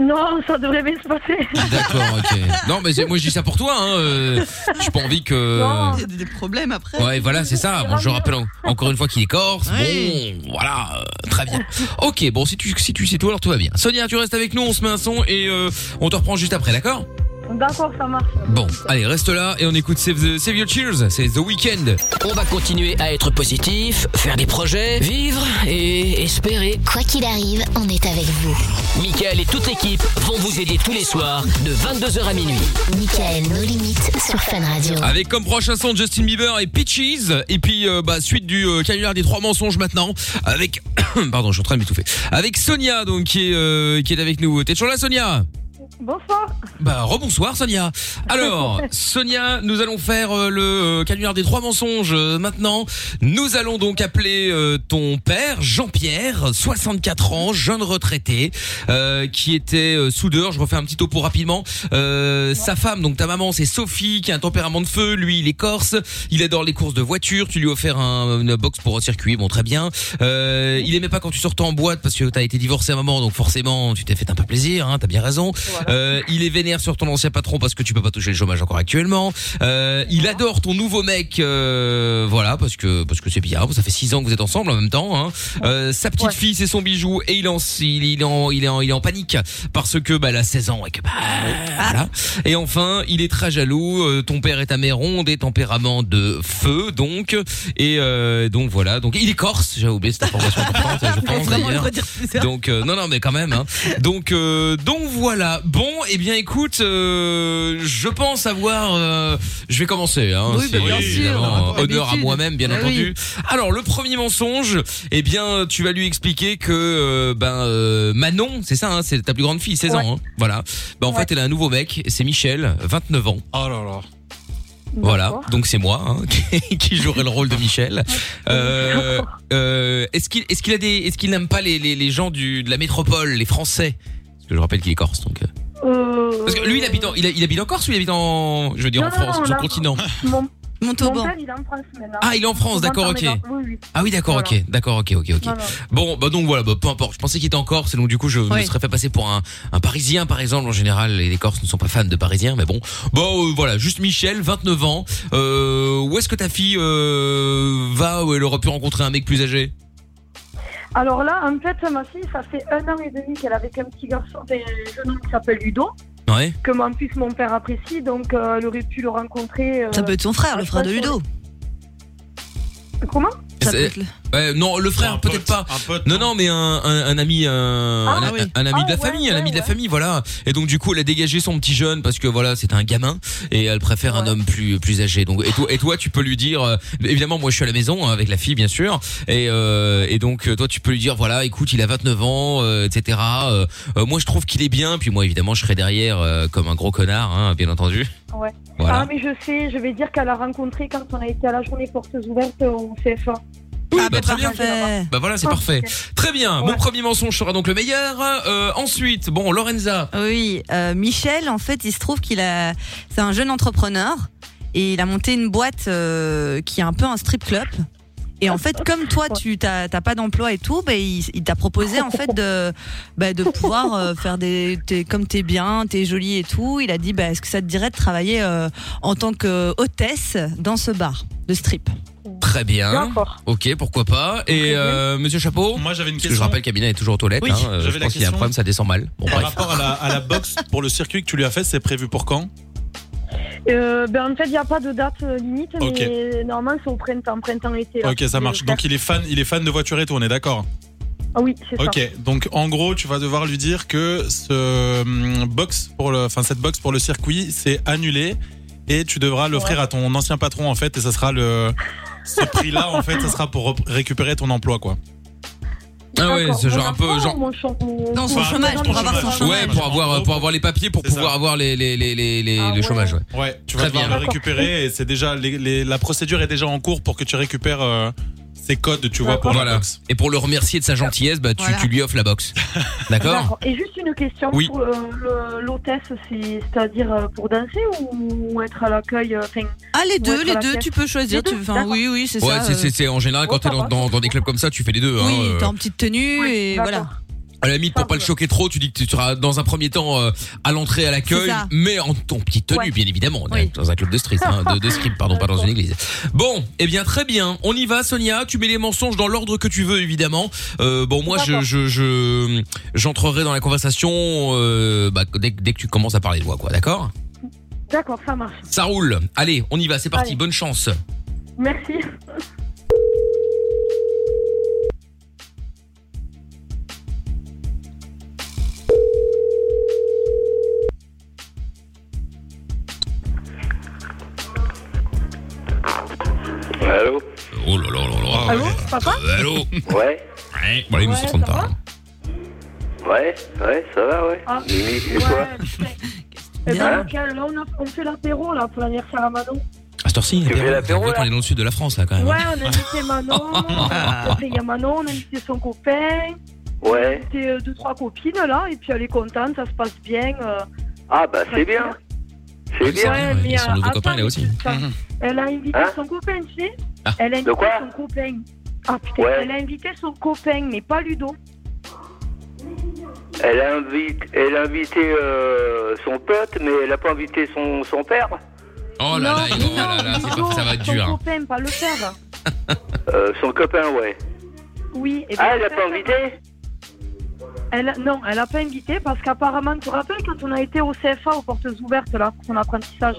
S9: Non, ça devrait bien se
S2: <laughs>
S9: passer.
S2: D'accord, ok. Non, mais c'est- moi je dis ça pour toi. Hein. euh, J'ai pas envie que.
S3: Non, il y a des problèmes après.
S2: Ouais, voilà, c'est ça. Bon, je rappelle en- encore une fois qu'il est corse.
S3: Ouais.
S2: Bon, voilà, euh, très bien. Ok, bon, si tu, si tu sais tout, alors tout va bien. Sonia, tu restes avec nous, on se met un son et euh, on te reprend juste après, d'accord
S9: D'accord, ça marche.
S2: Bon, allez, reste là et on écoute Save, the- Save Your Cheers, c'est The Weeknd.
S1: On va continuer à être positif, faire des projets, vivre et espérer.
S5: Quoi qu'il arrive, on est avec vous.
S1: Michael et toute l'équipe vont vous aider tous les soirs de 22h à minuit.
S5: Michael, nos limites sur Fun Radio.
S2: Avec comme prochain son Justin Bieber et Peaches et puis euh, bah, suite du euh, canular des trois mensonges maintenant avec <coughs> pardon je suis en train de m'étouffer avec Sonia donc qui est euh, qui est avec nous t'es toujours là Sonia
S9: Bonsoir.
S2: Bah rebonsoir Sonia. Alors Sonia, nous allons faire euh, le euh, canular des trois mensonges euh, maintenant. Nous allons donc appeler euh, ton père Jean-Pierre, 64 ans, jeune retraité, euh, qui était euh, soudeur. Je refais un petit topo rapidement. Euh, Sa femme, donc ta maman, c'est Sophie, qui a un tempérament de feu. Lui, il est corse. Il adore les courses de voiture. Tu lui as offert un- une box pour un circuit. Bon, très bien. Euh, il aimait pas quand tu sortais en boîte parce que t'as été divorcé à un moment, donc forcément, tu t'es fait un peu plaisir. Hein, t'as bien raison. Euh, il est vénère sur ton ancien patron parce que tu peux pas toucher le chômage encore actuellement. Euh, il adore ton nouveau mec, euh, voilà, parce que parce que c'est bien. Ça fait six ans que vous êtes ensemble en même temps. Hein. Euh, sa petite fille, c'est son bijou et il est en il, il est en il est en, il est en panique parce que bah elle a 16 ans et que bah
S13: Ah.
S2: voilà. Et enfin, il est très jaloux. Euh, ton père et ta mère ont des tempéraments de feu, donc et euh, donc voilà. Donc il est corse. J'ai oublié cette information. importante,
S13: <laughs>
S2: je pense, d'ailleurs. Donc euh, non non mais quand même hein. Donc euh, donc voilà. Bon et eh bien écoute euh, je pense avoir euh, je vais commencer hein.
S13: Oui, bah,
S2: C'est
S13: bien sûr,
S2: évidemment,
S13: on a
S2: honneur à
S13: l'habitude.
S2: moi-même bien
S13: Ah oui.
S2: entendu. Alors le premier mensonge, eh bien tu vas lui expliquer que euh, ben euh, Manon, c'est ça hein, c'est ta plus grande fille, 16 ans hein. Voilà. Ben en fait elle a un nouveau mec, c'est Michel, 29 ans. Oh là là. Voilà, donc c'est moi hein, <laughs> qui- qui jouerai le rôle de Michel. Euh, euh, est-ce qu'il est-ce qu'il a des est-ce qu'il n'aime pas les, les, les gens du de la métropole, les Français Parce que je rappelle qu'il est corse donc. euh. Parce que lui il habite en, il, il habite en Corse ou il habite en je veux dire en
S9: Non,
S2: France,
S9: non,
S2: sur
S9: là,
S2: le
S3: <laughs>
S2: continent.
S9: Mon,
S3: Montauban.
S9: Mon père, il est en France maintenant.
S2: Ah, il est en France,
S9: Mon
S2: d'accord,
S9: père,
S2: ok.
S9: mais dans- Oui, oui.
S2: Ah oui d'accord
S9: Voilà.
S2: ok d'accord ok ok ok
S9: Non, non.
S2: bon bah donc voilà bah, peu importe je pensais qu'il était en Corse et donc du coup je me
S9: Oui.
S2: serais fait passer pour un, un Parisien par exemple en général les les Corses ne sont pas fans de Parisiens mais bon bon euh, voilà juste Michel 29 ans euh, où est-ce que ta fille euh, va où elle aurait pu rencontrer un mec plus âgé
S9: Alors là, en fait, ma fille, ça fait un an et demi qu'elle est avec un petit garçon, enfin, un jeune homme qui s'appelle Ludo,
S2: ouais
S9: que en plus mon père apprécie, donc euh, elle aurait pu le rencontrer. euh,
S3: Ça peut être son frère, le
S9: je
S3: frère de
S9: pense,
S3: Ludo.
S9: Comment
S2: C'est- Ouais, non, le frère, peut-être pas. non, non, mais un, un- un ami, un,
S13: Ah,
S2: un-
S13: oui.
S2: un ami de la
S13: Ah, ouais,
S2: famille, un ami de la famille, voilà. Et donc du coup, elle a dégagé son petit jeune parce que voilà, c'était un gamin et elle préfère un homme plus plus âgé. Donc et toi, et toi, tu peux lui dire, euh, évidemment, moi je suis à la maison hein, avec la fille, bien sûr. Et euh, et donc euh, toi, tu peux lui dire, voilà, écoute, il a 29 ans, euh, etc. Euh, euh, moi, je trouve qu'il est bien. Puis moi, évidemment, je serai derrière euh, comme un gros connard, hein, bien entendu.
S9: Ouais.
S2: Voilà.
S9: Ah, mais je sais, je vais dire qu'elle a rencontré quand on a été à la journée portes ouvertes euh, au CFA.
S3: Ah,
S2: Oui, bah, très bien. Bah voilà, c'est parfait. Très bien. Mon premier mensonge sera donc le meilleur. Euh, ensuite, bon, Lorenza.
S3: Oui, euh, Michel, en fait, il se trouve qu'il a, c'est un jeune entrepreneur et il a monté une boîte euh, qui est un peu un strip club. Et en fait, comme toi, tu t'as t'as pas d'emploi et tout, bah, il, il t'a proposé en fait de, bah, de pouvoir euh, faire des, t'es- comme t'es bien, t'es jolie et tout. Il a dit, bah, est-ce que ça te dirait de travailler euh, en tant que hôtesse dans ce bar de strip
S2: Très bien.
S3: D'accord.
S2: Ok, pourquoi pas. Et euh, Monsieur Chapeau Moi
S7: j'avais une
S2: Parce que je rappelle qu'Amina est toujours aux toilettes.
S7: Oui,
S2: hein. Euh,
S7: j'avais
S2: Je
S7: la
S2: pense qu'il y a un
S7: question.
S2: problème, ça descend mal. Bon,
S7: Par
S2: bref.
S7: rapport à la, à la boxe, pour le circuit que tu lui as fait, c'est prévu pour quand
S9: Euh, ben, en fait, il n'y a pas de date euh, limite,
S7: Ok.
S9: mais normalement, c'est au printemps, printemps-été. là. Euh,
S7: Ok, ça marche. Donc il est fan, il est fan de voiture et tout, on est d'accord
S9: Ah oui, c'est ça.
S7: Ok, donc en gros, tu vas devoir lui dire que ce hum, box pour le, enfin cette box pour le circuit, c'est annulé et tu devras l'offrir à ton ancien patron en fait, et ça sera le ce prix-là en fait, ça sera pour rep- récupérer ton emploi quoi.
S2: Ah ouais, c'est genre un peu genre.
S3: Dans son chômage, pour avoir son chômage.
S2: Ouais, pour avoir euh, pour avoir les papiers pour pouvoir avoir les les les les,
S3: Ah
S2: les- le chômage. Ouais.
S7: Ouais, tu vas
S2: Très
S7: devoir
S2: bien.
S7: le récupérer et c'est déjà les- les- la procédure est déjà en cours pour que tu récupères euh, ces codes, tu vois, pour la
S2: voilà.
S7: box.
S2: Et pour le remercier de sa gentillesse, bah tu,
S9: Voilà.
S2: tu lui offres la box. D'accord.
S9: Et juste une question
S2: Oui.
S9: pour euh, le- l'hôtesse, c'est- c'est-à-dire euh, pour danser ou, ou être à l'accueil euh, enfin,
S3: Ah, les
S9: ou
S3: deux,
S9: être
S3: les
S9: à la
S3: deux,
S9: pièce
S3: tu peux choisir.
S9: Les
S3: Tu,
S9: deux,
S3: enfin,
S9: d'accord.
S3: oui, oui, c'est
S2: Ouais,
S3: ça.
S2: c'est
S3: euh,
S2: c'est c'est en général quand t'es dans, dans dans des clubs comme ça, tu fais les deux. hein,
S3: Oui,
S2: euh.
S3: t'es en petite tenue et voilà.
S2: À la limite, pour pas le choquer trop, tu dis que tu seras dans un premier temps euh, à l'entrée, à
S3: C'est
S2: l'accueil,
S3: ça.
S2: mais en ton petite tenue, bien évidemment. On est dans un club de street, hein, de, de strip, pardon, pas dans une église. Bon, eh bien, très bien. On y va, Sonia. Tu mets les mensonges dans l'ordre que tu veux, évidemment. Euh, bon, moi, je, je, je- j'entrerai dans la conversation euh, bah, dès, que- dès que tu commences à parler de moi, quoi. D'accord
S9: D'accord, ça marche.
S2: Ça roule. Allez, on y va. C'est parti.
S9: Allez.
S2: Bonne chance.
S9: Merci.
S14: Allô
S2: Oh là là là là.
S14: Allô,
S9: papa
S2: Allô
S14: Ouais.
S2: Ouais. Bon, allez, nous
S14: Ouais,
S2: s'entendent
S14: ça
S2: pas.
S14: Ouais, ouais, ça va, ouais.
S9: Ah.
S14: Limite, et toi
S9: Eh ben,
S14: Hein
S9: ok, là, on, a- on fait l'apéro là, pour l'anniversaire à Manon.
S2: À cette heure-ci, on voit qu'on est dans le sud de la France, là, quand même. hein.
S9: Ouais, on a invité Manon. Après, il y a Manon, on a invité son copain. On a
S14: Ouais.
S9: invité euh, deux, trois copines là, et puis elle est contente, ça se passe bien. euh,
S14: Ah, bah,
S9: ça
S14: c'est
S9: se
S14: bien.
S9: passe.
S14: C'est bien.
S9: Ouais, mais, euh, attends,
S2: là aussi. Mmh.
S9: Elle a invité
S14: Hein
S9: son copain, tu sais Elle a invité
S14: De quoi
S9: son copain. Ah putain,
S14: Ouais.
S9: elle a invité son copain, mais pas Ludo.
S14: Elle a, invité, elle a invité euh, son pote, mais elle a pas invité son, son père.
S2: Oh là là, oh là là, c'est pas- ça va être
S9: Son
S2: dur. hein.
S9: copain, pas le père.
S14: Euh, son copain, ouais.
S9: Oui. et
S14: Ah,
S9: ben,
S14: elle a
S9: le
S14: pas
S9: père,
S14: invité
S9: elle a- Non, elle a pas invité parce qu'apparemment, tu te rappelles quand on a été au CFA aux portes ouvertes là, pour son apprentissage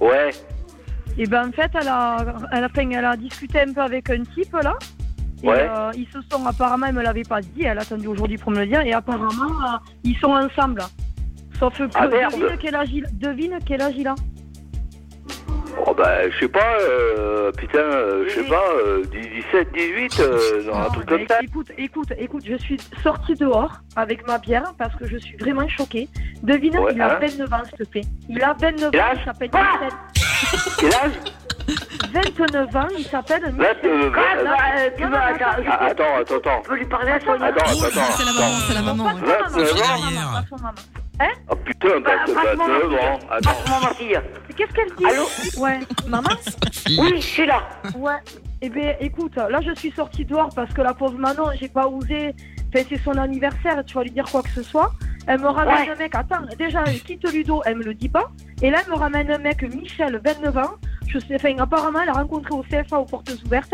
S14: Ouais.
S9: Et ben en fait, elle a, elle, a, enfin, elle a discuté un peu avec un type là. Et,
S14: Ouais.
S9: euh, ils se sont apparemment, elle me l'avait pas dit, elle a attendu aujourd'hui pour me le dire, et apparemment, euh, ils sont ensemble. Sauf que
S14: Ah, merde.
S9: devine quel âge il, devine quel âge il a.
S14: Oh, bah, je sais pas, euh, putain, euh, je sais pas, euh, 17,
S13: <laughs>
S14: 18, euh, dans un truc comme ça.
S9: Écoute, écoute, écoute, je suis sortie dehors avec ma bière parce que je suis vraiment choquée. Devine,
S14: Ouais,
S9: il a
S14: hein.
S9: 29 ans, s'il te plaît. Il a 29 ans,
S14: Quel âge
S9: il s'appelle Michel.
S14: <laughs> Quel âge
S9: 29 ans, il s'appelle Michel.
S14: Là, tu-
S9: Ah, là,
S14: ah,
S9: non, non, attends,
S14: ah, Attends, attends, attends.
S9: peut lui parler à son
S14: Attends, attends, attends.
S9: c'est la maman.
S14: ouais. Vingt-neuf ans. Oh putain,
S9: Bah,
S14: bah,
S9: passe-moi ma
S14: 29 ans.
S9: fille.
S14: Attends.
S9: ma fille. Qu'est-ce qu'elle dit Allô Ouais, maman
S14: Oui, je suis là.
S9: Ouais. Eh bien, écoute, là, je suis sortie dehors parce que la pauvre Manon, j'ai pas osé. Enfin, c'est son anniversaire, tu vas lui dire quoi que ce soit. Elle me ramène un mec, attends, déjà, elle quitte Ludo, elle me le dit pas. Et là, elle me ramène un mec, Michel, 29 ans. Je sais, enfin, apparemment, elle a rencontré au CFA aux portes ouvertes.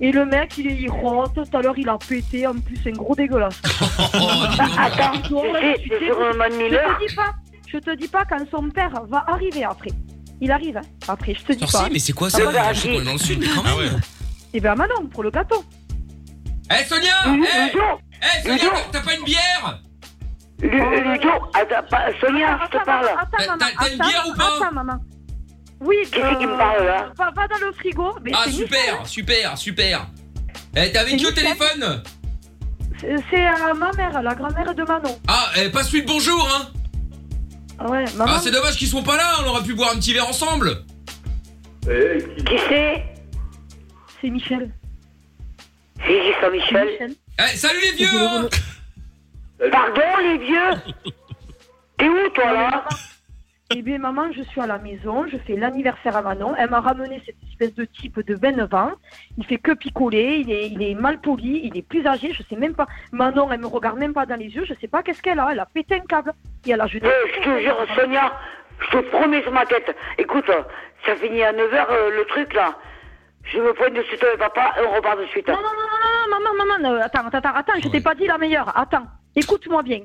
S9: Et le mec, il est irote, tout à l'heure, il a pété, en plus, c'est un gros dégueulasse. <laughs>
S14: Attends,
S9: Ouais,
S14: c'est-
S9: tu
S14: c'est
S9: sais,
S14: sur un Man
S9: Je
S14: Miller
S9: te dis pas, je te dis pas quand son père va arriver après. Il arrive, hein, après, je te dis
S2: Alors
S9: pas.
S2: si, mais c'est quoi
S9: Ah
S2: ça
S9: bah,
S2: Je sais qu'on est dans le sud, mais quand même.
S9: Et bien Manon, pour le gâteau.
S2: Eh Sonia Eh Eh, Sonia, t'as- t'as pas une bière
S14: Ludo, attends, pas- Sonia, je te parle.
S9: Oh, Attends, maman,
S2: t'as une
S9: attends,
S2: bière ou pas
S9: attends, maman. Oui, euh,
S14: Qu'est-ce que tu me parles, là
S9: va, va dans le frigo. Mais
S2: Ah
S9: c'est Michel.
S2: super, super, super Eh, t'es avec qui au téléphone
S9: C'est- C'est euh, ma mère, la grand-mère de Manon.
S2: Ah, eh, passe-lui le bonjour, hein
S9: Ouais, maman.
S2: Ah, c'est dommage qu'ils sont pas là, on aurait pu boire un petit verre ensemble
S14: Eh,
S9: Qui c'est C'est Michel.
S14: C'est qui ça, Michel
S2: Eh, salut les vieux hein
S14: Pardon, les vieux T'es où, toi, là
S9: Eh bien, maman, je suis à la maison, je fais l'anniversaire à Manon. Elle m'a ramené cette espèce de type de 29 ans. Il fait que picoler, il est, il est mal poli, il est plus âgé, je sais même pas. Manon, elle me regarde même pas dans les yeux, je sais pas qu'est-ce qu'elle a. Elle a pété un câble. Et elle a jeté.
S14: Euh, je te jure, Sonia, je te promets sur ma tête. Écoute, euh, ça finit à 9h le truc là. Je me prends de suite avec papa et on repart de suite.
S9: Non, non, non, non, non, maman, maman, euh, attends, attends, attends, je t'ai pas dit la meilleure. Attends, écoute-moi bien.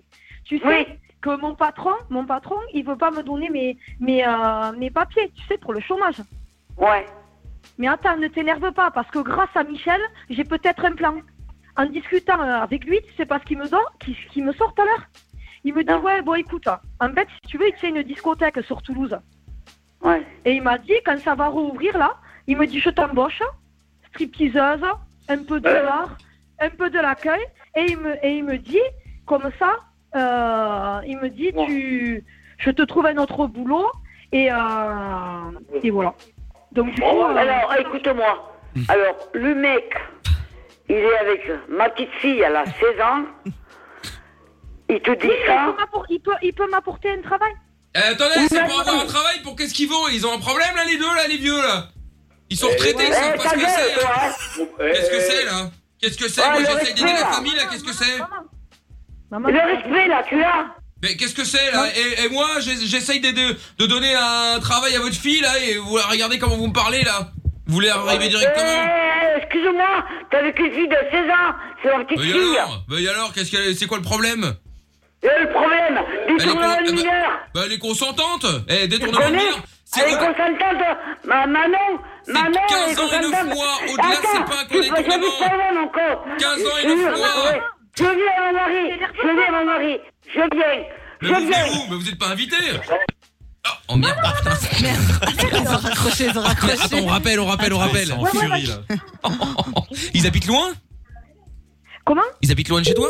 S9: Tu sais que mon patron, mon patron, il veut pas me donner mes, mes, euh, mes papiers, tu sais, pour le chômage.
S14: Ouais.
S9: Mais attends, ne t'énerve pas, parce que grâce à Michel, j'ai peut-être un plan. En discutant euh, avec lui, tu sais pas ce qu'il me donne, qui, qui me sort tout à l'heure. Il me dit, ouais, bon, écoute, en fait, si tu veux, il tient une discothèque sur Toulouse.
S14: Ouais.
S9: Et il m'a dit, quand ça va rouvrir là, il me dit, je t'embauche, stripteaseuse, un peu de l'art, un peu de l'accueil. Et il me, et il me dit, comme ça, euh, il me dit, tu, je te trouve un autre boulot. Et, euh, et voilà. Donc, du coup,
S14: Bon,
S9: euh,
S14: Oh, alors, écoute-moi.
S2: Hmm.
S14: Alors, le mec, il est avec ma petite fille, elle a 16 ans. Il te dit
S9: oui, mais il
S14: ça.
S9: peut m'appor- il peut- il peut m'apporter un travail.
S2: Eh, attendez,
S14: Oui,
S2: c'est
S14: mais
S2: pour avoir
S14: attends.
S2: un travail, pour qu'est-ce qu'ils vont Ils ont un problème là, les deux, là, les vieux, là Ils sont
S14: Eh,
S2: retraités, ils
S14: ouais.
S2: savent
S14: Eh,
S2: pas ce
S14: ta
S2: que
S14: gueule,
S2: c'est
S14: toi,
S2: hein. Qu'est-ce que
S14: Eh,
S2: c'est là Qu'est-ce que c'est
S14: ouais,
S2: Moi,
S14: Ah, le
S2: j'essaie d'aider
S14: respect,
S2: la
S14: là.
S2: famille, là, qu'est-ce que c'est
S14: Le respect là, tu l'as
S2: Mais qu'est-ce que c'est là et, et moi, j'ai- j'essaye d'aider- de donner un travail à votre fille, là, et vous la regardez comment vous me parlez, là Vous
S14: Ah,
S2: voulez arriver directement
S14: Eh, excuse-moi, t'es avec une fille de 16 ans, c'est ma petite
S2: Bah et
S14: fille.
S2: alors Bah et alors, qu'est-ce qu'elle- c'est quoi le problème
S14: Et le problème, détournement
S2: con-
S14: de mineur.
S2: Bah elle est consentante Eh,
S14: Tu
S2: détournement de
S14: connais
S2: mineur c'est
S14: Elle est
S2: au-
S14: consentante, ma Manon, Manon, elle est
S2: 15 ans et neuf
S14: consentante.
S2: mois, au-delà,
S14: Attends,
S2: c'est pas un
S14: tu vois, j'habite
S2: consentement.
S14: pas loin encore.
S2: 15 ans et
S14: Je-
S2: neuf
S14: je-
S2: mois.
S14: ouais. Je viens, mon mari, je viens, mon mari, je viens,
S2: Mais
S14: je
S2: vous venez
S14: viens.
S2: où Mais vous êtes pas invité Ah, oh merde, ah, putain, c'est-
S3: Ils ont raccroché, ils ont raccroché.
S2: Attends, on rappelle, on rappelle, on rappelle.
S3: Ouais, ouais, furie,
S2: là. <laughs> Ils habitent loin
S9: Comment
S2: Ils habitent loin de chez toi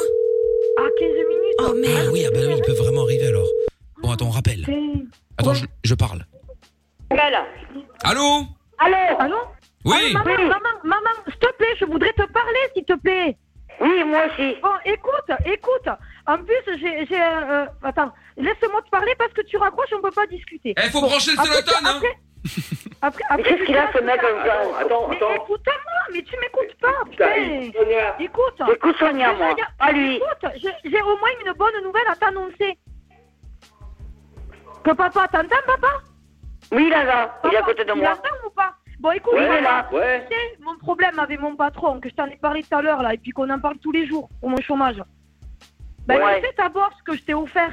S9: À 15 minutes.
S2: Oh merde. oui, ah bah oui, ils peuvent vraiment arriver alors. Bon, attends, on rappelle. Attends, je, je parle. Allô
S14: Allô
S9: Allô
S2: Oui.
S9: Allô, maman, maman, maman, s'il te plaît, je voudrais te parler, s'il te plaît.
S14: Oui, moi aussi.
S9: Bon, écoute, écoute. En plus, j'ai... j'ai, euh, attends, laisse-moi te parler parce que tu raccroches, on peut pas discuter.
S2: Eh, faut
S9: Bon,
S2: brancher le
S9: après,
S2: sonotone, hein.
S9: après- Après, après,
S14: qu'est-ce qu'il a, ce mec, comme ça Attends,
S9: Mais
S14: attends.
S9: écoute-moi, mais tu m'écoutes pas,
S14: Putain,
S9: putain.
S14: Sonia.
S9: Écoute.
S14: J'écoute Sonia, moi,
S9: Sonia,
S14: pas lui.
S9: Écoute, j'ai- j'ai au moins une bonne nouvelle à t'annoncer. Que papa, t'entends, papa
S14: Oui, il est là, il est à côté de
S9: il
S14: moi.
S9: entend ou pas Bon, écoute,
S14: Ouais,
S9: maman,
S14: là, ouais.
S9: tu sais, mon problème avec mon patron, que je t'en ai parlé tout à l'heure, là, et puis qu'on en parle tous les jours, pour mon chômage. Ben,
S14: Ouais.
S9: tu sais ta bourse que je t'ai offert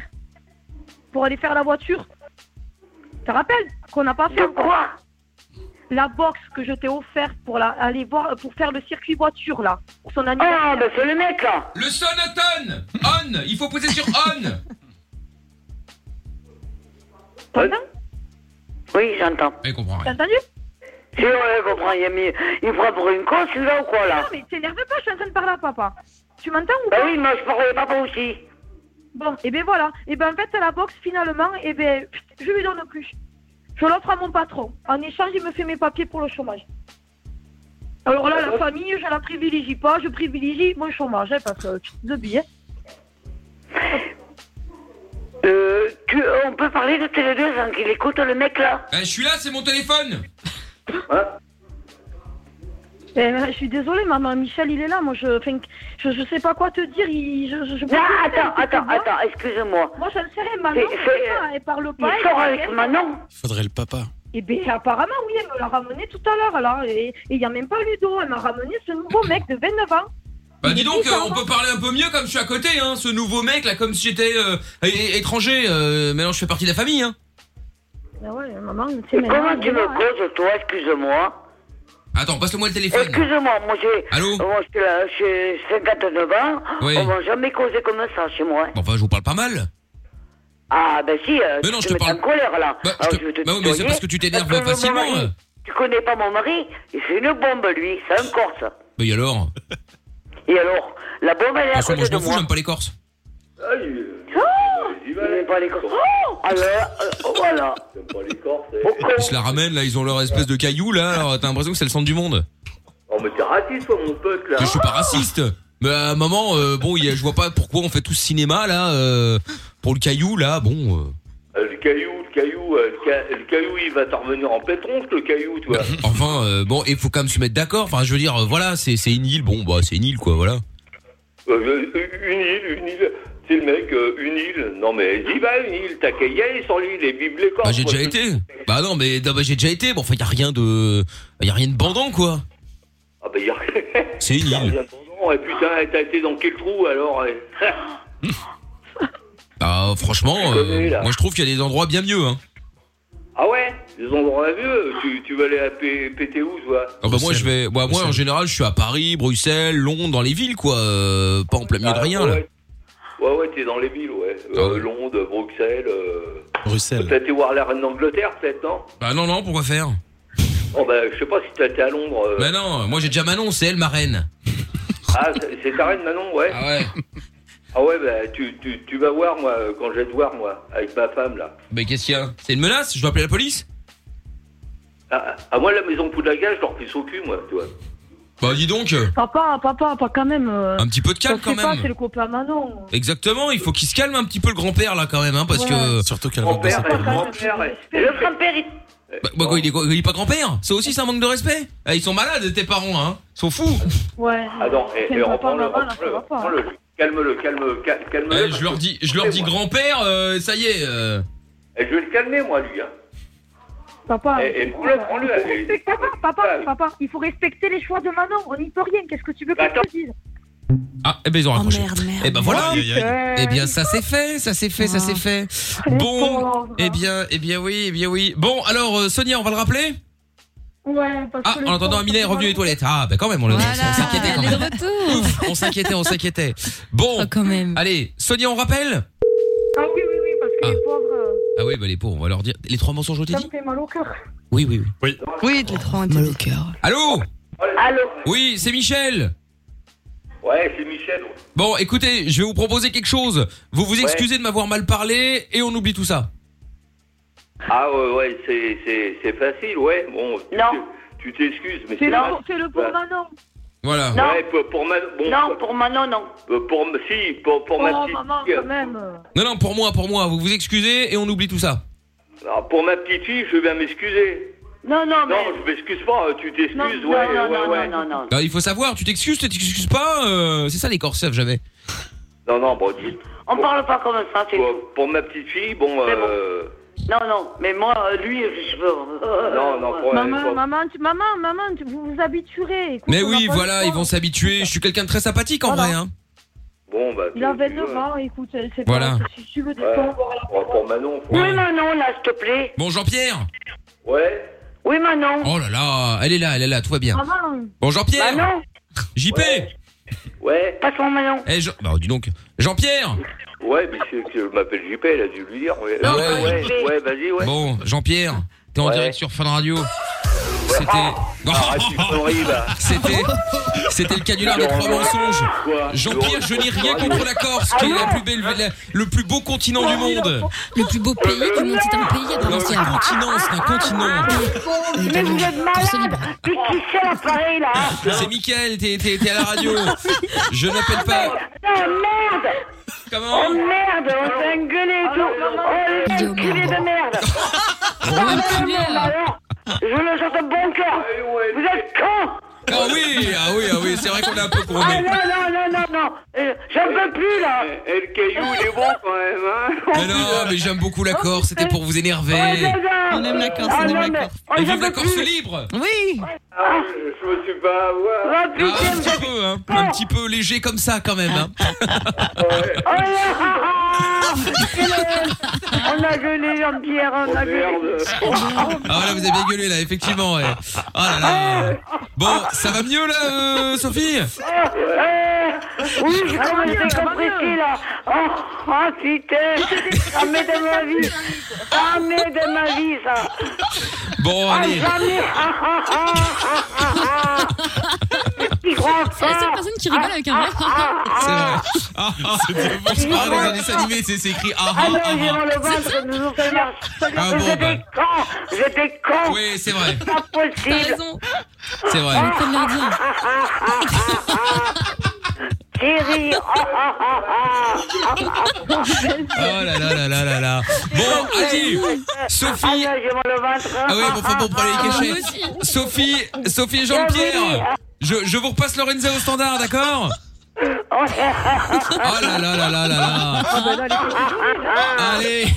S9: pour aller faire la voiture. Tu te rappelles qu'on n'a pas fait encore La box que je t'ai offerte pour la- aller voir, pour faire le circuit voiture, là, pour son anniversaire.
S14: Ah, ben c'est le mec, là.
S2: Le sonotone On Il faut poser sur on
S9: T'entends
S14: Oui, j'entends.
S2: Il comprend
S9: T'as entendu
S14: Si, ouais, il comprend, il a mis- il prend pour une con, celui-là, ou quoi, là
S9: Non, mais t'énerve pas, je suis en train de parler à papa. Tu m'entends ou
S14: Bah
S9: pas
S14: oui, moi, je parlais pas pour aussi.
S9: Bon, et ben voilà. Et ben en fait, la box, finalement, et ben pff, je lui donne plus. Je l'offre à mon patron. En échange, il me fait mes papiers pour le chômage. Alors là, la famille, je la privilégie pas. Je privilégie mon chômage, hein, parce que je billet.
S14: Euh, tu, on peut parler de télé 2 sans qu'il écoute le mec là
S2: Eh, je suis là, c'est
S9: <laughs>
S2: mon téléphone
S9: Eh, je suis désolée, maman. Michel, il est là. Moi, je, enfin, je, je sais pas quoi te dire. Il, je, je, je-
S14: Non, Ah, attends, attends, attends, excuse-moi.
S9: Moi, j'en sais rien. Manon,
S14: C'est-
S9: je
S14: c'est-
S9: sais pas, elle parle pas.
S14: Il
S9: elle
S14: sort
S9: parle
S14: avec
S9: rien.
S14: Manon
S7: Faudrait le papa.
S9: Eh bien, apparemment, oui, elle me l'a ramené tout à l'heure, là. Et il n'y a même pas Ludo. Elle m'a ramené ce nouveau mec de 29 ans.
S2: Bah
S9: Il
S2: dis
S9: est
S2: donc, euh,
S9: bizarre,
S2: on
S9: hein.
S2: peut parler un peu mieux comme je suis à côté, hein, ce nouveau mec là, comme si j'étais euh, é- é- étranger. Euh, maintenant je fais partie de la famille, hein.
S9: Ben ouais, maman, tu sais,
S14: Et
S9: maintenant,
S14: Comment
S9: elle
S14: tu
S9: est
S14: me
S9: là, hein.
S14: causes, toi, excuse-moi
S2: Attends, passe-moi le téléphone.
S14: Excuse-moi, moi j'ai. Allô J'ai 59 ans.
S2: Oui.
S14: On m'a jamais causé comme ça chez moi. hein.
S2: Bon, enfin, je vous parle pas mal.
S14: Ah, ben si. euh,
S2: Mais non, je
S14: tu
S2: te
S14: me mets
S2: parle-
S14: en colère là.
S2: Bah,
S14: Alors,
S2: je te-
S14: je vais te
S2: bah oui, mais c'est
S14: tutoyer.
S2: parce que tu t'énerves
S14: Parce que mon
S2: facilement,
S14: mari,
S2: euh.
S14: Tu connais pas mon mari Il fait une bombe lui. C'est un Corse.
S2: Mais Bah, alors
S14: Et alors La bombe elle est à
S2: Parce que moi,
S14: côté
S2: je
S14: de
S2: m'en fous,
S14: moi.
S2: j'aime pas les Corses.
S13: euh,
S14: Oh Il n'aime pas les Corses. Oh Alors, euh, voilà.
S2: Ils se la ramènent, là, ils ont leur espèce de caillou, là, alors t'as l'impression que c'est le centre du monde.
S13: Oh, mais t'es raciste, toi, mon pote, là.
S2: Je suis pas raciste. Mais à un moment, euh, bon, il y a- je vois pas pourquoi on fait tout ce cinéma, là, euh, pour le caillou, là, bon... euh,
S13: Euh, le caillou, le caillou, euh, le, ca- le caillou, il va t'en revenir en pétronce, le caillou, toi.
S2: Enfin, euh, bon, il faut quand même se mettre d'accord. Enfin, je veux dire, euh, voilà, c'est c'est une île. Bon, bah, c'est une île, quoi, voilà.
S13: Euh, euh, une île, une île. C'est le mec, euh, une île. Non, mais y va, une île. T'as qu'à y aller sur l'île et vive les corps.
S2: Bah, j'ai déjà été. Bah, non, mais non, bah, j'ai déjà été. Bon, enfin, y a rien de. Y a rien de bandant, quoi.
S13: Ah, bah, y a
S2: <laughs> C'est une île.
S13: Non, Oh, et putain, t'as été dans quel trou, alors eh
S2: Bah, franchement,
S13: Je connais,
S2: euh,
S13: là.
S2: moi, je trouve qu'il y a des endroits bien mieux, hein.
S13: <laughs> Ah ouais Des endroits vieux. Tu, tu vas aller à P- péter où, toi
S2: Ah, bah, moi, je vais. bah, moi, en général, je suis à Paris, Bruxelles, Londres, dans les villes, quoi. euh, pas en plein milieu de
S13: Ah,
S2: rien, là.
S13: ouais. Ouais, ouais, t'es dans les villes, ouais. Euh, Londres, Bruxelles. euh,
S2: Bruxelles.
S13: T'as été voir la reine d'Angleterre, peut-être, non
S2: Bah, non, non, pourquoi faire
S13: Oh, bah, je sais pas si t'as été à Londres. euh.
S2: Bah, non, moi, j'ai déjà Manon, c'est elle, ma reine.
S13: Ah, c'est- c'est ta reine, Manon, ouais
S2: Ah, ouais.
S13: Ah, ouais, bah, tu, tu, tu vas voir, moi, euh, quand je vais te voir, moi, avec ma femme, là.
S2: Mais qu'est-ce qu'il y a C'est une menace Je dois appeler la police
S13: Ah, ah, moi, la maison Poudlaga, je leur pisse au cul, moi, tu vois.
S2: Bah, dis donc.
S9: Papa, papa, pas quand même. euh,
S2: Un petit peu de calme,
S9: ça se
S2: quand
S9: fait pas,
S2: même.
S9: C'est le copain Manon.
S2: Exactement, il faut qu'il se calme un petit peu le grand-père là quand même, hein, parce que. Surtout qu'elle
S13: Mon père,
S2: Bah,
S13: Le
S14: grand-père, il...
S2: bah, quoi, il est, quoi, il est pas grand-père Ça aussi, c'est un manque de respect Ah, Ils sont malades, tes parents, hein Ils sont fous
S9: Ouais.
S13: Ah, non, et,
S9: Tiens,
S13: et
S9: papa,
S13: reprends-le,
S9: maman, là, ça
S13: reprends-le,
S9: va pas.
S13: reprends-le. Calme-le, calme-le, calme- calme-le.
S2: Eh, Je leur dis, je leur dis grand-père, euh, ça y est. euh.
S13: Eh, Je vais le calmer, moi, lui, hein.
S9: Papa.
S13: Et- et Eh, prends-le, prends-le,
S9: Il faut
S13: allez.
S9: respecter- Papa, papa, papa, il faut respecter les choix de Manon. On n'y peut rien. Qu'est-ce que tu veux que je te dise
S2: Ah, eh ben ils ont raccroché. eh ben voilà.
S9: Aïe, aïe, aïe.
S2: Eh bien ça c'est fait, ça c'est fait, ça c'est fait. Bon, eh bien, eh bien oui, eh bien oui. Bon, alors euh, Sonia, on va le rappeler.
S9: Ouais, parce
S2: Ah,
S9: que. le
S2: en attendant, Amina est revenue des toilettes. Ah, bah quand même, on l'a- on s'inquiétait quand même. Ouf, on s'inquiétait, on s'inquiétait. Bon, Oh, quand même. Allez, Sonia, on rappelle.
S9: Ah oui, oui, oui, parce que les pauvres, euh,
S2: Ah oui, bah les pauvres, on va leur dire les trois mensonges au
S9: ça me fait mal au cœur.
S2: Oui, oui, oui. Oui.
S3: Oui, les trois mal au
S2: cœur. Allô
S14: Allô
S2: Oui, c'est Michel.
S13: Ouais, c'est Michel.
S2: Bon, écoutez, je vais vous proposer quelque chose. Vous vous
S13: Ouais.
S2: excusez de m'avoir mal parlé et on oublie tout ça.
S13: Ah ouais, ouais, c'est- c'est c'est facile, ouais. Bon, tu
S14: Non.
S13: te- tu t'excuses, mais
S14: Fais-le
S13: pas-
S14: pour- fais-le pour
S13: Ouais.
S14: Manon.
S2: Voilà.
S14: Non.
S13: Ouais, pour, pour ma, bon,
S14: Non, pour Manon, non.
S13: euh, pour m- si, pour, pour ma petite fille. euh,
S9: même.
S2: Non, non, pour moi, pour moi. Vous vous excusez et on oublie tout ça.
S13: alors, Ah, pour ma petite fille, je vais m'excuser.
S14: Non, non,
S13: mais... Non, je m'excuse pas, euh, tu t'excuses, ouais,
S14: non, non,
S13: ouais,
S14: non,
S13: ouais.
S14: non, non, non.
S2: Bah, il faut savoir, tu t'excuses, tu t'excuses pas. euh, c'est ça les corsaires, j'avais.
S13: Non, non, bon, dis-
S14: On parle pas comme ça, c'est tout.
S13: pour, pour ma petite fille, bon,
S14: C'est bon.
S13: euh,
S14: Non, non, mais moi, euh, lui, je veux. euh,
S13: Non, non, pour-
S9: maman, maman, tu, maman, maman, tu- vous vous habituerez. Écoute,
S2: Mais
S9: on
S2: oui,
S9: n'a pas
S2: voilà,
S9: le
S2: ils
S9: choix.
S2: vont s'habituer. Je suis quelqu'un de très sympathique en vrai. Hein.
S13: bon, bah,
S9: Il a
S14: ben,
S9: 29 ans, écoute, elle sait
S2: Voilà.
S9: pas. Si tu veux du
S13: Ouais.
S9: temps.
S13: pour, pour Manon. faut-
S14: Oui, Manon, là, s'il te plaît.
S2: Bon, Jean-Pierre.
S13: Ouais.
S14: Oui, Manon.
S2: Oh là là, elle est là, elle est là, tout va
S9: Ah.
S2: bien.
S14: Maman.
S2: Bon, Jean-Pierre.
S14: Manon.
S2: JP.
S13: Ouais.
S14: Passe-moi Manon.
S2: Eh, Jean- bah, dis donc. Jean-Pierre.
S13: Ouais, mais c'est que je m'appelle JP, elle a dû lui dire. Ouais,
S2: Ah
S13: ouais,
S2: ouais.
S13: ouais, ouais, vas-y, ouais.
S2: Bon, Jean-Pierre, t'es en direct sur Fun Radio. C'était. Non.
S13: Ah,
S2: C'était. C'était le canular des trois mensonges. Jean-Pierre, je n'ai rien contre la Corse, qui est la plus belle, la- le plus beau continent du monde.
S4: Le plus beau pays du monde, c'est un pays à part
S2: Non, c'est un
S4: entière. Ah,
S2: continent, c'est un continent.
S14: Mais vous êtes malade. Puis qui c'est l'appareil, là hein
S2: C'est Mickaël, t'es t'es- t'es à la radio. Je n'appelle pas.
S14: Oh merde
S2: Comment
S14: Oh merde, on s'est engueulé et tout Oh les enculés de merde Bordel de merde, alors. Je le jette de bon
S13: Ah,
S14: cœur Vous êtes cons
S2: Ah oui, ah oui, ah oui, c'est vrai qu'on est un peu
S14: Ah
S2: couronné.
S14: non, non, non, non, non Euh, J'en peux plus, là
S13: Et Eh, le caillou, il est bon quand même, hein
S2: Mais non, mais j'aime beaucoup la Corse, c'était pour vous énerver.
S14: Ah, On aime la Corse, on aime la Corse
S2: Et vive la Corse libre
S3: Oui
S13: Ah, je, je me suis pas avoir.
S14: Ah,
S2: un petit peu, hein. Un petit peu léger comme ça, quand même, hein.
S14: Oh là
S2: <laughs>
S14: là On a gueulé, en pierre on a gueulé.
S2: Ah là, vous avez bien gueulé, là, effectivement, ouais. Oh là là. Bon, ça va mieux, là, euh, Sophie
S14: Eh, Oui, ah, j'ai commencé à compresser là. Oh, oh putain, jamais de ma vie. Jamais de ma vie ça.
S2: Bon,
S14: Ah,
S2: Oh, allez.
S14: jamais. Ah, ah, ah, ah, ah, ah.
S2: <laughs>
S14: Qui croit
S15: C'est la seule
S14: ça
S15: personne qui rigole
S14: Ah,
S15: avec un vrai.
S2: C'est vrai. Ah, ah,
S14: <laughs>
S2: c'est pas dans un dessin animé, c'est c'est écrit. Ah, ah,
S14: Ah non,
S2: ah,
S14: j'ai
S2: ah.
S14: mal au ventre, nous ont fait marcher.
S2: Ah bon, bah.
S14: J'étais con, j'étais con.
S2: Oui, c'est vrai.
S14: C'est pas possible.
S2: C'est vrai.
S14: Ah, ah, ah, ah, ah, ah. Thierry, ah, ah, ah, ah, ah, ah.
S2: Oh là là là là là là. Bon, allez. Sophie.
S14: Ah non, Ah, j'ai mal au ventre.
S2: Ah oui, bon, faut bon, prenez les cachets.
S14: Ah,
S2: Sophie, Sophie et Jean-Pierre. Je, je vous repasse Lorenza au standard, d'accord
S14: ah,
S2: Oh là là là là là là.
S15: Ah, ben
S2: Allez.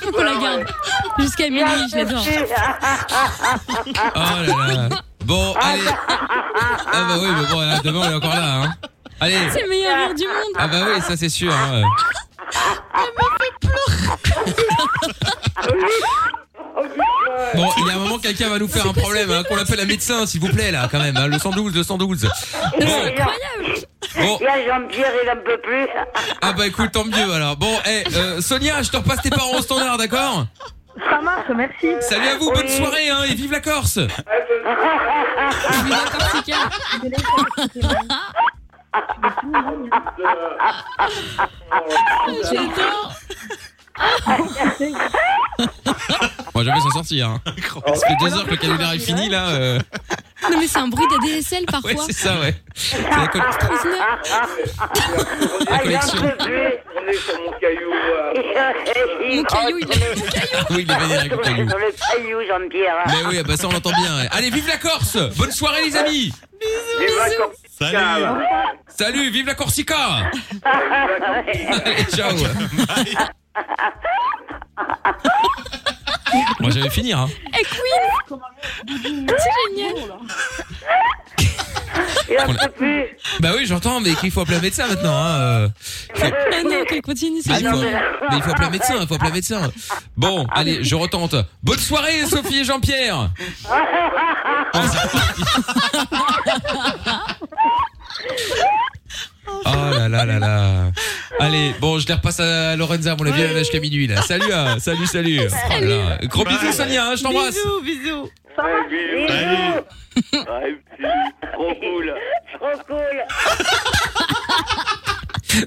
S15: Faut qu'on Ah, la garde. Jusqu'à minuit, je l'adore.
S2: Oh là là. Bon, allez. Ah bah oui, mais bon, là, demain on est encore là. Hein. Allez.
S15: C'est le meilleur rire du monde.
S2: Ah bah oui, ça c'est sûr. hein. Bon, il y a un moment quelqu'un va nous faire un problème, hein, qu'on l'appelle un médecin, s'il vous plaît, là, quand même. hein, le 112, le 112.
S14: C'est incroyable. Il y a Jean-Pierre, il en peut plus.
S2: Ah bah écoute, tant mieux alors. Bon, eh, euh, Sonia, je te repasse tes parents au standard, d'accord
S9: Ça marche, merci.
S2: Salut à vous, bonne
S9: Oui.
S2: soirée, hein, et vive la Corse
S14: J'adore.
S2: On va jamais s'en sortir. Hein. Ça fait deux heures que le canular est fini, là. euh.
S15: Non, mais c'est un bruit d'ADSL parfois.
S2: <laughs>
S15: Ah,
S2: Ouais, c'est ça, ouais. C'est la col- <laughs>
S13: Ah,
S14: La
S2: collection.
S13: On est sur mon caillou. euh.
S15: <laughs>
S14: Mon caillou, il est mon caillou.
S2: Ah Oui, il est vénère avec le caillou.
S14: Le caillou, Jean-Pierre.
S2: Mais oui, ah bah ça on l'entend bien. ouais. Allez, vive la Corse Bonne soirée, les amis Salut Salut, vive la Corsica Allez, ciao Moi, j'allais finir, hein.
S15: Eh, Queen C'est génial.
S2: Bah oui, j'entends, mais qu'il faut appeler un médecin maintenant. Hein. euh. Il faut-
S15: Ah
S13: <laughs>
S15: non, qu'elle continue, c'est
S2: Ah, il faut-
S15: génial.
S2: Mais il faut appeler un médecin, il faut appeler un médecin. Bon, allez, je retente. Bonne soirée, Sophie et Jean-Pierre. Oh là là là là. Allez, bon, je les repasse à Lorenza, mon avis, elle est là jusqu'à minuit là. Salut, hein, salut, salut. Oh là là. Gros bisous, Sonia, hein, je t'embrasse.
S15: Bisous, bisous.
S14: Ça marche. Bisous.
S13: Trop cool.
S14: Trop cool.
S2: <laughs>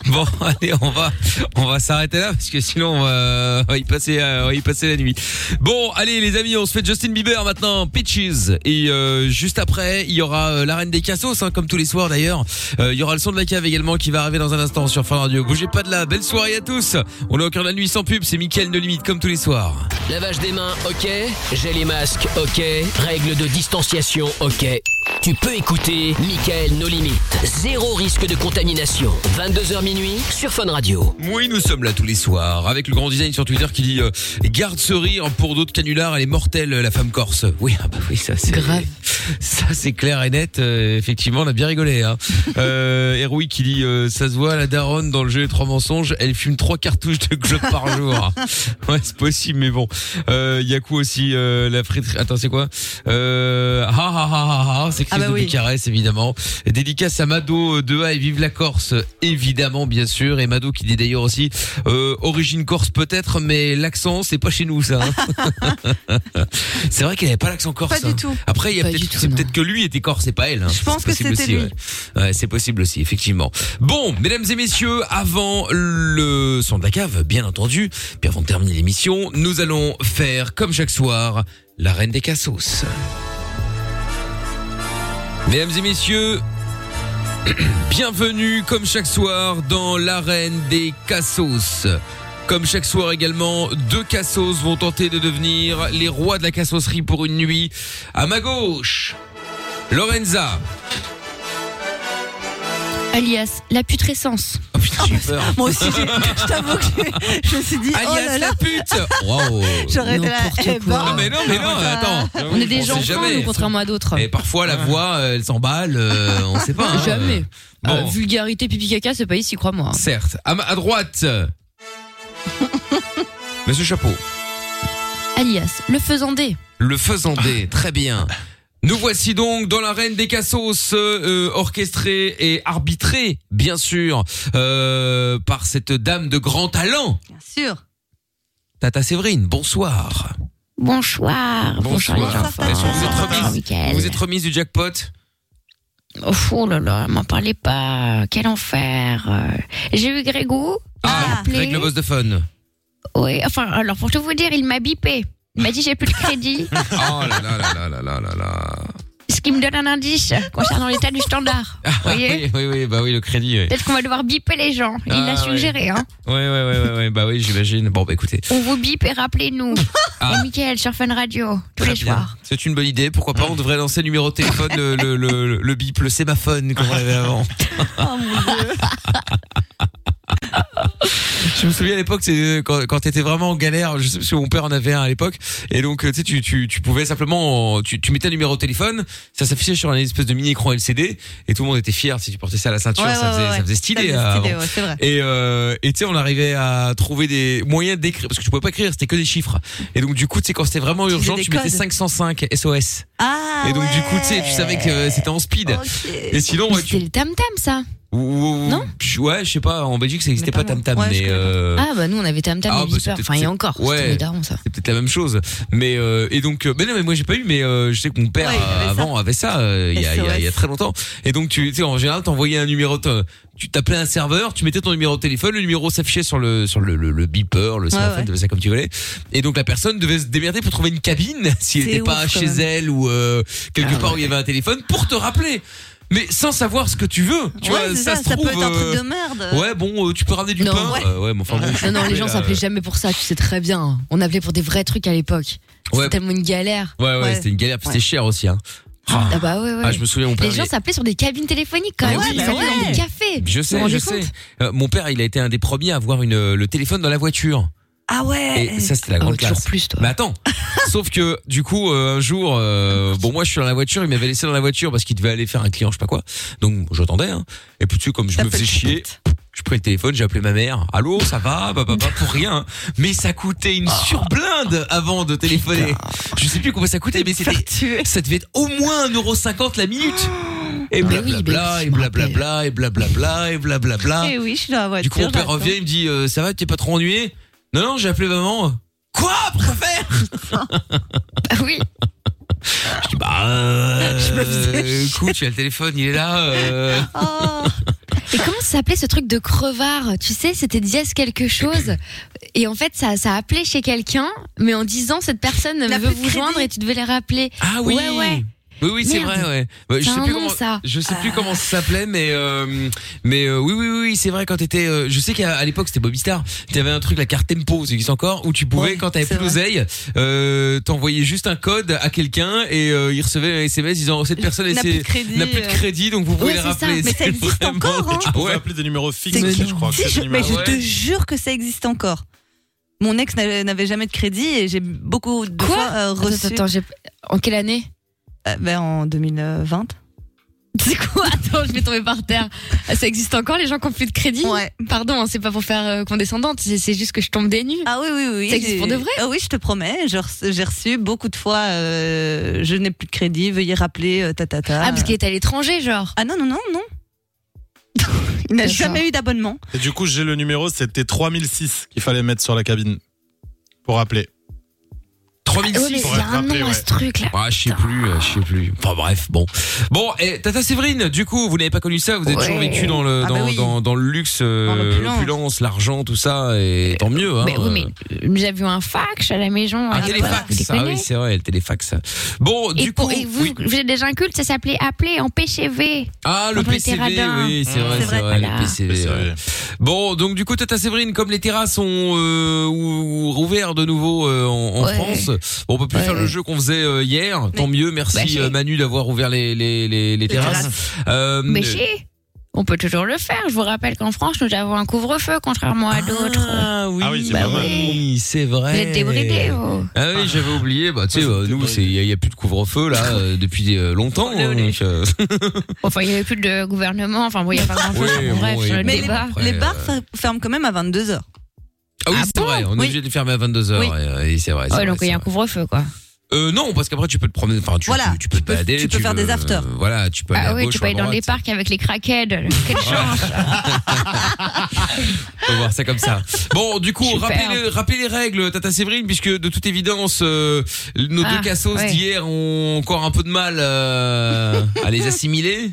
S2: Bon, allez, on va, on va s'arrêter là parce que sinon on va, on va y passer, euh, on va y passer la nuit. Bon, allez les amis, on se fait Justin Bieber maintenant, Peaches. Et euh, juste après, il y aura euh, la reine des cassos, hein, comme tous les soirs d'ailleurs. Euh, il y aura le son de la cave également qui va arriver dans un instant sur Fun Radio. Bougez pas de là. Belle soirée à tous. On est au cœur de la nuit sans pub. C'est Mickaël No Limite comme tous les soirs.
S1: Lavage des mains, ok. Gel et masque, ok. Règles de distanciation, ok. Tu peux écouter Michael No Limites. Zéro risque de contamination. 22h minuit sur Fun Radio. <laughs>
S2: Oui, nous sommes là tous les soirs avec le grand design sur Twitter qui dit euh, garde ce rire pour d'autres canulars, elle est mortelle la femme corse. Oui, ah bah oui, ça c'est grave. Ça c'est clair et net. euh, effectivement, on a bien rigolé. Hein. euh, Héroïque qui dit euh, ça se voit la daronne dans le jeu des trois mensonges, elle fume trois cartouches de clope par jour. <laughs> Ouais, c'est possible, mais bon. Euh, Yaku aussi euh, la friterie. Attends, c'est quoi euh, ah, ah, ah, ah, ah, c'est Chris
S3: Ah bah
S2: de
S3: oui.
S2: Bucarest, évidemment. Et Dédicace à Mado 2A et vive la Corse, évidemment, bien sûr. Et Mado qui dit d'ailleurs aussi, euh, origine corse peut-être, mais l'accent, c'est pas chez nous, ça. hein.
S3: <laughs>
S2: c'est vrai qu'elle avait pas l'accent corse.
S3: Pas du
S2: hein.
S3: tout.
S2: Après, il y a
S3: Pas
S2: peut-être, c'est peut-être que lui était corse et pas elle. hein.
S3: Je pense
S2: C'est
S3: que
S2: possible
S3: c'était
S2: aussi,
S3: lui.
S2: ouais. Ouais, c'est possible aussi, effectivement. Bon, mesdames et messieurs, avant le son de la cave, bien entendu, puis avant de terminer l'émission, nous allons faire, comme chaque soir, la reine des cassos. Mesdames et messieurs, <clears throat> bienvenue comme chaque soir dans l'arène des cassos. Comme chaque soir également, deux cassos vont tenter de devenir les rois de la cassosserie pour une nuit. À ma gauche, Lorenza.
S4: Alias, la putrescence.
S2: J'ai eu peur.
S3: Moi aussi, j'ai- je t'avoue que je me suis dit, oh
S2: Alias
S3: là
S2: la
S3: là.
S2: pute Waouh
S3: J'aurais été là, eh ben.
S2: Non, mais non, mais non, attends.
S4: On est des gens fins,
S2: sait jamais. hein.
S4: nous, contrairement à d'autres.
S2: Et parfois, la voix, euh, elle s'emballe, euh, on sait pas. hein.
S4: Jamais.
S2: Bon,
S4: Euh, vulgarité, pipi caca, c'est pas ici, crois-moi. hein.
S2: certes. À, ma- à
S3: <laughs>
S2: droite, Monsieur Chapeau,
S4: Alias, le faisandé.
S2: le faisandé, très bien. Nous voici donc dans l'arène des cassos, euh, euh, orchestrée et arbitrée, bien sûr, euh, par cette dame de grand talent,
S3: Bien sûr.
S2: Tata Séverine. Bonsoir.
S12: Bonsoir. Bonsoir, les enfants.
S2: Est-ce que vous êtes remise-
S12: Mickaël.
S2: vous êtes remise du jackpot
S12: Oh, fou, là là, m'en parlez pas. Quel enfer. Euh, J'ai eu Grégo. Ah,
S2: Avec le boss de
S12: <laughs>
S2: fun. Oh
S12: Oui, enfin, alors pour tout vous dire, il m'a bipé. Il m'a dit j'ai plus de crédit.
S2: <laughs> Oh là là là là là là là là.
S12: ce qui me donne un indice concernant l'état du standard. Vous voyez
S2: Ah, oui, oui, oui, bah oui, le crédit. Oui,
S12: Peut-être qu'on va devoir biper les gens. Il
S2: Ah,
S12: l'a
S2: ouais.
S12: suggéré. Hein.
S2: oui, oui, oui, oui, oui, bah oui, j'imagine. Bon, bah écoutez.
S12: On vous bip et rappelez-nous.
S2: Ah.
S12: Et Mickaël sur Fun Radio.
S2: Très bien. C'est une bonne idée. Pourquoi pas On devrait lancer le numéro de téléphone, le, le, le, le bip, le sémaphone, comme on l'avait
S12: <laughs>
S2: avant.
S14: Ah,
S2: Je me souviens à l'époque, c'est euh, quand, quand t'étais vraiment en galère. Je sais parce que mon père en avait un à l'époque, et donc euh, tu sais, tu, tu, tu pouvais simplement, euh, tu, tu mettais un numéro de téléphone, ça s'affichait sur un espèce de mini écran LCD, et tout le monde était fier si tu portais ça à la ceinture,
S3: Ouais,
S2: ça,
S3: ouais,
S2: faisait,
S3: ouais,
S2: ça faisait
S3: ouais.
S2: stylé.
S3: Ça faisait stylé,
S2: avant.
S3: ouais, c'est vrai.
S2: Et euh, et tu sais, on arrivait à trouver des moyens d'écrire parce que tu pouvais pas écrire, c'était que des chiffres. Et donc du coup, tu sais, quand c'était vraiment urgent,
S3: faisais des
S2: tu mettais
S3: codes.
S2: 505 SOS.
S3: Ah,
S2: et donc du coup, tu sais, tu savais que euh, c'était en speed. Et sinon, ouais, tu
S12: C'était le tam-tam, ça.
S2: non Ouais, je sais pas, en Belgique ça n'existait pas Tam Tam, mais euh,
S4: Ah, bah nous, on avait tam tam
S2: Ah,
S4: et
S2: bah,
S4: Beeper.
S2: c'est
S4: Enfin, il y a encore.
S2: peut-être-
S4: C'était
S2: ouais.
S4: mes darons, ça.
S2: c'est peut-être la même chose. Mais euh, et donc, euh, mais non, mais moi j'ai pas eu, mais euh, je sais que mon père euh, avant avait ça euh, il y, a, il y a- il y a très longtemps. Et donc tu tu sais, en général, t'envoyais un numéro, de- tu t'appelais un serveur, tu mettais ton numéro de téléphone, le numéro s'affichait sur le sur le le, le beeper, le smartphone,
S16: ouais.
S2: tu fais ça comme tu voulais. Et donc la personne devait se démerder pour trouver une cabine <laughs> si elle
S16: C'est
S2: n'était pas
S16: ouf, quand
S2: chez
S16: même.
S2: elle ou euh, quelque
S16: Ah
S2: part où
S16: ouais.
S2: il y avait un téléphone pour te rappeler. Mais sans savoir ce que tu veux, tu
S3: Ouais,
S2: vois,
S3: c'est
S2: ça,
S3: ça,
S2: se
S3: ça peut
S2: trouve.
S3: être un truc
S2: euh,
S3: de merde.
S2: Ouais, bon, euh, tu peux ramener du pain.
S4: ouais.
S2: Euh, ouais, mais enfin, bon, je suis
S4: Non, non, les
S2: coupé,
S4: gens
S2: là,
S4: s'appelaient
S2: euh.
S4: jamais pour ça, tu sais très bien. On appelait pour des vrais trucs à l'époque.
S2: Ouais.
S4: C'était tellement une galère.
S2: Ouais, ouais, c'était une galère, puis c'était cher aussi. Hein. Ah,
S4: Ah bah ouais, ouais.
S2: Ah, je me souviens, mon père.
S4: Les gens
S2: il-
S4: s'appelaient sur des cabines téléphoniques quand
S2: Mais
S4: même.
S2: oui,
S4: Ils
S2: bah
S4: s'appelaient
S2: ouais.
S4: dans des cafés.
S2: Je
S4: Vous vous
S2: sais,
S4: rendez
S2: je
S4: compte
S2: sais. Euh, mon père, il a été un des premiers à avoir une, euh, le téléphone dans la voiture.
S3: Ah ouais. Oh,
S2: Et ça, c'était la grande classe. Mais
S3: <laughs>
S2: attends, sauf que du coup, euh, un jour, euh, bon, moi, je suis dans la voiture, il m'avait laissé dans la voiture parce qu'il devait aller faire un client, je sais pas quoi. Donc, j'attendais. Hein. Et puis, tu sais, comme je me faisais chier, je pris le téléphone, j'ai appelé ma mère. Allô, ça va, papa, papa, pour rien. hein. Mais ça coûtait une
S3: Ah.
S2: surblinde avant de téléphoner. Je sais plus combien ça coûtait, mais c'était, ça devait être au moins 1,50€ la
S3: Oh.
S2: minute.
S3: Ah
S2: Et blablabla, et blablabla, et blablabla, et blablabla.
S3: Et Eh oui, je suis dans la voiture.
S2: Du coup, mon père
S3: j'attends.
S2: revient, il me dit euh, Ça va, t'es pas trop ennuyé Non, non, j'ai appelé maman. Quoi, préfère
S4: <laughs> Ah
S12: oui.
S2: Je dis Bah, euh,
S12: Je me faisais
S2: euh, écoute, tu as le téléphone, il est là. euh.
S4: Oh.
S3: Oh.
S4: Et comment ça s'appelait ce truc de crevard Tu sais, c'était dièse quelque chose. Et en fait, ça, ça appelait chez quelqu'un, mais en disant cette personne veut vous joindre et tu devais les rappeler.
S2: Ah oui
S4: Ouais, ouais.
S2: Oui, oui, c'est
S4: Merde.
S2: vrai, ouais. Bah, je
S4: Ça a
S2: sais
S4: un
S2: plus
S4: nom,
S2: comment <laughs>
S4: ça. Ah.
S2: Je sais plus comment ça s'appelait, mais euh, mais euh, oui, oui, oui, oui, c'est vrai quand t'étais. euh, je sais qu'à à l'époque c'était Bobby Star. T'avais un truc la carte Tempo, ça existe encore, où tu pouvais quand t'avais plus d'oseille, euh, t'envoyais juste un code à quelqu'un et euh, il recevait un SMS disant oh, cette personne
S7: n'a
S2: c'est-
S7: plus de crédit,
S2: n'a plus de
S7: euh.
S2: crédit, donc vous pouvez
S7: Ouais,
S2: les
S7: c'est ça.
S2: rappeler.
S7: Mais ça
S2: C'est
S7: existe
S2: vraiment-
S3: encore, hein.
S7: Tu pouvais
S2: Ah Ouais.
S7: appeler des numéros fixes,
S3: C'est
S7: aussi,
S3: existe.
S7: je crois. que
S3: Si,
S7: c'est
S3: je-
S7: des
S3: mais
S7: numéros-
S3: je te
S7: Ouais.
S3: jure que ça existe encore. Mon ex n'avait n'avait jamais de crédit et j'ai beaucoup de fois euh,
S4: Attends,
S3: reçu.
S4: attends, j'ai- en quelle année
S3: Euh, ben, en 2020.
S4: C'est quoi Attends, je vais tomber par terre. Ça existe encore les gens qui ont plus de crédit Ouais. Pardon, hein, c'est pas pour faire euh, condescendante, c'est c'est juste que je tombe des nues.
S3: Ah oui, oui, oui.
S4: Ça existe
S3: j'ai-
S4: pour de vrai
S3: Ah oui, je te promets. je re- J'ai reçu beaucoup de fois. euh, je n'ai plus de crédit. Veuillez rappeler. euh, ta, ta, ta.
S4: Ah, parce qu'il est à l'étranger, genre.
S3: Ah non, non, non, <laughs> non. Il n'a jamais eu d'abonnement.
S7: Et du coup, j'ai le numéro, c'était 3006 qu'il fallait mettre sur la cabine pour appeler.
S2: 3006
S7: Ouais, mais Pour il y a être un rappelé, nom à Ah ouais. ce
S4: truc-là.
S2: Ah, je sais plus, euh, je sais plus. Enfin bref, bon. Bon, et Tata Séverine, du coup, vous n'avez pas connu ça, vous êtes
S4: Ouais.
S2: toujours vécu dans le
S4: Ah
S2: dans,
S4: bah oui.
S2: dans, dans le luxe, euh,
S4: l'opulence.
S2: l'opulence, l'argent, tout ça, et tant mieux. Hein,
S7: Bah
S12: Ben
S4: mais oui, mais
S12: euh,
S4: nous avions un fax à la maison. à
S12: hein.
S2: Un
S4: l'époque,
S2: téléfax.
S4: vous
S2: Ah
S4: déconnez
S2: oui, c'est vrai, le téléfax. Bon,
S12: Et,
S2: du
S12: pour-
S2: coup.
S12: et vous, vous êtes des gens cultes, ça s'appelait appeler en PCV.
S2: Ah, le
S12: Quand on était
S2: PCV,
S12: radin.
S2: oui, c'est vrai, c'est vrai, le PCV. ouais. Bon, donc du coup, Tata Séverine, comme les terrasses sont euh, ou- ou rouvertes de nouveau euh, en, en
S16: Ouais.
S2: France, bon, on peut plus faire le jeu qu'on faisait euh, hier. Tant mieux, merci
S16: Bah, si.
S2: euh, Manu d'avoir ouvert les, les, les, les terrasses.
S16: terrasses.
S2: Euh,
S12: Mais chez On peut toujours le faire. Je vous rappelle qu'en France, nous avons un couvre-feu, contrairement à d'autres.
S2: Ah oui,
S12: oui,
S2: c'est
S12: bah
S2: pas mal. c'est vrai.
S12: Vous êtes débridés,
S2: <laughs>
S12: vous.
S2: Ah oui, j'avais oublié. Bah, tu sais, euh, nous, il n'y a, plus de couvre-feu, là, euh, depuis euh, longtemps. hein, donc, euh, <laughs>
S12: Enfin, il n'y avait plus de gouvernement. Enfin, bon, il n'y a pas grand-chose.
S2: Oui,
S12: Bon, bref,
S2: bon,
S12: sur le
S2: oui, bon,
S12: débat.
S2: après, euh,
S3: Les bars fer- ferment quand même à 22h.
S2: Ah oui, c'est vrai. On est obligé de les fermer à 22h.
S3: Oui.
S2: c'est vrai. c'est
S12: Ouais,
S2: vrai,
S12: Ah, donc
S2: c'est
S12: il y a un couvre-feu, quoi.
S2: Euh, non, parce qu'après tu peux te promener, enfin tu,
S12: Voilà.
S2: tu, tu peux te balader,
S12: tu peux faire
S2: veux- euh,
S12: des afters.
S2: voilà, tu peux aller
S12: Ah
S2: à
S12: oui,
S2: gauche
S12: tu
S2: ou
S12: peux
S2: à
S12: aller dans
S2: droite.
S12: les parcs avec
S2: <laughs>
S12: les crackheads. Quelle chance.
S2: On va voir ça comme ça. Bon, du coup,
S12: Superbe.
S2: rappelez, le- rappelez les règles, Tata Séverine, puisque de toute évidence, euh, nos
S12: Ah,
S2: deux cassos
S12: ouais.
S2: d'hier ont encore un peu de mal euh, à les assimiler.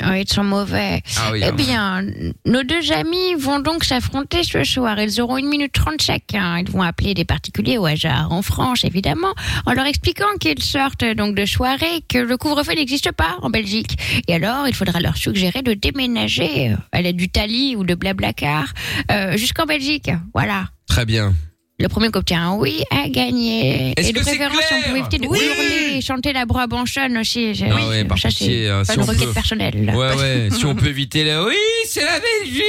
S12: Oui, ils sont mauvais.
S2: Ah oui,
S12: eh
S2: hein.
S12: bien, nos deux amis vont donc s'affronter ce soir. Ils auront une minute trente chacun. Ils vont appeler des particuliers au hasard en France, évidemment, en leur expliquant qu'ils sortent euh, donc de soirée, que le couvre-feu n'existe pas en Belgique. Et alors, il faudra leur suggérer de déménager euh, à l'aide du Tali ou de Blablacar euh, jusqu'en Belgique. Voilà.
S2: Très bien.
S12: Le premier qui obtient un oui a gagné.
S2: Est-ce
S12: Et de
S2: que c'est
S12: préférence,
S2: clair
S12: on peut éviter de
S2: Oui.
S12: hurler et chanter la brabançonne aussi.
S2: Ah ouais, par
S12: ça,
S2: pitié,
S12: c'est
S2: hein,
S12: pas
S2: si
S12: une
S2: on
S12: requête
S2: peut.
S12: personnelle.
S2: Ouais, ouais, si on peut éviter la... Oui, c'est la Belgique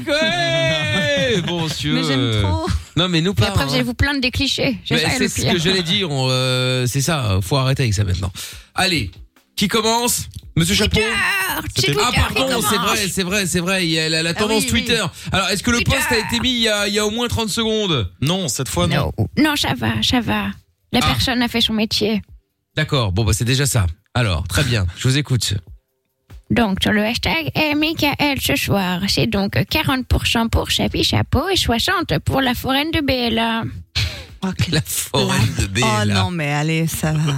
S12: <laughs>
S2: ouais Bon, si
S12: Mais
S2: eux,
S12: j'aime
S2: euh,
S12: trop.
S2: Non, mais nous
S12: Et
S2: pas.
S12: après,
S2: hein.
S12: vous allez vous plaindre des clichés. C'est
S2: Mais
S12: ça
S2: C'est
S12: le
S2: ce
S12: pire.
S2: que j'allais dire, on, euh, c'est ça, faut arrêter avec ça maintenant. Allez, qui commence Monsieur Chapeau
S12: c'est
S2: Ah
S12: Twitter qui
S2: pardon,
S12: commence.
S2: c'est vrai, c'est vrai, c'est vrai, il y a la, la
S12: Ah
S2: tendance
S12: oui, oui.
S2: Twitter. Alors, est-ce que le post a été mis il y a, il y a au moins 30 secondes Non, cette fois non.
S12: Non, ça va, ça va. La
S2: Ah.
S12: personne a fait son métier.
S2: D'accord, bon bah c'est déjà ça. Alors, très bien, je vous écoute.
S12: Donc, sur le hashtag eh, Michael ce soir, c'est donc 40% pour Chapi Chapeau et 60% pour la foraine de BLA.
S2: La forêt de
S3: Oh
S2: BLA.
S3: non, mais allez, ça va.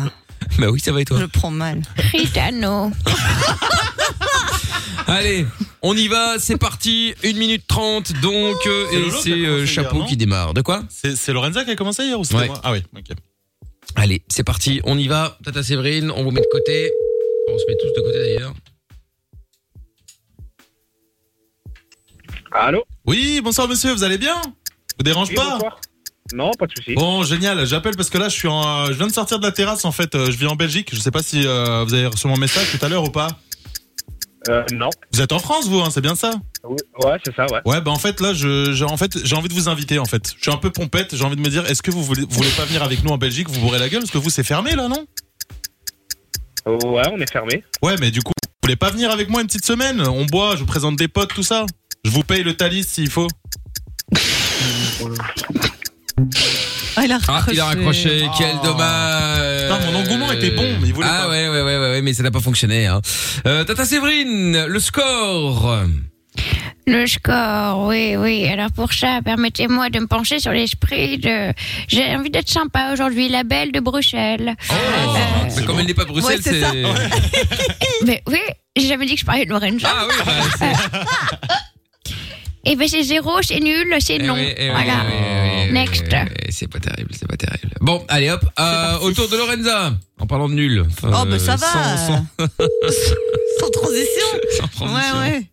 S2: Bah oui, ça va et toi
S3: Je prends mal.
S12: Ritano.
S2: Allez, on y va, c'est parti, 1 minute 30 donc euh,
S7: C'est
S2: et
S7: Lolo qui a
S2: c'est euh,
S7: commencé
S2: Chapeau
S7: hier, non
S2: qui démarre. De quoi
S7: C'est c'est Lorenza qui a commencé hier ou c'était
S2: Ouais.
S7: moi Ah oui, ok.
S2: Allez, c'est parti, on y va. Tata Séverine, on vous met de côté. On se met tous de côté d'ailleurs.
S7: Allô Oui, bonsoir monsieur, vous allez bien Vous dérange pas Non, pas de souci. Bon, génial. J'appelle parce que là, je suis en, euh, je viens de sortir de la terrasse. En fait, Euh, je vis en Belgique. Je sais pas si euh, vous avez reçu mon message tout à l'heure ou pas. Euh, non. Vous êtes en France, vous, hein, c'est bien ça Ouais, c'est ça, ouais. Ouais, bah en fait, là, je, j'ai- en fait, j'ai envie de vous inviter, en fait. Je suis un peu pompette. J'ai envie de me dire, est-ce que vous voulez, vous voulez pas venir avec nous en Belgique Vous bourrez la gueule parce que vous, c'est fermé, là, non Ouais, on est fermé. Ouais, mais du coup, vous voulez pas venir avec moi une petite semaine On boit, je vous présente des potes, tout ça. Je vous paye le talis s'il faut.
S3: Ah, il a
S2: Ah, il a raccroché, quel dommage
S7: Oh. Putain, mon engouement était bon, mais il voulait
S2: ah,
S7: pas.
S2: ouais, ouais, ouais, ouais, ouais, mais ça n'a pas fonctionné. Hein. Euh, Tata Séverine, le score
S3: Oh,
S12: Le score, oui, oui. Alors pour ça, permettez-moi de me pencher sur l'esprit de... J'ai envie d'être sympa aujourd'hui, la belle de Bruxelles.
S2: Oh, Mais Comme elle n'est pas à Bruxelles,
S12: Ouais, c'est
S2: c'est...
S12: ça. Mais oui, j'ai jamais dit que je parlais de Lorenzo. Ah
S2: oui, bah, <laughs>
S12: Et ben c'est zéro, c'est nul, c'est non.
S2: oui, eh oui,
S12: voilà.
S2: eh oui, eh oui, eh
S12: Next.
S2: Eh, C'est pas terrible, c'est pas terrible. Bon, allez hop, euh, autour de Lorenza, en parlant de nul. Enfin,
S3: Oh, bah, ça
S2: euh,
S3: va.
S2: Sans, sans-
S3: <laughs> Sans transition.
S2: <laughs> sans transition.
S3: Ouais, ouais.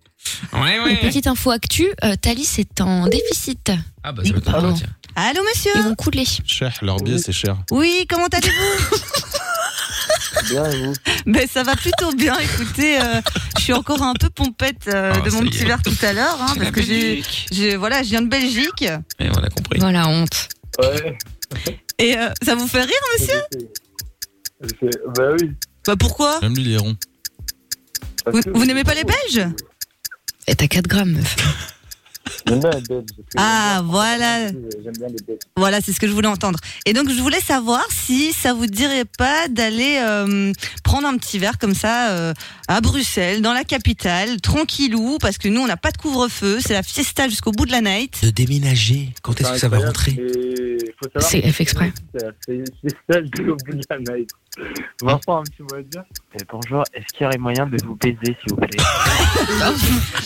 S2: Ouais, Eh ouais.
S15: Une petite info actu, euh, Thalys est en déficit.
S2: Ah bah, ça va être
S15: Pardon.
S2: drôle, tiens.
S3: Allô, monsieur
S15: Ils vont couler.
S7: Cher, leur billet, c'est cher.
S3: Oui, comment allez-vous <laughs>
S11: Bien, et vous
S3: Ben ça va plutôt bien. Écoutez, euh, je suis encore un peu pompette euh,
S2: Ah,
S3: de
S2: ça
S3: mon
S2: y est.
S3: petit verre tout à l'heure, hein,
S2: C'est
S3: parce
S2: la
S3: que j'ai,
S2: Belgique.
S3: j'ai- voilà, je viens de Belgique.
S2: Eh, on a compris.
S15: Voilà, honte.
S11: Ouais.
S3: Et euh, ça vous fait rire, monsieur
S11: Bah oui.
S3: Bah pourquoi
S7: Même lui, il est rond.
S3: Vous, vous n'aimez pas les Belges
S15: Et t'as 4 grammes, meuf.
S11: J'aime bien les bêtes.
S3: Ah voilà,
S11: J'aime bien les bêtes.
S3: voilà, c'est ce que je voulais entendre. Et donc je voulais savoir si ça vous dirait pas d'aller euh, prendre un petit verre comme ça euh, à Bruxelles, dans la capitale, tranquillou, parce que nous on n'a pas de couvre-feu, c'est la fiesta jusqu'au bout de
S2: <laughs>
S3: la night.
S2: De déménager, quand est-ce que ça va
S11: Bah,
S2: rentrer
S15: C'est- elle fait exprès.
S11: C'est ça, je dis au bout de la night.
S2: Hein?
S11: Vincent, un petit mot à dire Eh, Bonjour, est-ce qu'il y aurait moyen de vous baiser, s'il vous plaît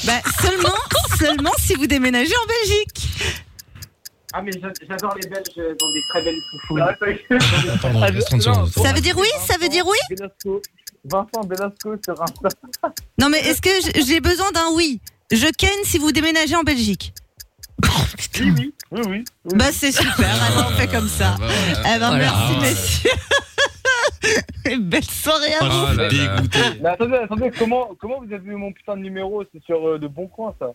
S3: bah seulement, seulement si vous déménagez en Belgique.
S16: Ah, mais j'a- j'adore les Belges,
S17: euh,
S16: ils ont des très belles foufounes.
S13: Ah,
S3: <laughs>
S2: Pardon, il reste 30 secondes.
S3: Ça veut dire oui Ça veut dire oui
S16: Vincent Belasco sur <laughs> Insta.
S3: Non, mais est-ce que j- j'ai besoin d'un oui Je ken si vous déménagez en Belgique.
S16: Oui, oui, oui, oui.
S14: Ah,
S3: Bah, c'est super, alors on fait comme ça.
S2: Ah, voilà.
S3: Eh ben,
S2: Voilà.
S3: merci, messieurs. Belle soirée à
S2: Ah,
S3: vous.
S2: là, là.
S17: Mais attendez, attendez, comment, comment vous avez vu mon putain de numéro C'est sur euh, de bons coins, ça.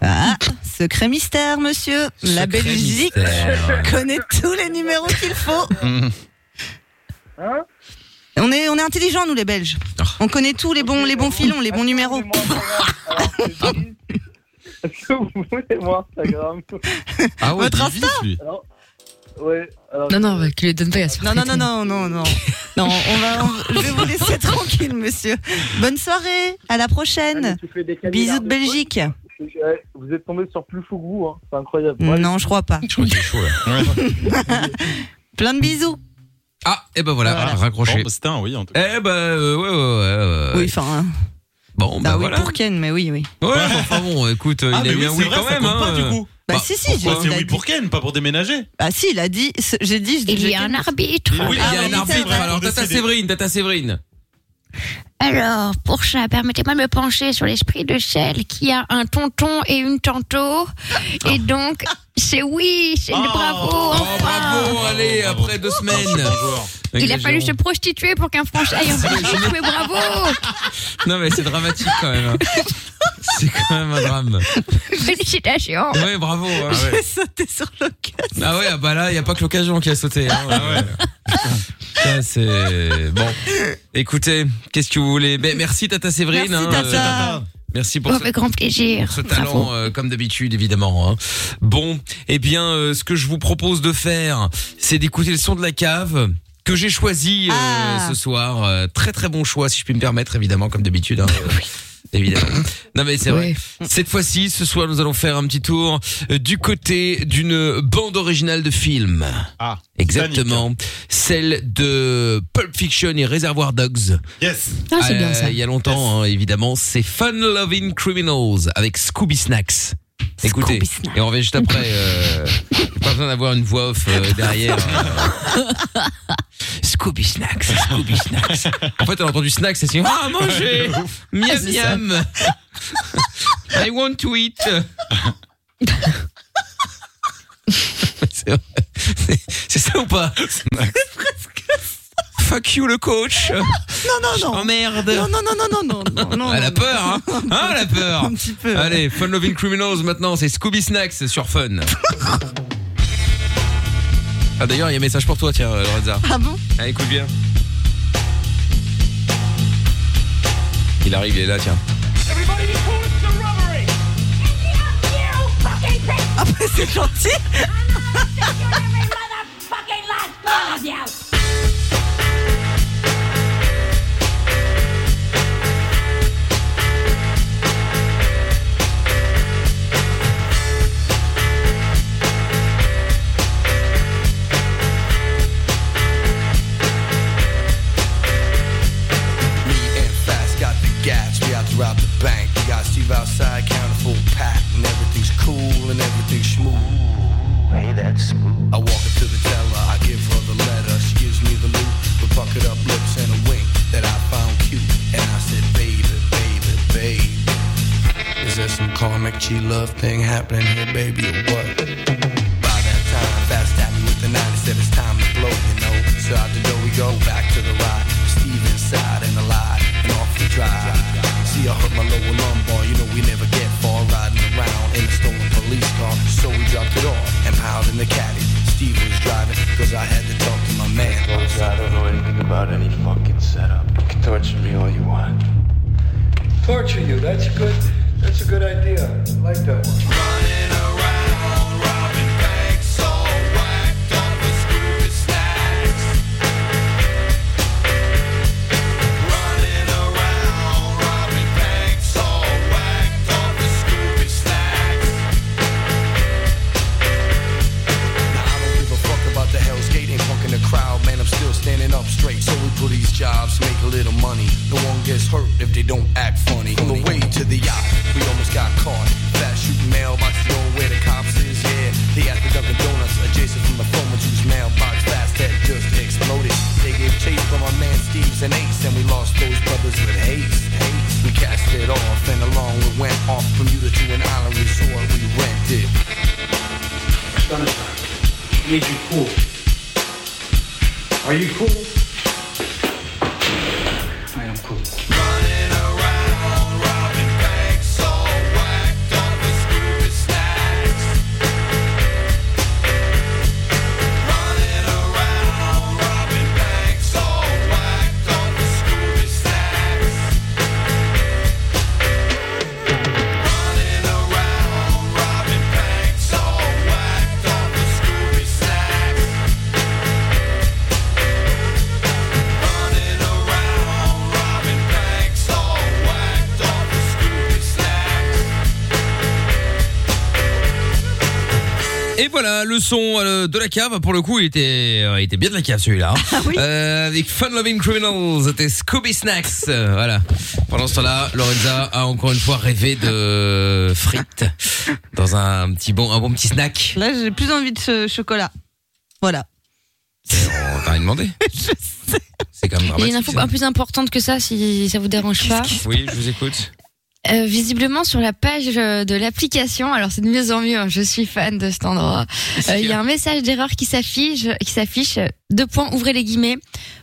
S3: Ah, secret mystère, monsieur. La Belgique
S17: mystère.
S3: connaît tous les numéros qu'il faut.
S17: Hein
S3: on est, on est intelligents, nous, les Belges. On connaît tous les bons, les bons filons, les bons numéros.
S17: Est-ce que vous voulez voir Instagram
S2: Ah
S3: ouais, Votre Insta
S17: Alors, ouais, alors-
S4: Non, non, tu les donnes pas à
S3: Oh, Non, non, non, non,
S4: <laughs>
S3: non, non. Non, on va, on- je vais vous laisser tranquille, monsieur. Bonne soirée, à la prochaine. Bisous de Belgique.
S17: Ouais, Vous êtes tombé sur plus fougrou, hein. c'est incroyable.
S3: Non, je crois pas.
S2: chaud, là.
S3: <laughs>
S11: <laughs>
S3: Plein de bisous.
S2: Ah, et ben voilà, raccroché.
S7: c'était un oui, en tout
S2: cas. Eh ben, euh, ouais, ouais, ouais, ouais.
S3: Oui, enfin.
S2: Bon, bah
S3: ah oui,
S2: voilà.
S3: pour Ken, mais oui, oui.
S2: Ouais, mais enfin bon, écoute,
S7: Ah,
S2: il a
S7: mais
S2: eu
S7: oui,
S2: un
S7: c'est
S2: oui
S7: vrai,
S2: quand
S7: ça
S2: même.
S7: compte
S2: hein.
S7: pas, du coup.
S3: Bah, si, si,
S7: Pourquoi
S3: je-
S7: c'est
S3: il a
S7: oui
S3: dit.
S7: pour Ken, pas pour déménager
S3: Ah si, il a dit, ce- j'ai dit.
S12: Il
S3: j'ai
S12: y a
S3: dit-
S12: un arbitre.
S2: Oui, il y a
S3: Ah,
S2: un
S3: oui, c'est
S2: arbitre.
S3: vrai.
S2: Alors, Tata Séverine, Tata Séverine.
S12: Alors, pour ça, permettez-moi de me pencher sur l'esprit de celle qui a un tonton et une tanto. Et donc, c'est oui, c'est
S2: Oh.
S12: le
S3: Oh,
S12: bravo. enfin.
S2: Bon, allez, après deux semaines.
S12: Il a fallu se
S2: Exagérons.
S12: prostituer pour qu'un Français aille en Belgique, mais bravo
S2: Non, mais c'est dramatique quand même. hein. C'est quand même un
S3: <laughs>
S2: drame.
S12: <laughs> Félicitations
S2: <laughs> Ouais, bravo. hein, ouais.
S12: J'ai
S3: sauté sur l'occasion.
S2: Ah ouais, ah bah là, il n'y a pas que l'occasion qui a sauté. hein. <laughs> Ça, c'est bon. Écoutez, qu'est-ce que vous voulez Mais merci Tata Séverine.
S12: Merci,
S2: hein,
S12: Tata.
S2: Merci pour
S12: Bon,
S2: ce-
S12: avec grand plaisir.
S2: pour ce talent, euh, comme d'habitude, évidemment. hein. Bon, eh bien, euh, ce que je vous propose de faire, c'est d'écouter le son de la cave que j'ai choisi euh,
S12: Ah.
S2: ce soir. Euh, très très bon choix, si je puis me permettre, évidemment, comme d'habitude. hein.
S12: Eh
S2: Évidemment. Non mais c'est vrai. Cette fois-ci, ce soir, nous allons faire un petit tour euh, du côté d'une bande originale de film.
S7: Ah,
S2: exactement. Celle de Pulp Fiction et Reservoir Dogs.
S14: <laughs>
S7: Yes.
S2: Euh, Il y a longtemps, hein, évidemment, c'est Fun Loving Criminals avec Scooby Snacks. Écoutez, et on revient juste après. Euh, pas besoin d'avoir une voix off euh, derrière. euh. Scooby Snacks, Scooby Snacks. En fait, on a entendu Snacks, c'est
S14: <laughs>
S2: ah manger,
S14: Ah,
S2: miam miam. I want to eat. C'est vrai. C'est- c'est ça ou pas Fuck you le coach.
S3: Non, non, non.
S2: Oh merde.
S3: Non, non, non, non, non, non. non,
S2: elle a
S3: non,
S2: peur, hein Hein, Elle a peur
S3: Un petit peu.
S2: Allez, Fun Loving Criminals maintenant, c'est Scooby Snacks sur Fun. ah d'ailleurs, il y a un message pour toi, tiens, euh, Lorenza.
S3: Ah bon
S2: Ah, écoute bien. Il arrive, il est là, tiens.
S3: Ah bah c'est gentil
S18: Me and Fast got the gas, we out to rob the bank. We got Steve outside, count a full pack, and everything's cool and everything's smooth. Hey, that's smooth. I walk up to the teller, I give her the letter, she gives me the loot, with bucket up lips and a wink that I found cute. And I said, baby, baby, baby. Is there some karmic G love thing happening here, baby, or what? By that time, fast at me with the nine, he said it's time to blow, you know. So out the door we go, back to the ride. Steve inside and alive, and off the drive. See, I hurt my lower lumbar, you know we never get far riding around in a stolen police car. So we dropped it off and piled in the caddy. Steve was driving, cause I had to talk to my man.
S19: I don't know anything about any fucking setup. You can torture me all you want.
S18: Torture you, that's a good, that's a good idea. I like that one. Now, I don't give a fuck about the Hell's Gate, ain't fucking the crowd, man. I'm still standing up straight. So we pull these jobs, make a little money. No one gets hurt if they don't act funny. On the way to the yacht, we almost got caught. Fast shooting mailbox, going where the cops is, yeah. They at the Dunkin' Donuts, adjacent from the former juice mailbox. Fast that just exploded. They gave chase from our man Steve's and Ace, and we lost those brothers with haste. haste. We cast it off, and along we went off from Utah to an island resort. We rented.
S16: Need you cool. Are you cool?
S2: Et voilà, le son euh, de la cave, pour le coup, il était, euh, il était bien de la cave celui-là.
S4: <laughs>
S2: hein.
S4: Ah
S2: Euh, avec Fun Loving Criminals, c'était Scooby Snacks. euh, voilà. Pendant ce temps-là, Lorenza a encore une fois rêvé de frites dans un petit bon, un bon petit snack.
S3: Là, j'ai plus envie de ce chocolat. Voilà.
S2: On t'a rien demandé. C'est quand même
S4: Il y a une
S2: dramatique. hein.
S4: info plus importante que ça, si ça vous dérange pas.
S2: ça. Oui, je
S4: <laughs>
S2: vous écoute.
S4: Euh, visiblement sur la page euh, de l'application, alors c'est de mieux en mieux, hein, je suis fan de cet endroit. Euh, Il y a un message d'erreur qui s'affiche, qui s'affiche. euh, Deux points, ouvrez les guillemets.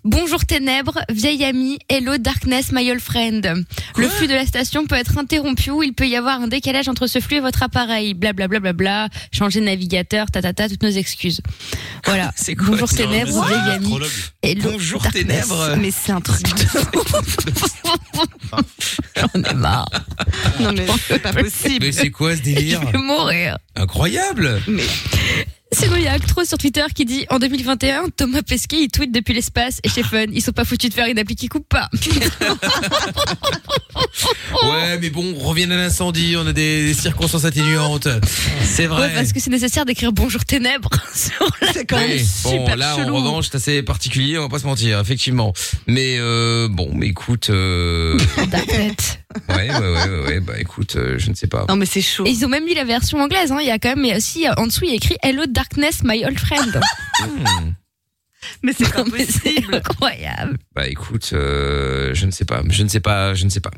S4: Bonjour ténèbres, vieille amie, hello darkness, my old friend. le flux de la station peut être interrompu ou il peut y avoir un décalage entre ce flux et votre appareil. Blablabla, bla, bla, bla, changer de navigateur, ta, ta, ta, toutes nos excuses. Voilà.
S2: C'est
S3: quoi,
S4: Bonjour
S3: c'est un
S4: ténèbres,
S3: message
S4: vieille amie.
S3: d'astrologue
S4: hello
S2: Bonjour
S4: darkness.
S2: ténèbres.
S3: Mais c'est un truc de
S2: <laughs>
S4: <laughs> J'en ai marre.
S2: Ah.
S3: Non, mais c'est pas possible.
S2: Mais c'est quoi ce délire
S4: Je vais mourir.
S2: Incroyable.
S4: Sinon, il y a Actro sur Twitter qui dit en 2021, Thomas Pesquet il tweet depuis l'espace et chez Fun, ils sont pas foutus de faire une appli qui coupe pas. oh.
S2: Ouais, mais bon, on revient à l'incendie, on a des, des circonstances atténuantes. C'est vrai.
S4: Ouais, parce que c'est nécessaire d'écrire bonjour ténèbres <laughs> sur la
S2: Oui, bon, là, en revanche, c'est assez particulier, on va pas se mentir, effectivement. Mais euh, bon, mais écoute,
S3: <laughs>
S2: euh, ouais, ouais, ouais, ouais, ouais, bah écoute, euh, je ne sais pas.
S3: Non, mais c'est chaud.
S4: Et ils ont même mis la version anglaise, hein. Il y a quand même, mais aussi, en dessous, il y a écrit Hello Darkness, my old friend.
S2: Hmm.
S3: <laughs> mais c'est
S4: pas possible. incroyable.
S2: Bah écoute, euh, je ne sais pas, je ne sais pas, je ne
S3: <laughs>
S2: sais pas.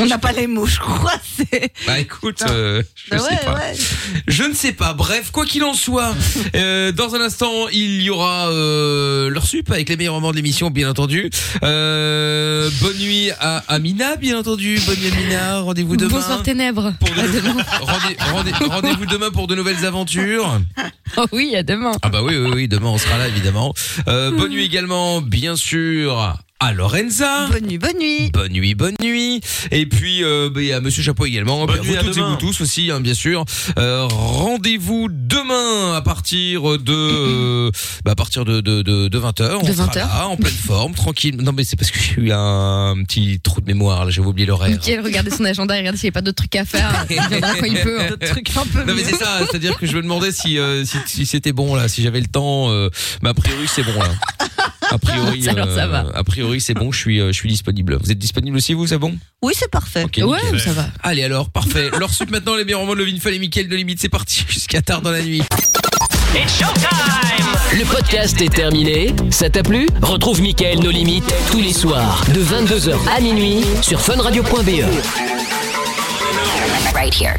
S3: On n'a pas les mots, je crois. C'est.
S2: Bah écoute, euh, je
S3: Bah
S2: sais
S3: ouais,
S2: pas.
S3: ouais.
S2: Je ne sais pas. Bref, quoi qu'il en
S3: <laughs>
S2: soit, euh, dans un instant, il y aura euh, leur sup avec les meilleurs moments de l'émission, bien entendu. Euh, bonne nuit à Amina, bien entendu. Bonne nuit Amina. Rendez-vous demain.
S4: Bonsoir ténèbres.
S2: À demain. Rendez- rendez- Rendez-vous demain pour de nouvelles aventures.
S4: Oh oui, à demain.
S2: Ah bah oui, oui, oui, demain on sera là évidemment. Euh, bonne nuit également, bien sûr, à Lorenza.
S3: Bonne nuit, bonne nuit.
S2: Bonne nuit, bonne nuit. Et puis euh, bah, et à Monsieur Chapeau également.
S7: Bonne
S2: Puis
S7: nuit,
S2: à
S7: à
S2: vous toutes et
S7: demain.
S2: vous tous aussi, hein, bien sûr. Euh, Rendez-vous demain à partir de euh, bah, à partir de de de, 20 h
S4: De
S2: on
S4: 20
S2: sera
S4: heures.
S2: là, en pleine forme, tranquille. Non mais c'est parce que j'ai eu un petit trou de mémoire, là, j'avais oublié l'horaire.
S4: Nickel, regardez son agenda et regardez s'il n'y a pas d'autres trucs à
S2: <laughs>
S4: faire. Il viendra quand il peut. hein.
S2: Non mais c'est ça, c'est-à-dire que je me demandais si euh, si, si c'était bon là, si j'avais le temps. euh, mais a priori c'est bon là. A
S4: <laughs>
S2: priori, euh,
S4: Ça, alors, ça va.
S2: a priori c'est bon, je suis euh, je suis disponible. Vous êtes disponible aussi vous, c'est bon
S3: Oui, c'est parfait.
S2: Ok, nickel. Allez alors, parfait. Leur sup maintenant les meilleurs moments de Levin Fall et Mickaël de limite, c'est parti <laughs> jusqu'à tard dans la nuit.
S1: Le podcast est terminé. Ça t'a plu Retrouve Mickaël nos limites tous les soirs de E. 22h à minuit sur funradio.be.
S5: Right here.